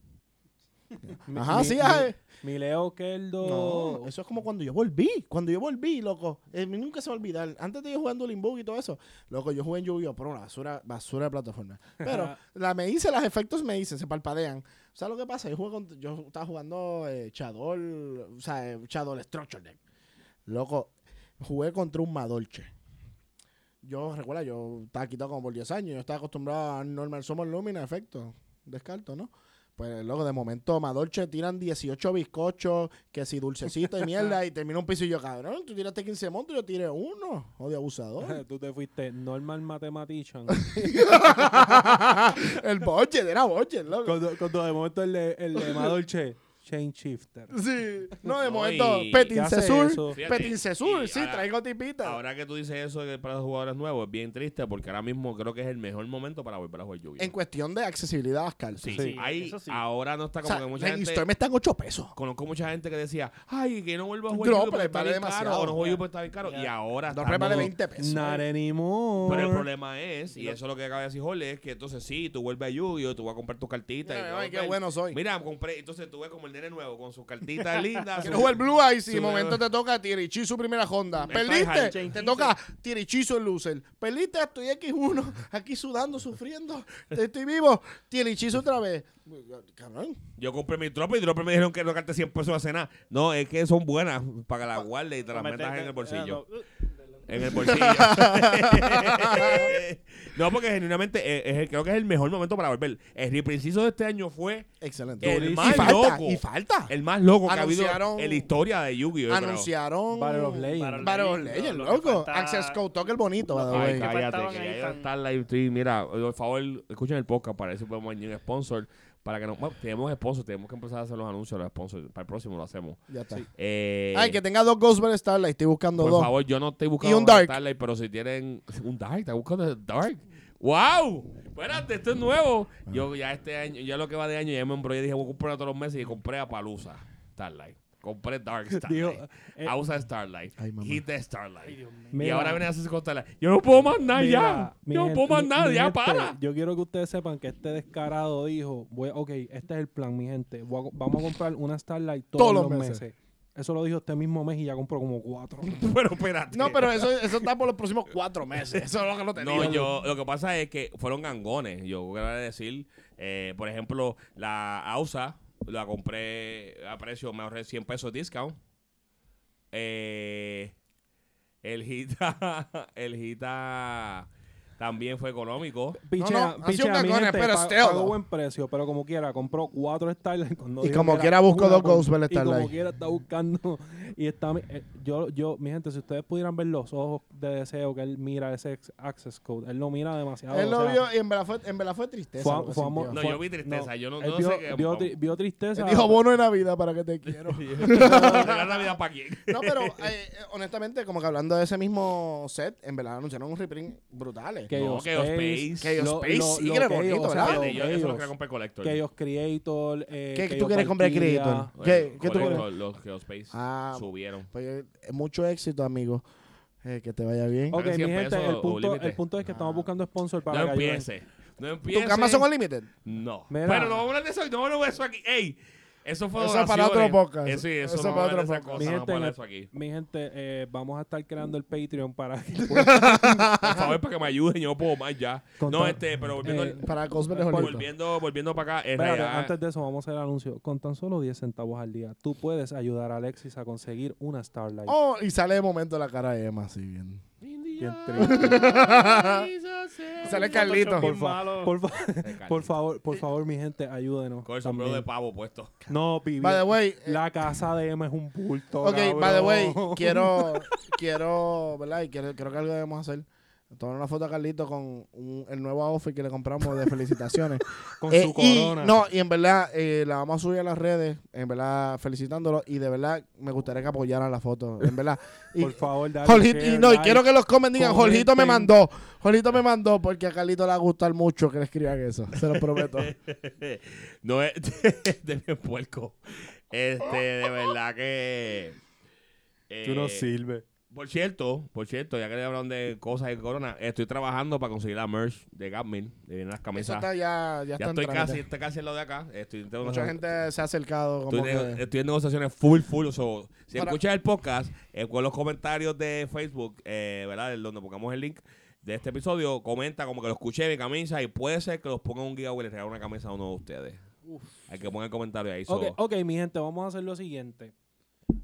Speaker 4: Mi-
Speaker 1: Ajá,
Speaker 4: mi-
Speaker 1: sí,
Speaker 4: mi-
Speaker 1: ah, eh.
Speaker 4: Mileo Keldo.
Speaker 1: No, eso es como cuando yo volví. Cuando yo volví, loco. eh, nunca se va a olvidar. Antes de yo jugando Limbo y todo eso. Loco, yo jugué en Yu-Gi-Oh! Pero una basura, basura de plataforma. Pero la me hice, los efectos me hice, se parpadean. ¿Sabes lo que pasa? Yo, jugué con- yo estaba jugando eh, Chadol, o sea, eh, Chadol Structure Deck. Loco, jugué contra un Madolche. Yo, recuerda, yo estaba quitado como por 10 años. Yo estaba acostumbrado a Normal Summon Lumina, efecto. Descarto, ¿no? Pues, loco, de momento, Madolche tiran 18 bizcochos, que si dulcecito y mierda, y termina un piso y yo, cabrón, tú tiraste 15 montos, yo tiré uno. Odio abusador.
Speaker 4: [laughs] Tú te fuiste normal mathematician.
Speaker 1: el budget, era budget, loco.
Speaker 4: [laughs] cuando, cuando de momento el de, el de Madolche, Chain Shifter.
Speaker 1: Sí, no, de
Speaker 2: No,
Speaker 1: momento,
Speaker 2: y-
Speaker 4: ¿Qué
Speaker 1: Petit
Speaker 4: hace
Speaker 1: Cesur,
Speaker 4: eso?
Speaker 2: Fíjate,
Speaker 1: Petit
Speaker 2: y
Speaker 1: Cesur, sí,
Speaker 2: ahora-
Speaker 1: traigo tipita.
Speaker 2: eh, Ahora que tú dices eso de- para los jugadores nuevos, es bien triste porque ahora mismo creo que es el mejor momento para volver a jugar lluvia.
Speaker 1: en cuestión de accesibilidad a las cartas.
Speaker 2: Sí,
Speaker 4: Sí,
Speaker 2: ahí
Speaker 3: eso sí.
Speaker 2: ahora no está como que mucha gente.
Speaker 1: me están 8 pesos.
Speaker 2: Conozco mucha gente que decía, ay, que no vuelvo a jugar
Speaker 1: Drop,
Speaker 2: Yu-Gi-Oh! porque
Speaker 1: le
Speaker 2: está
Speaker 1: vale
Speaker 2: bien caro,
Speaker 1: demasiado.
Speaker 2: o no juego
Speaker 3: Ya.
Speaker 2: Yu-Gi-Oh! está bien caro, y
Speaker 3: Ya.
Speaker 2: ahora
Speaker 1: Dos
Speaker 2: está
Speaker 1: repas de
Speaker 2: todo-
Speaker 1: 20 pesos.
Speaker 4: Not anymore.
Speaker 2: Pero el problema es, y
Speaker 4: Lo-
Speaker 2: eso es lo que acaba de decir Jorge, es que entonces sí, tú vuelves a Yu-Gi-Oh! tú vas a comprar tus cartitas. y
Speaker 1: Mira,
Speaker 2: vas a
Speaker 1: ay, qué
Speaker 2: volver.
Speaker 1: bueno soy.
Speaker 2: Mira, compré, entonces tú ves como el nene nuevo con sus
Speaker 1: [laughs]
Speaker 2: cartitas lindas.
Speaker 1: Quiero
Speaker 2: su-
Speaker 1: jugar Blue Eyes y
Speaker 2: su-
Speaker 1: de momento te toca Tirichi su primera Honda.
Speaker 2: Esto es hard
Speaker 1: Perdiste,
Speaker 2: change.
Speaker 1: te toca Tirichi su loser. Perdiste, estoy X1, [laughs] aquí sudando, sufriendo. Estoy vivo, Tirichi su otra vez. Cabrón.
Speaker 2: Yo compré mi tropa y tropa me dijeron que no gasté 100 pesos a cenar. No, es que son buenas para que las guardes y te las metas
Speaker 3: eh,
Speaker 2: en el bolsillo. [laughs] En el bolsillo.
Speaker 1: [laughs]
Speaker 2: [laughs] no, porque genuinamente eh, es el- creo que es el mejor momento para volver. El repreciso de este año fue
Speaker 1: Excelente.
Speaker 2: el
Speaker 1: y
Speaker 2: más
Speaker 1: falta,
Speaker 2: loco.
Speaker 1: y falta.
Speaker 2: el más loco que ha habido
Speaker 1: Anunciaron-
Speaker 2: en la historia de Yu-Gi-Oh! yo creo.
Speaker 1: Anunciaron
Speaker 4: Battle of Legends.
Speaker 3: Battle-
Speaker 1: Battle of Legends,
Speaker 3: Lo- lo que
Speaker 1: loco.
Speaker 3: falta-
Speaker 1: Access Code, toque el bonito, by the
Speaker 3: Ay,
Speaker 1: way.
Speaker 2: Ay,
Speaker 3: que
Speaker 2: cállate,
Speaker 3: faltaban
Speaker 2: que
Speaker 3: ahí
Speaker 2: ya yo
Speaker 3: tan-
Speaker 2: estar live stream. Mira, por favor, escuchen el podcast para ver si podemos añadir un sponsor. Para que no. Bueno, tenemos sponsors, tenemos que empezar a hacer los anuncios, los sponsors. Para el próximo lo hacemos.
Speaker 1: Ya está.
Speaker 2: Eh,
Speaker 1: Ay, que tenga dos Ghostbusters Starlight. Estoy buscando
Speaker 2: por
Speaker 1: dos.
Speaker 2: favor, yo no estoy buscando
Speaker 1: Y un dark.
Speaker 2: una Starlight, pero si tienen un dark, está buscando el dark. ¡Wow! Espérate, esto es nuevo. Yo ya este año, ya lo que va de año, ya me embrollé y dije, voy a comprar todos los meses y compré a Palusa Starlight. Compré Dark
Speaker 4: Digo,
Speaker 2: Starlight.
Speaker 4: eh,
Speaker 2: Ausa Starlight.
Speaker 1: Ay, mamá.
Speaker 2: Hit the Starlight. Y
Speaker 4: mira,
Speaker 2: ahora viene a hacerse con Starlight. Yo no puedo más nada
Speaker 4: mira,
Speaker 2: ya.
Speaker 4: mi
Speaker 2: Yo no
Speaker 4: gente-
Speaker 2: puedo más
Speaker 4: mi-
Speaker 2: nada,
Speaker 4: mi
Speaker 2: ya
Speaker 4: gente,
Speaker 2: para. [laughs]
Speaker 4: Yo quiero que ustedes sepan que este descarado dijo, voy, ok, este es el plan, mi gente. voy a co- vamos a comprar una Starlight todos, los meses. Eso lo dijo este mismo mes y ya compró como cuatro.
Speaker 2: Pero espérate.
Speaker 1: No, pero eso, eso está por los próximos cuatro meses.
Speaker 2: [laughs]
Speaker 1: Eso es lo que lo tenía.
Speaker 2: No, yo, lo que pasa es que fueron gangones. Yo voy a decir, eh, por ejemplo, la AUSA la compré a precio, me ahorré 100 pesos discount. Eh, el Gita, [laughs] el Gita también
Speaker 1: [laughs]
Speaker 2: fue económico.
Speaker 4: Pichea,
Speaker 1: no, ha sido
Speaker 4: pichea,
Speaker 1: un
Speaker 4: mi
Speaker 1: cagón,
Speaker 4: gente,
Speaker 1: pero
Speaker 4: pa-
Speaker 1: still,
Speaker 4: pagó
Speaker 1: though.
Speaker 4: buen precio, pero como quiera, compró cuatro Starlight. cuando
Speaker 1: Y
Speaker 4: dijo
Speaker 1: como
Speaker 4: que
Speaker 1: quiera
Speaker 4: era
Speaker 1: busco
Speaker 4: una
Speaker 1: dos
Speaker 4: con-
Speaker 1: Ghostbusters
Speaker 4: Y como
Speaker 1: Starlight.
Speaker 4: quiera está buscando. Y está, mi- eh, yo, yo, mi gente, si ustedes pudieran ver los ojos de deseo que él mira ese ex- access code, él lo mira demasiado.
Speaker 1: Él
Speaker 4: o
Speaker 1: lo
Speaker 4: sea,
Speaker 1: vio y en verdad fue, en verdad fue tristeza.
Speaker 4: Fue-
Speaker 1: lo que
Speaker 4: fue amor-
Speaker 1: sintió.
Speaker 2: No,
Speaker 4: Fue-
Speaker 2: yo vi tristeza.
Speaker 4: no,
Speaker 2: yo no,
Speaker 4: él
Speaker 2: no
Speaker 4: vio,
Speaker 2: sé qué.
Speaker 4: vio tri- vio
Speaker 1: Él
Speaker 4: tristeza.
Speaker 1: dijo bono de Navidad para que te quiero.
Speaker 2: ¿La Navidad para quién?
Speaker 1: No, pero eh, eh, honestamente, como que hablando de ese mismo set, en verdad anunciaron un reprint brutales.
Speaker 4: que
Speaker 2: No,
Speaker 4: ellos
Speaker 2: Chaos Space.
Speaker 1: Chaos Space sigue
Speaker 4: que
Speaker 1: bonito,
Speaker 4: ellos- o sea,
Speaker 1: ¿verdad?
Speaker 4: lo
Speaker 2: Fíjate, yo- eso es lo
Speaker 4: ellos-
Speaker 2: que la compré Collector.
Speaker 4: que ellos Creator. eh,
Speaker 1: ¿Qué-
Speaker 4: que
Speaker 1: tú
Speaker 4: ellos
Speaker 1: quieres comprar
Speaker 4: Valkyria.
Speaker 1: Creator?
Speaker 2: Bueno,
Speaker 1: ¿Qué- qué tú
Speaker 2: Collector,
Speaker 1: crees?
Speaker 2: Los Geospace
Speaker 1: Ah,
Speaker 2: subieron.
Speaker 1: pues, eh, mucho éxito, amigo. Eh, que te vaya bien.
Speaker 4: Ok,
Speaker 2: Pagan
Speaker 4: mi
Speaker 2: 100
Speaker 4: gente,
Speaker 2: pesos
Speaker 4: el
Speaker 2: o
Speaker 4: punto,
Speaker 2: límite.
Speaker 4: el punto es que estamos buscando sponsor para
Speaker 2: No
Speaker 4: que ayuden.
Speaker 2: empiece. No empiece.
Speaker 1: ¿Tus camas son unlimited?
Speaker 2: No.
Speaker 4: Mira.
Speaker 2: Pero no vamos a hablar de eso. No vamos a hablar de eso aquí. ¡Ey! Eso fue
Speaker 1: Eso es para
Speaker 2: donaciones.
Speaker 1: otro podcast.
Speaker 2: Eh, sí,
Speaker 1: Eso
Speaker 2: eso,
Speaker 1: para
Speaker 2: no vamos a hablar
Speaker 1: otro
Speaker 2: de esa
Speaker 1: podcast.
Speaker 2: cosa.
Speaker 4: Mi
Speaker 2: No vamos a
Speaker 4: gente,
Speaker 2: hablar de eso aquí.
Speaker 4: Mi gente, eh, vamos a estar creando el Patreon para que
Speaker 1: Pues,
Speaker 2: Por favor, para que me ayuden. Yo no puedo más ya.
Speaker 4: Con
Speaker 2: No,
Speaker 4: tal-
Speaker 2: este, pero volviendo,
Speaker 4: eh,
Speaker 1: Para Cosmere Hollywood.
Speaker 2: volviendo, volviendo para acá. En
Speaker 4: Espérate,
Speaker 2: realidad,
Speaker 4: antes de eso vamos a hacer el anuncio. Con tan solo 10 centavos al día, tú puedes ayudar a Alexis a conseguir una Starlight.
Speaker 1: Oh, y sale de momento la cara de Emma, así bien.
Speaker 4: Bien [laughs] triste.
Speaker 1: Ah, Eh, Sale Carlito.
Speaker 4: Por,
Speaker 3: Bien
Speaker 4: fa-
Speaker 3: malo.
Speaker 4: por fa-
Speaker 2: Carlito.
Speaker 4: por favor, por favor, mi gente, ayúdenos.
Speaker 2: Con el sombrero de
Speaker 4: también.
Speaker 2: pavo puesto.
Speaker 4: No, pibi.
Speaker 1: By the way, eh,
Speaker 4: La casa de Emma es un bulto.
Speaker 1: ok, by the way,
Speaker 4: cabrón.
Speaker 1: quiero, quiero, ¿verdad? Y quiero, creo que algo debemos hacer. Tomar una foto a Carlito con un- el nuevo outfit que le compramos de felicitaciones.
Speaker 4: [laughs] Con
Speaker 1: Eh,
Speaker 4: su
Speaker 1: y,
Speaker 4: corona.
Speaker 1: no, y en verdad, eh, la vamos a subir a las redes, en verdad, felicitándolo. Y de verdad, me gustaría que apoyaran la foto, en verdad. Y,
Speaker 4: [laughs] por favor, dale.
Speaker 1: Jorgito-
Speaker 4: share,
Speaker 1: y no, y
Speaker 4: like.
Speaker 1: quiero que los comen digan,
Speaker 4: comenten.
Speaker 1: Jorgito me mandó, Jorgito me mandó, porque a Carlito le va a gustar mucho que le escriban eso, se lo
Speaker 4: [laughs]
Speaker 1: prometo.
Speaker 2: No es de [laughs] bien puerco. Este, de verdad que.
Speaker 4: Tú no
Speaker 2: eh,
Speaker 4: sirves.
Speaker 2: Por cierto, por cierto, ya que le hablaron de cosas y corona, estoy trabajando para conseguir la merch de Gapmin. De las
Speaker 1: eso
Speaker 2: camisas.
Speaker 1: está ya, ya,
Speaker 2: ya
Speaker 1: está en
Speaker 2: estoy
Speaker 1: trámite.
Speaker 2: casi, estoy casi al lado de acá. Estoy, tengo
Speaker 1: Mucha
Speaker 2: unas-
Speaker 1: gente se ha acercado como
Speaker 2: estoy,
Speaker 1: que-
Speaker 2: en- estoy en negociaciones full, full. so, si
Speaker 1: Ahora-
Speaker 2: escuchas el podcast, eh, con los comentarios de Facebook, eh, ¿verdad? El- Donde pongamos el link de este episodio, comenta como que lo escuché mi camisa y puede ser que los pongan un giveaway y les regalen una camisa a uno de ustedes. Hay que poner el comentario ahí. so-
Speaker 4: Ok, ok, mi gente, vamos a hacer lo siguiente.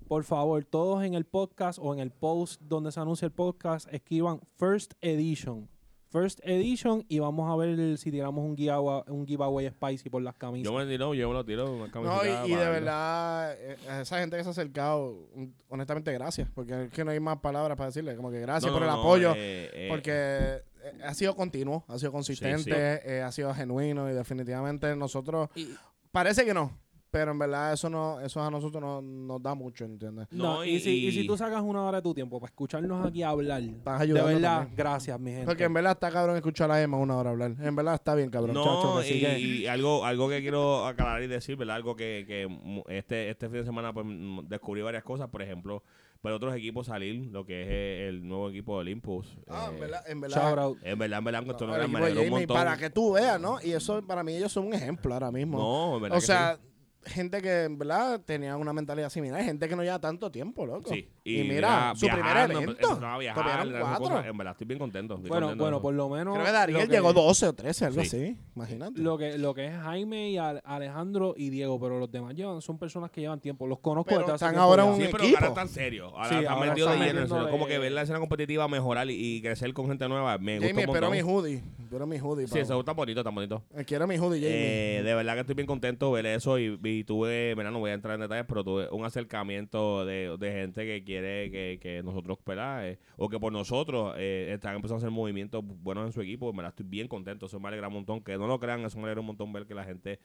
Speaker 4: Por favor, todos en el podcast o en el post donde se anuncia el podcast, escriban First Edition. First Edition y vamos a ver si tiramos un giveaway, un giveaway spicy por las camisas.
Speaker 2: Yo me tiro, yo me lo tiro. Una
Speaker 1: No, y,
Speaker 2: camisita
Speaker 1: y de
Speaker 2: para-
Speaker 1: verdad, eh, a esa gente que se ha acercado, un- honestamente, gracias, porque es que no hay más palabras para decirle, como que gracias
Speaker 2: No,
Speaker 1: por
Speaker 2: no,
Speaker 1: el
Speaker 2: no,
Speaker 1: apoyo,
Speaker 2: eh, eh,
Speaker 1: porque eh, ha sido continuo, ha sido consistente, eh, ha sido genuino y definitivamente nosotros,
Speaker 4: Y-
Speaker 1: parece que no, pero en verdad eso no eso a nosotros no, nos da mucho, ¿entiendes?
Speaker 4: No,
Speaker 2: No,
Speaker 4: y, si, y si
Speaker 2: y-
Speaker 4: tú sacas una hora de tu tiempo para escucharnos aquí hablar,
Speaker 1: Estás
Speaker 4: de
Speaker 1: ayudando
Speaker 4: verdad,
Speaker 1: también.
Speaker 4: gracias, mi gente.
Speaker 1: Porque en verdad está cabrón escuchar a Emma una hora hablar, en verdad está bien cabrón.
Speaker 2: No,
Speaker 1: chacho,
Speaker 2: y,
Speaker 1: así que-
Speaker 2: y algo, algo que quiero aclarar y decir, ¿verdad? Algo que, que mu- este, este fin de semana pues, mm, descubrí varias cosas. Por ejemplo, para otros equipos salir, lo que es eh, el nuevo equipo de Olympus.
Speaker 1: Ah, en
Speaker 2: eh,
Speaker 1: verdad, en verdad.
Speaker 4: Shout out.
Speaker 2: En verdad, en verdad, esto no,
Speaker 1: Ahora,
Speaker 2: me
Speaker 1: equipo de
Speaker 2: alegró un
Speaker 1: Jamie,
Speaker 2: montón.
Speaker 1: para que tú veas, ¿no? Y eso para mí ellos son un ejemplo ahora mismo.
Speaker 2: No, en verdad.
Speaker 1: O
Speaker 2: que
Speaker 1: sea, gente que en verdad tenía una mentalidad similar, gente que no lleva tanto tiempo, loco.
Speaker 2: sí. Sí.
Speaker 1: Y, mira, su primer
Speaker 2: viajando,
Speaker 1: evento.
Speaker 2: empezaron a viajar,
Speaker 1: tocaron
Speaker 2: eran
Speaker 1: cuatro.
Speaker 2: cosas- En verdad, estoy bien contento. estoy
Speaker 4: Bueno,
Speaker 2: contento de
Speaker 4: bueno,
Speaker 2: eso.
Speaker 4: por lo menos.
Speaker 1: Creo que
Speaker 4: lo
Speaker 1: Dariel
Speaker 4: que-
Speaker 1: llegó 12 o 13, algo
Speaker 2: Sí.
Speaker 1: así. Imagínate.
Speaker 4: Lo que, lo que es Jaime y Ale- Alejandro y Diego, pero los demás llevan, son personas que llevan tiempo. Los conozco
Speaker 1: Pero
Speaker 4: desde hace
Speaker 1: están
Speaker 4: tiempo
Speaker 1: ahora
Speaker 4: ya.
Speaker 1: un-
Speaker 2: Sí, pero
Speaker 1: equipo.
Speaker 2: ahora están serios. Ahora
Speaker 4: Sí,
Speaker 2: están
Speaker 4: ahora
Speaker 2: metidos de
Speaker 4: están
Speaker 2: lleno. en eso.
Speaker 4: metiéndole-
Speaker 2: Como que ver la escena competitiva, mejorar y, y crecer con gente nueva. Me gusta
Speaker 1: Jamie,
Speaker 2: un montón.
Speaker 1: espero mi hoodie. Espero mi hoodie.
Speaker 2: Sí,
Speaker 1: pavo.
Speaker 2: eso está bonito, está bonito.
Speaker 1: Eh, Quiero mi hoodie, Jamie.
Speaker 2: Eh, de verdad que estoy bien contento de ver eso y, y tuve, verá, no voy a entrar en detalles, pero tuve un acercamiento de, de gente que quiere que, que nosotros, ¿verdad? Eh, o que por nosotros eh, están empezando a hacer movimientos buenos en su equipo, me la estoy bien contento, eso me alegra un montón, que no lo crean, eso me alegra un montón ver que la gente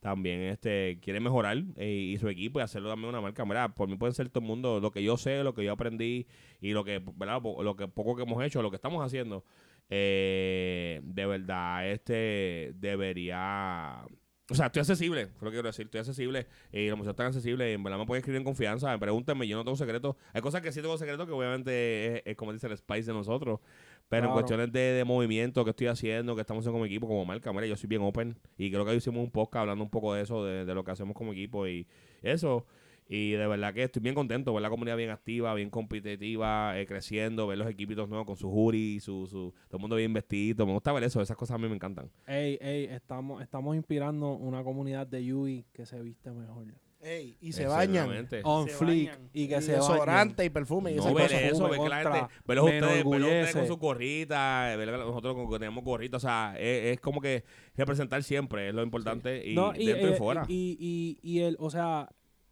Speaker 2: también este quiere mejorar eh, y su equipo y hacerlo también una marca. Mira, por mí pueden ser todo el mundo lo que yo sé, lo que yo aprendí y lo que, ¿verdad? Po- Lo que poco que hemos hecho, lo que estamos haciendo. eh, de verdad, este debería. O sea, estoy accesible, creo que quiero decir, estoy accesible y los muchachos están accesibles y en verdad me pueden escribir en confianza, pregúntenme, yo no tengo secretos. Hay cosas que sí tengo secretos que obviamente es, es como dice el Spice de nosotros, pero en
Speaker 4: Claro.
Speaker 2: cuestiones de, de movimiento que estoy haciendo, que estamos haciendo como equipo, como marca, mira, yo soy bien open y creo que hicimos un podcast hablando un poco de eso, de, de lo que hacemos como equipo y eso. Y de verdad que estoy bien contento, ver la comunidad bien activa, bien competitiva, eh, creciendo, ver los equipitos nuevos con su jury, su, su, todo el mundo bien vestidito. Me gusta ver eso, esas cosas a mí me encantan.
Speaker 4: Ey, ey, estamos, estamos inspirando una comunidad de Yui que se viste mejor.
Speaker 1: Ey, y se bañan.
Speaker 2: Exactamente.
Speaker 4: On
Speaker 3: Se
Speaker 4: flick
Speaker 3: bañan.
Speaker 4: y
Speaker 1: Y
Speaker 4: que se bañan.
Speaker 1: desodorante y perfume y
Speaker 2: No
Speaker 1: esas
Speaker 2: ver
Speaker 1: cosas.
Speaker 2: eso,
Speaker 4: Uy,
Speaker 2: ver que la
Speaker 4: contra,
Speaker 2: gente, verlos
Speaker 4: me
Speaker 2: ustedes, verlos ustedes
Speaker 4: enorgullece.
Speaker 2: con su gorrita, eh, ver a nosotros con que tenemos gorrita, o sea, es, es como que representar siempre, es lo importante, y
Speaker 4: No,
Speaker 2: dentro y
Speaker 4: eh,
Speaker 2: fuera.
Speaker 4: Y, y- y el, o sea,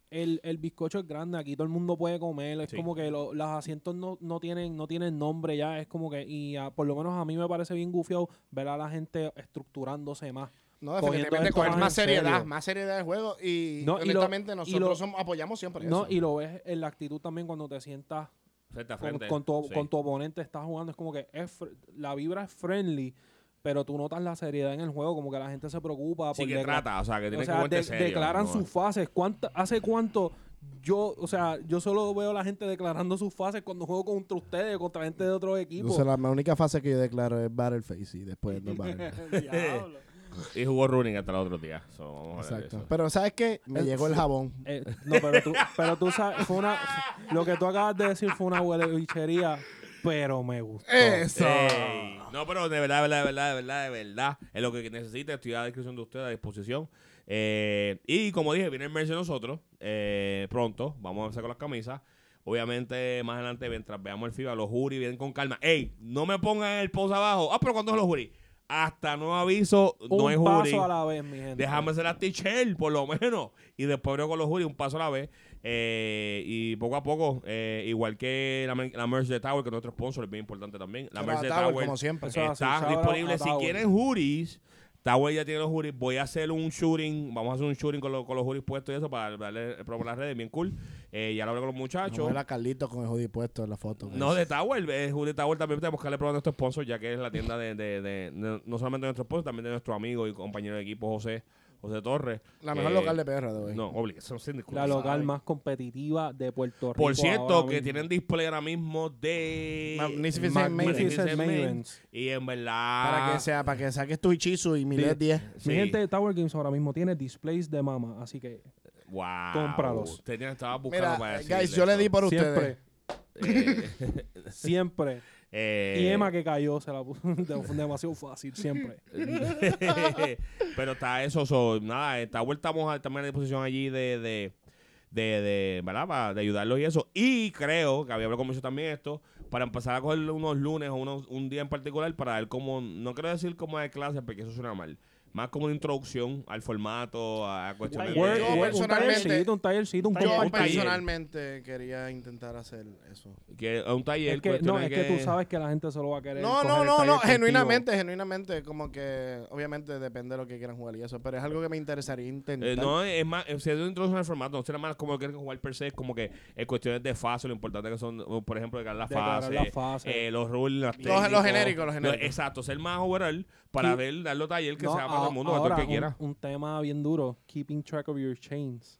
Speaker 4: el, el bizcocho es grande, aquí todo el mundo puede comer, es
Speaker 2: Sí.
Speaker 4: como que lo- los asientos no, no tienen no tienen nombre ya, es como que, y ah, por lo menos a mí me parece bien gufiado ver a la gente estructurándose más.
Speaker 1: No,
Speaker 4: Cogiendo
Speaker 1: definitivamente
Speaker 4: esto
Speaker 1: coger
Speaker 4: más
Speaker 1: más
Speaker 4: en serio.
Speaker 1: seriedad, más seriedad del juego y
Speaker 4: No, y lo-
Speaker 1: honestamente
Speaker 4: y
Speaker 1: nosotros
Speaker 4: lo-
Speaker 1: somos- apoyamos siempre
Speaker 4: No,
Speaker 1: eso.
Speaker 4: y lo ves en la actitud también cuando te sientas
Speaker 2: Frente a
Speaker 4: con,
Speaker 2: frente,
Speaker 4: con tu,
Speaker 2: sí.
Speaker 4: con tu oponente estás jugando. Es como que es fr- la vibra es friendly, pero tú notas la seriedad en el juego, como que la gente se preocupa.
Speaker 2: Sí,
Speaker 4: por
Speaker 2: que
Speaker 4: decla-
Speaker 2: trata, o sea, que
Speaker 4: O
Speaker 2: tiene que
Speaker 4: sea,
Speaker 2: ponerte
Speaker 4: de-
Speaker 2: serio,
Speaker 4: declaran
Speaker 2: ¿no?
Speaker 4: sus fases. ¿Cuánta- ¿Hace cuánto yo, o sea, yo solo veo a la gente declarando sus fases cuando juego contra ustedes, contra gente de otros equipos?
Speaker 1: Entonces, la, la única fase que yo declaro es Battle Face y después no Battle. [laughs]
Speaker 3: Diablo.
Speaker 2: Y jugó running hasta el otro día. so, vamos a hablar de
Speaker 1: Exacto.
Speaker 2: eso.
Speaker 1: Pero ¿sabes qué? Me
Speaker 4: Eh,
Speaker 1: llegó el jabón.
Speaker 4: Eh, no, pero tú, pero tú sabes, fue una, lo que tú acabas de decir fue una huele bichería, pero me gustó.
Speaker 1: Eso.
Speaker 2: Ey, No, pero de verdad, de verdad, de verdad, de verdad, de verdad. Es lo que necesita. Estoy a la descripción de ustedes, a disposición. Eh, y como dije, viene el merch de nosotros. eh, pronto, vamos a empezar con las camisas. Obviamente, más adelante, mientras veamos el FIBA, los juris vienen con calma. Ey, no me pongan el post abajo. Ah, pero ¿cuándo es los juris? Hasta no aviso, no
Speaker 4: Un
Speaker 2: hay
Speaker 4: paso
Speaker 2: juris.
Speaker 4: a la vez, mi gente.
Speaker 2: Déjame ser la teacher, por lo menos. Y después veo con los juris un paso a la vez. Eh, y poco a poco, eh, igual que la, mer- la merch de Tower, que es nuestro sponsor, es bien importante también. La merch de
Speaker 1: Tower,
Speaker 2: Tower,
Speaker 1: como siempre.
Speaker 4: Eso es así,
Speaker 2: está
Speaker 4: shout out
Speaker 2: disponible.
Speaker 4: a
Speaker 2: Si
Speaker 4: Tower.
Speaker 2: quieren juris, Tower ya tiene los juris. Voy a hacer un shooting. Vamos a hacer un shooting con, los- con los juris puestos y eso para darle el promo a las redes. Bien cool. Eh, ya lo hablé con los
Speaker 1: Yo
Speaker 2: muchachos.
Speaker 1: era Carlito con el hoodie puesto en la foto.
Speaker 4: Pues
Speaker 2: No, de Tower. Eh, Judy Tower también tenemos que darle probando a nuestro sponsor, ya que es la tienda de, de- de- no- no solamente de nuestro sponsor, también de nuestro amigo y compañero de equipo José José Torres.
Speaker 1: La mejor
Speaker 2: Eh,
Speaker 1: local de perra de hoy.
Speaker 2: No, obligado, son sin discusión.
Speaker 4: La local más competitiva de Puerto Rico.
Speaker 2: Por
Speaker 4: ahora
Speaker 2: cierto, que
Speaker 4: mismo.
Speaker 2: tienen display ahora mismo de
Speaker 1: Magnificent
Speaker 4: Magnificent
Speaker 2: Magnificent
Speaker 4: Mavens.
Speaker 2: Mavens. Y en verdad.
Speaker 1: Para que sea, para que saques tu hechizo y miles 10.
Speaker 2: sí.
Speaker 4: Mi gente de Tower Games ahora mismo tiene displays de mama, así que
Speaker 2: Wow.
Speaker 4: cómpralos.
Speaker 2: Tenía, estaba buscando
Speaker 1: Mira, eh,
Speaker 2: para decirle
Speaker 1: guys, yo le di
Speaker 2: eso.
Speaker 1: por ustedes.
Speaker 2: Eh,
Speaker 4: siempre, [laughs] siempre.
Speaker 2: eh,
Speaker 4: Y Emma que cayó se la puso [laughs] de- demasiado fácil, siempre.
Speaker 2: Eh. [laughs] Pero está eso, so, nada, está vueltamos a, también a la disposición allí de, de, de, de, ¿verdad? Pa- de ayudarlos y eso. Y creo que había hablado con mucho también esto, para empezar a coger unos lunes o unos, un día en particular para ver como, no quiero decir como de clase, porque eso suena mal. Más como una introducción al formato, a, a cuestiones
Speaker 3: Word,
Speaker 2: de-
Speaker 1: Yo word,
Speaker 4: un
Speaker 1: personalmente-
Speaker 4: tallercito, un tallercito, un
Speaker 3: Yo
Speaker 1: Yo
Speaker 4: compartir.
Speaker 2: taller.
Speaker 1: personalmente quería intentar hacer eso.
Speaker 2: que, a un taller.
Speaker 4: Es que, no,
Speaker 2: cuestiones
Speaker 4: es que tú sabes que la gente se lo va a querer.
Speaker 1: No,
Speaker 4: coger
Speaker 1: no,
Speaker 4: el
Speaker 1: no,
Speaker 4: taller
Speaker 1: no,
Speaker 4: contigo.
Speaker 1: genuinamente, genuinamente, como que obviamente depende de lo que quieran jugar y eso, pero es algo que me interesaría intentar.
Speaker 2: Eh, no, es más, eh, si es una introducción al formato, no será más como que jugar per se, es como que eh, cuestiones de fase, lo importante que son, o, por ejemplo, declarar la
Speaker 4: Declarar
Speaker 2: fase,
Speaker 4: la fase.
Speaker 2: eh, los rules, las
Speaker 1: Los- los
Speaker 2: técnicos,
Speaker 1: genéricos, los genéricos.
Speaker 2: exacto, ser más overall para
Speaker 4: Sí.
Speaker 2: ver, darlo taller que
Speaker 4: No,
Speaker 2: sea para todo
Speaker 4: a-
Speaker 2: el mundo, para
Speaker 4: ahora,
Speaker 2: todo el que
Speaker 4: un-
Speaker 2: quiera.
Speaker 4: Un, tema bien duro, keeping track of your chains.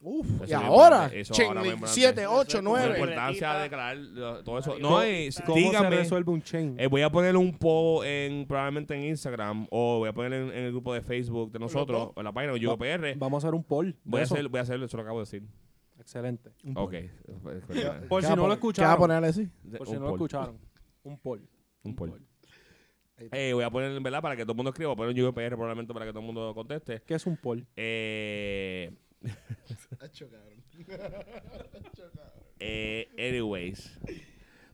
Speaker 1: Uf, y
Speaker 2: Eso es
Speaker 1: ahora,
Speaker 2: importante, eso
Speaker 1: ching,
Speaker 2: ahora mismo,
Speaker 1: 7,
Speaker 2: antes.
Speaker 1: 8,
Speaker 2: La
Speaker 1: 9.
Speaker 2: importancia de declarar lo- todo eso. No, eh,
Speaker 3: ¿Cómo
Speaker 4: ¿Cómo se
Speaker 2: díganme,
Speaker 4: resuelve un chain?
Speaker 2: eh, voy a poner un poll en, probablemente en Instagram o voy a poner en, en el grupo de Facebook de nosotros, en la página de UPR.
Speaker 4: Vamos a hacer un poll. de
Speaker 2: Voy a,
Speaker 4: eso.
Speaker 2: hacer, voy a hacerlo, eso lo acabo de decir.
Speaker 4: Excelente.
Speaker 2: Ok.
Speaker 4: Por si no lo escucharon.
Speaker 1: ¿Qué va a ponerle así?
Speaker 4: Por si no
Speaker 2: Un
Speaker 4: lo
Speaker 2: poll.
Speaker 4: escucharon. Un poll.
Speaker 2: Un poll. Eh, voy a poner, en ¿verdad? Para que todo el mundo escriba. Voy a poner un UPR probablemente para que todo el mundo conteste.
Speaker 4: ¿Qué es un poll?
Speaker 2: Eh, [laughs] eh, anyways.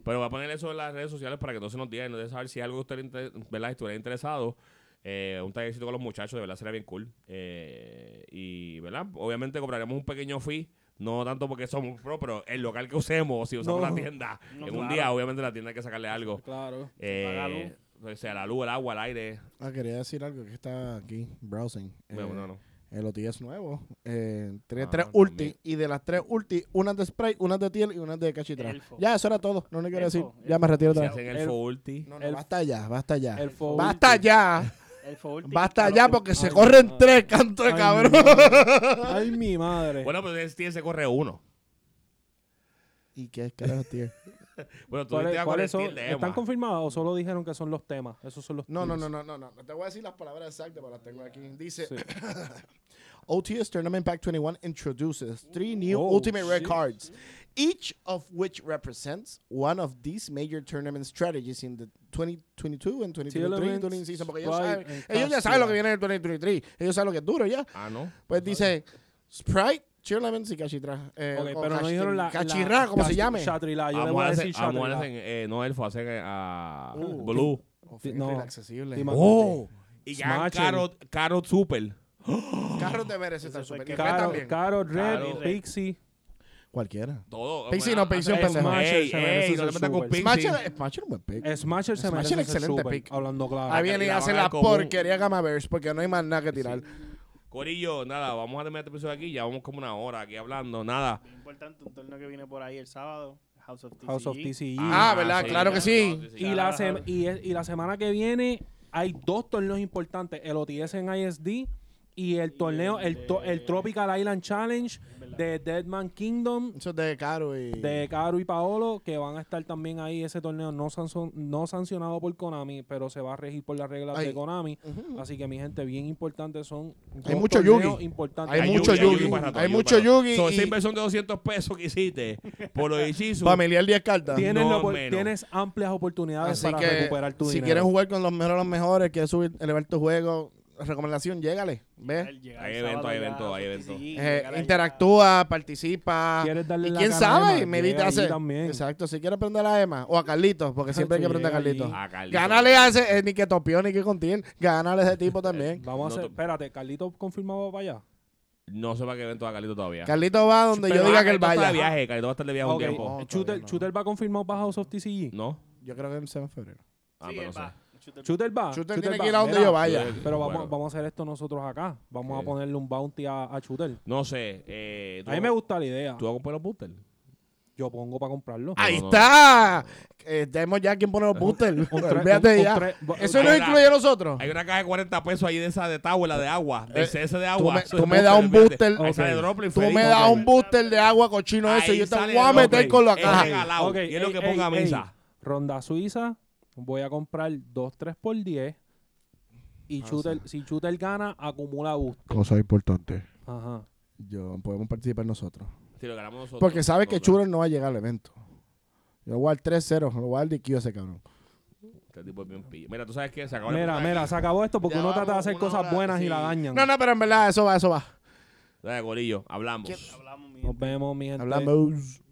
Speaker 2: Pero voy a poner eso en las redes sociales para que no se nos diga y nos deje saber si es algo que usted le inter- ¿verdad? estuviera interesado. Eh, un tallercito con los muchachos, de verdad sería bien cool. Eh, y, ¿verdad? Obviamente cobraremos un pequeño fee. No tanto porque somos pro, pero el local que usemos, si usamos
Speaker 4: No.
Speaker 2: la tienda,
Speaker 3: No,
Speaker 2: en un
Speaker 3: claro.
Speaker 2: día, obviamente la tienda hay que sacarle algo.
Speaker 4: Claro.
Speaker 3: paga la
Speaker 2: Eh, o sea, la luz, el agua, el aire.
Speaker 1: Ah, quería decir algo que está aquí, browsing. Eh,
Speaker 2: Bueno, no, no.
Speaker 1: El OT es nuevo. Eh, tiene
Speaker 2: Ah,
Speaker 1: tres
Speaker 2: también.
Speaker 1: ulti. Y de las tres ulti, una es de spray, una es de tiel y una es de cachitra.
Speaker 3: Elfo.
Speaker 1: Ya, eso era todo. No le quiero decir.
Speaker 3: Elfo,
Speaker 1: Ya me retiro
Speaker 2: Se
Speaker 1: otra vez.
Speaker 2: hacen el,
Speaker 4: El-
Speaker 2: faulty.
Speaker 1: No, no,
Speaker 4: el-
Speaker 1: basta ya, basta ya.
Speaker 4: El foul.
Speaker 1: Basta ya.
Speaker 3: El favor.
Speaker 1: Basta ya porque se
Speaker 4: Ay,
Speaker 1: corren
Speaker 4: ay.
Speaker 1: tres cantos de
Speaker 4: Ay,
Speaker 1: cabrón.
Speaker 4: mi madre. Ay, mi madre.
Speaker 2: Bueno, pero ese tier se corre uno.
Speaker 1: ¿Y qué carajo, tío?
Speaker 2: Bueno, tú viste
Speaker 4: ¿Cuáles,
Speaker 2: con el
Speaker 4: cuáles son?
Speaker 2: tier de
Speaker 4: ¿Están
Speaker 2: Emma.
Speaker 4: confirmados o solo dijeron que son los temas? Esos son los
Speaker 1: No, no,
Speaker 4: teams.
Speaker 1: no, no, no, no. Te voy a decir las palabras exactas, pero las tengo aquí. Dice, [laughs]
Speaker 4: Sí.
Speaker 1: OTS Tournament Pack 21 introduces three new
Speaker 4: Oh,
Speaker 1: Ultimate Rare
Speaker 4: shit.
Speaker 1: cards, each of which represents one of these major tournament strategies in the 2022 and 2023
Speaker 4: Elements,
Speaker 1: tournament season. Porque ellos
Speaker 4: Sprite
Speaker 1: saben,
Speaker 4: and
Speaker 1: ellos ya
Speaker 4: Cassia.
Speaker 1: saben lo que viene en el 2023. Ellos saben lo que es duro ya.
Speaker 2: Ah, no.
Speaker 1: Pues dice, Sprite, Cheer Lemons y Cachitra. Eh,
Speaker 4: Ok,
Speaker 1: o
Speaker 4: pero no
Speaker 1: Cachitra-
Speaker 4: dijeron la.
Speaker 1: Cachirra,
Speaker 4: la-
Speaker 1: como se
Speaker 4: Cast-
Speaker 1: llame.
Speaker 4: Chatrila, Ah, yo le voy a
Speaker 2: Amores,
Speaker 4: decir
Speaker 2: en, amores
Speaker 4: Chatrila.
Speaker 2: en, eh, no elfo, hacen eh, a
Speaker 1: Uh.
Speaker 2: Blue.
Speaker 1: Oferta
Speaker 4: No.
Speaker 1: inaccesible.
Speaker 4: Dima-
Speaker 2: Oh, y ya
Speaker 4: Smasher.
Speaker 2: Carrot, Carrot Super.
Speaker 1: Carro te merece estar
Speaker 3: Ese fue
Speaker 1: súper.
Speaker 3: el
Speaker 1: Y
Speaker 3: que-
Speaker 1: Red
Speaker 3: Caro-
Speaker 1: también.
Speaker 4: Caro, Caro, Red,
Speaker 2: Caro,
Speaker 3: Red.
Speaker 4: Pixie.
Speaker 1: Cualquiera.
Speaker 2: Todo.
Speaker 1: Pixie
Speaker 2: Bueno,
Speaker 1: no, Pixie
Speaker 2: antes-
Speaker 1: es pendejo.
Speaker 2: Ey,
Speaker 4: Smasher se
Speaker 2: ey,
Speaker 4: merece
Speaker 2: no
Speaker 4: ser
Speaker 2: se metan con
Speaker 4: super.
Speaker 2: Pixie.
Speaker 1: Smasher, Smasher es un buen pick.
Speaker 4: Smasher se
Speaker 1: Smasher,
Speaker 4: merece ser
Speaker 1: excelente
Speaker 4: super,
Speaker 1: pick.
Speaker 4: Hablando claro.
Speaker 1: Ahí
Speaker 2: bien.
Speaker 1: viene y
Speaker 2: la
Speaker 1: hace
Speaker 2: van a
Speaker 1: la
Speaker 2: como un-
Speaker 1: porquería Gamma Bears porque no hay más nada que tirar.
Speaker 2: Corillo, nada, vamos a terminar este episodio aquí. Ya vamos como una hora aquí hablando. Nada.
Speaker 3: Importante, un torneo que viene por ahí el sábado. House of TCG.
Speaker 4: House of E. TCE.
Speaker 1: Ah, ¿verdad? Claro que sí.
Speaker 2: no,
Speaker 4: Y la, sem- y, es- y la semana que viene hay dos torneos importantes, el OTS en ISD y el torneo, el, to- el Tropical Island Challenge de Deadman Kingdom
Speaker 1: Eso es de Caro y.
Speaker 4: de Caro y Paolo, que van a estar también ahí ese torneo no, sanso- no sancionado por Konami, pero se va a regir por las reglas
Speaker 1: Ay.
Speaker 4: de Konami.
Speaker 1: Ujú.
Speaker 4: Así que mi gente, bien importante son
Speaker 1: Hay
Speaker 4: dos
Speaker 1: mucho
Speaker 4: torneos
Speaker 1: yugi.
Speaker 4: importantes.
Speaker 1: Hay
Speaker 4: Ah,
Speaker 1: mucho
Speaker 4: yugi, hay
Speaker 1: yugi.
Speaker 4: yugi.
Speaker 1: hay mucho yugi
Speaker 2: So,
Speaker 1: y-
Speaker 2: esa inversión de 200 pesos que hiciste por los Ichizu.
Speaker 1: Familiar 10 cartas.
Speaker 4: Tienes,
Speaker 2: No
Speaker 4: la opor-
Speaker 2: menos.
Speaker 4: tienes amplias oportunidades
Speaker 1: Así
Speaker 4: para
Speaker 1: que,
Speaker 4: recuperar tu
Speaker 1: si
Speaker 4: dinero.
Speaker 1: quieres jugar con los mejores, los mejores, quieres subir, elevar tu juego, recomendación, llégale. ¿Ves?
Speaker 3: El llegar
Speaker 2: Hay
Speaker 3: el
Speaker 2: evento,
Speaker 3: sábado
Speaker 2: hay
Speaker 3: ya a
Speaker 2: evento,
Speaker 3: House
Speaker 2: hay
Speaker 3: of
Speaker 2: evento.
Speaker 3: TCG,
Speaker 1: Eh,
Speaker 3: llegar allá.
Speaker 1: interactúa, participa.
Speaker 4: ¿Quieres darle
Speaker 1: y
Speaker 4: la
Speaker 1: quién
Speaker 4: cara a
Speaker 1: sabe,
Speaker 4: Emma?
Speaker 1: medita
Speaker 4: Llega allí
Speaker 1: hacer.
Speaker 4: también.
Speaker 1: Exacto, si quieres aprender a Emma o a Carlitos, porque siempre hay que aprender a
Speaker 4: Llega allí.
Speaker 1: Carlitos.
Speaker 2: Ah, Carlito.
Speaker 1: Gánale a ese, eh, ni que topió, ni que contiene. Gánale a ese
Speaker 4: [laughs]
Speaker 1: tipo también.
Speaker 4: Vamos
Speaker 2: No
Speaker 4: a hacer,
Speaker 2: to-
Speaker 4: espérate, Carlito confirmado para allá.
Speaker 2: No sé para qué evento va Carlito todavía.
Speaker 1: Carlitos va donde yo
Speaker 2: Pero,
Speaker 1: diga
Speaker 2: ah,
Speaker 1: que él
Speaker 2: Carlito está
Speaker 1: vaya.
Speaker 2: de viaje, Carlito va a estar de viaje
Speaker 4: Ok,
Speaker 2: un tiempo.
Speaker 1: No,
Speaker 4: Shooter,
Speaker 1: todavía no.
Speaker 4: Shooter va confirmado para House of TCG.
Speaker 2: ¿No?
Speaker 1: Yo creo que él se va en febrero.
Speaker 2: Ah,
Speaker 3: Sí,
Speaker 2: pero no
Speaker 3: él
Speaker 2: sé.
Speaker 3: va. Shooter-
Speaker 4: Shooter va.
Speaker 1: Shooter
Speaker 4: Shooter
Speaker 1: tiene
Speaker 4: va.
Speaker 1: que ir a donde
Speaker 4: Mira,
Speaker 1: yo vaya.
Speaker 2: Yo-
Speaker 4: Pero vamos,
Speaker 2: bueno,
Speaker 4: vamos a hacer esto nosotros acá. Vamos
Speaker 2: Ok.
Speaker 4: a ponerle un bounty a, a Shooter.
Speaker 2: No sé. Eh, ¿tú
Speaker 4: A mí
Speaker 2: vas-
Speaker 4: me gusta la idea.
Speaker 2: ¿Tú Ah, vas a comprar los boosters?
Speaker 1: Ah.
Speaker 4: Yo pongo para comprarlo.
Speaker 1: Ahí
Speaker 2: no.
Speaker 1: está. Eh, tenemos ya quien pone los boosters.
Speaker 4: Un tres-
Speaker 1: Olvídate
Speaker 4: un- un
Speaker 1: ya.
Speaker 4: tres- bo-
Speaker 1: Eso no
Speaker 2: Ahora,
Speaker 1: incluye a nosotros.
Speaker 2: Hay una caja de 40 pesos ahí de esa de Tower, la de agua, del
Speaker 1: Eh,
Speaker 2: CS de
Speaker 1: Tú
Speaker 2: agua.
Speaker 1: me,
Speaker 2: Eso
Speaker 1: tú
Speaker 2: es
Speaker 1: me das un booster.
Speaker 2: olvídate. Ahí sale
Speaker 4: Ok.
Speaker 2: droplet,
Speaker 1: Tú
Speaker 2: Felipe.
Speaker 1: me das
Speaker 2: Ok.
Speaker 1: un booster de agua cochino ese.
Speaker 2: Ahí
Speaker 1: Yo te
Speaker 2: sale
Speaker 1: voy a
Speaker 2: el
Speaker 1: meter
Speaker 2: droplet.
Speaker 1: con la
Speaker 2: Es
Speaker 1: caja.
Speaker 2: regalado.
Speaker 4: Ok,
Speaker 2: Y es lo que
Speaker 4: ey,
Speaker 2: ponga a
Speaker 4: ey, ey.
Speaker 2: mesa.
Speaker 4: Ronda Suiza. Voy a comprar 2, 3 por 10. Y
Speaker 1: Ah,
Speaker 4: Shooter, si Shooter gana, acumula gusto.
Speaker 1: Cosa importante.
Speaker 4: Ajá.
Speaker 1: Yo, podemos participar nosotros.
Speaker 2: Si lo ganamos nosotros.
Speaker 1: Porque sabes que
Speaker 2: nosotros.
Speaker 1: Churro no va a llegar al evento. Yo voy al 3-0. Lo voy al DQ a ese cabrón.
Speaker 2: Este tipo es bien pillo. Mira, tú sabes que se acabó el
Speaker 4: Mira,
Speaker 2: puntaje.
Speaker 4: mira, se acabó esto porque
Speaker 1: Ya
Speaker 4: uno trata de
Speaker 1: vamos,
Speaker 4: hacer
Speaker 1: una
Speaker 4: cosas
Speaker 1: hora,
Speaker 4: buenas
Speaker 1: sí.
Speaker 4: y la dañan.
Speaker 1: No, no, pero en verdad, eso va, eso va.
Speaker 2: Dale, gorillo, hablamos.
Speaker 3: Hablamos, mi
Speaker 4: Nos vemos, mi gente.
Speaker 1: Hablamos.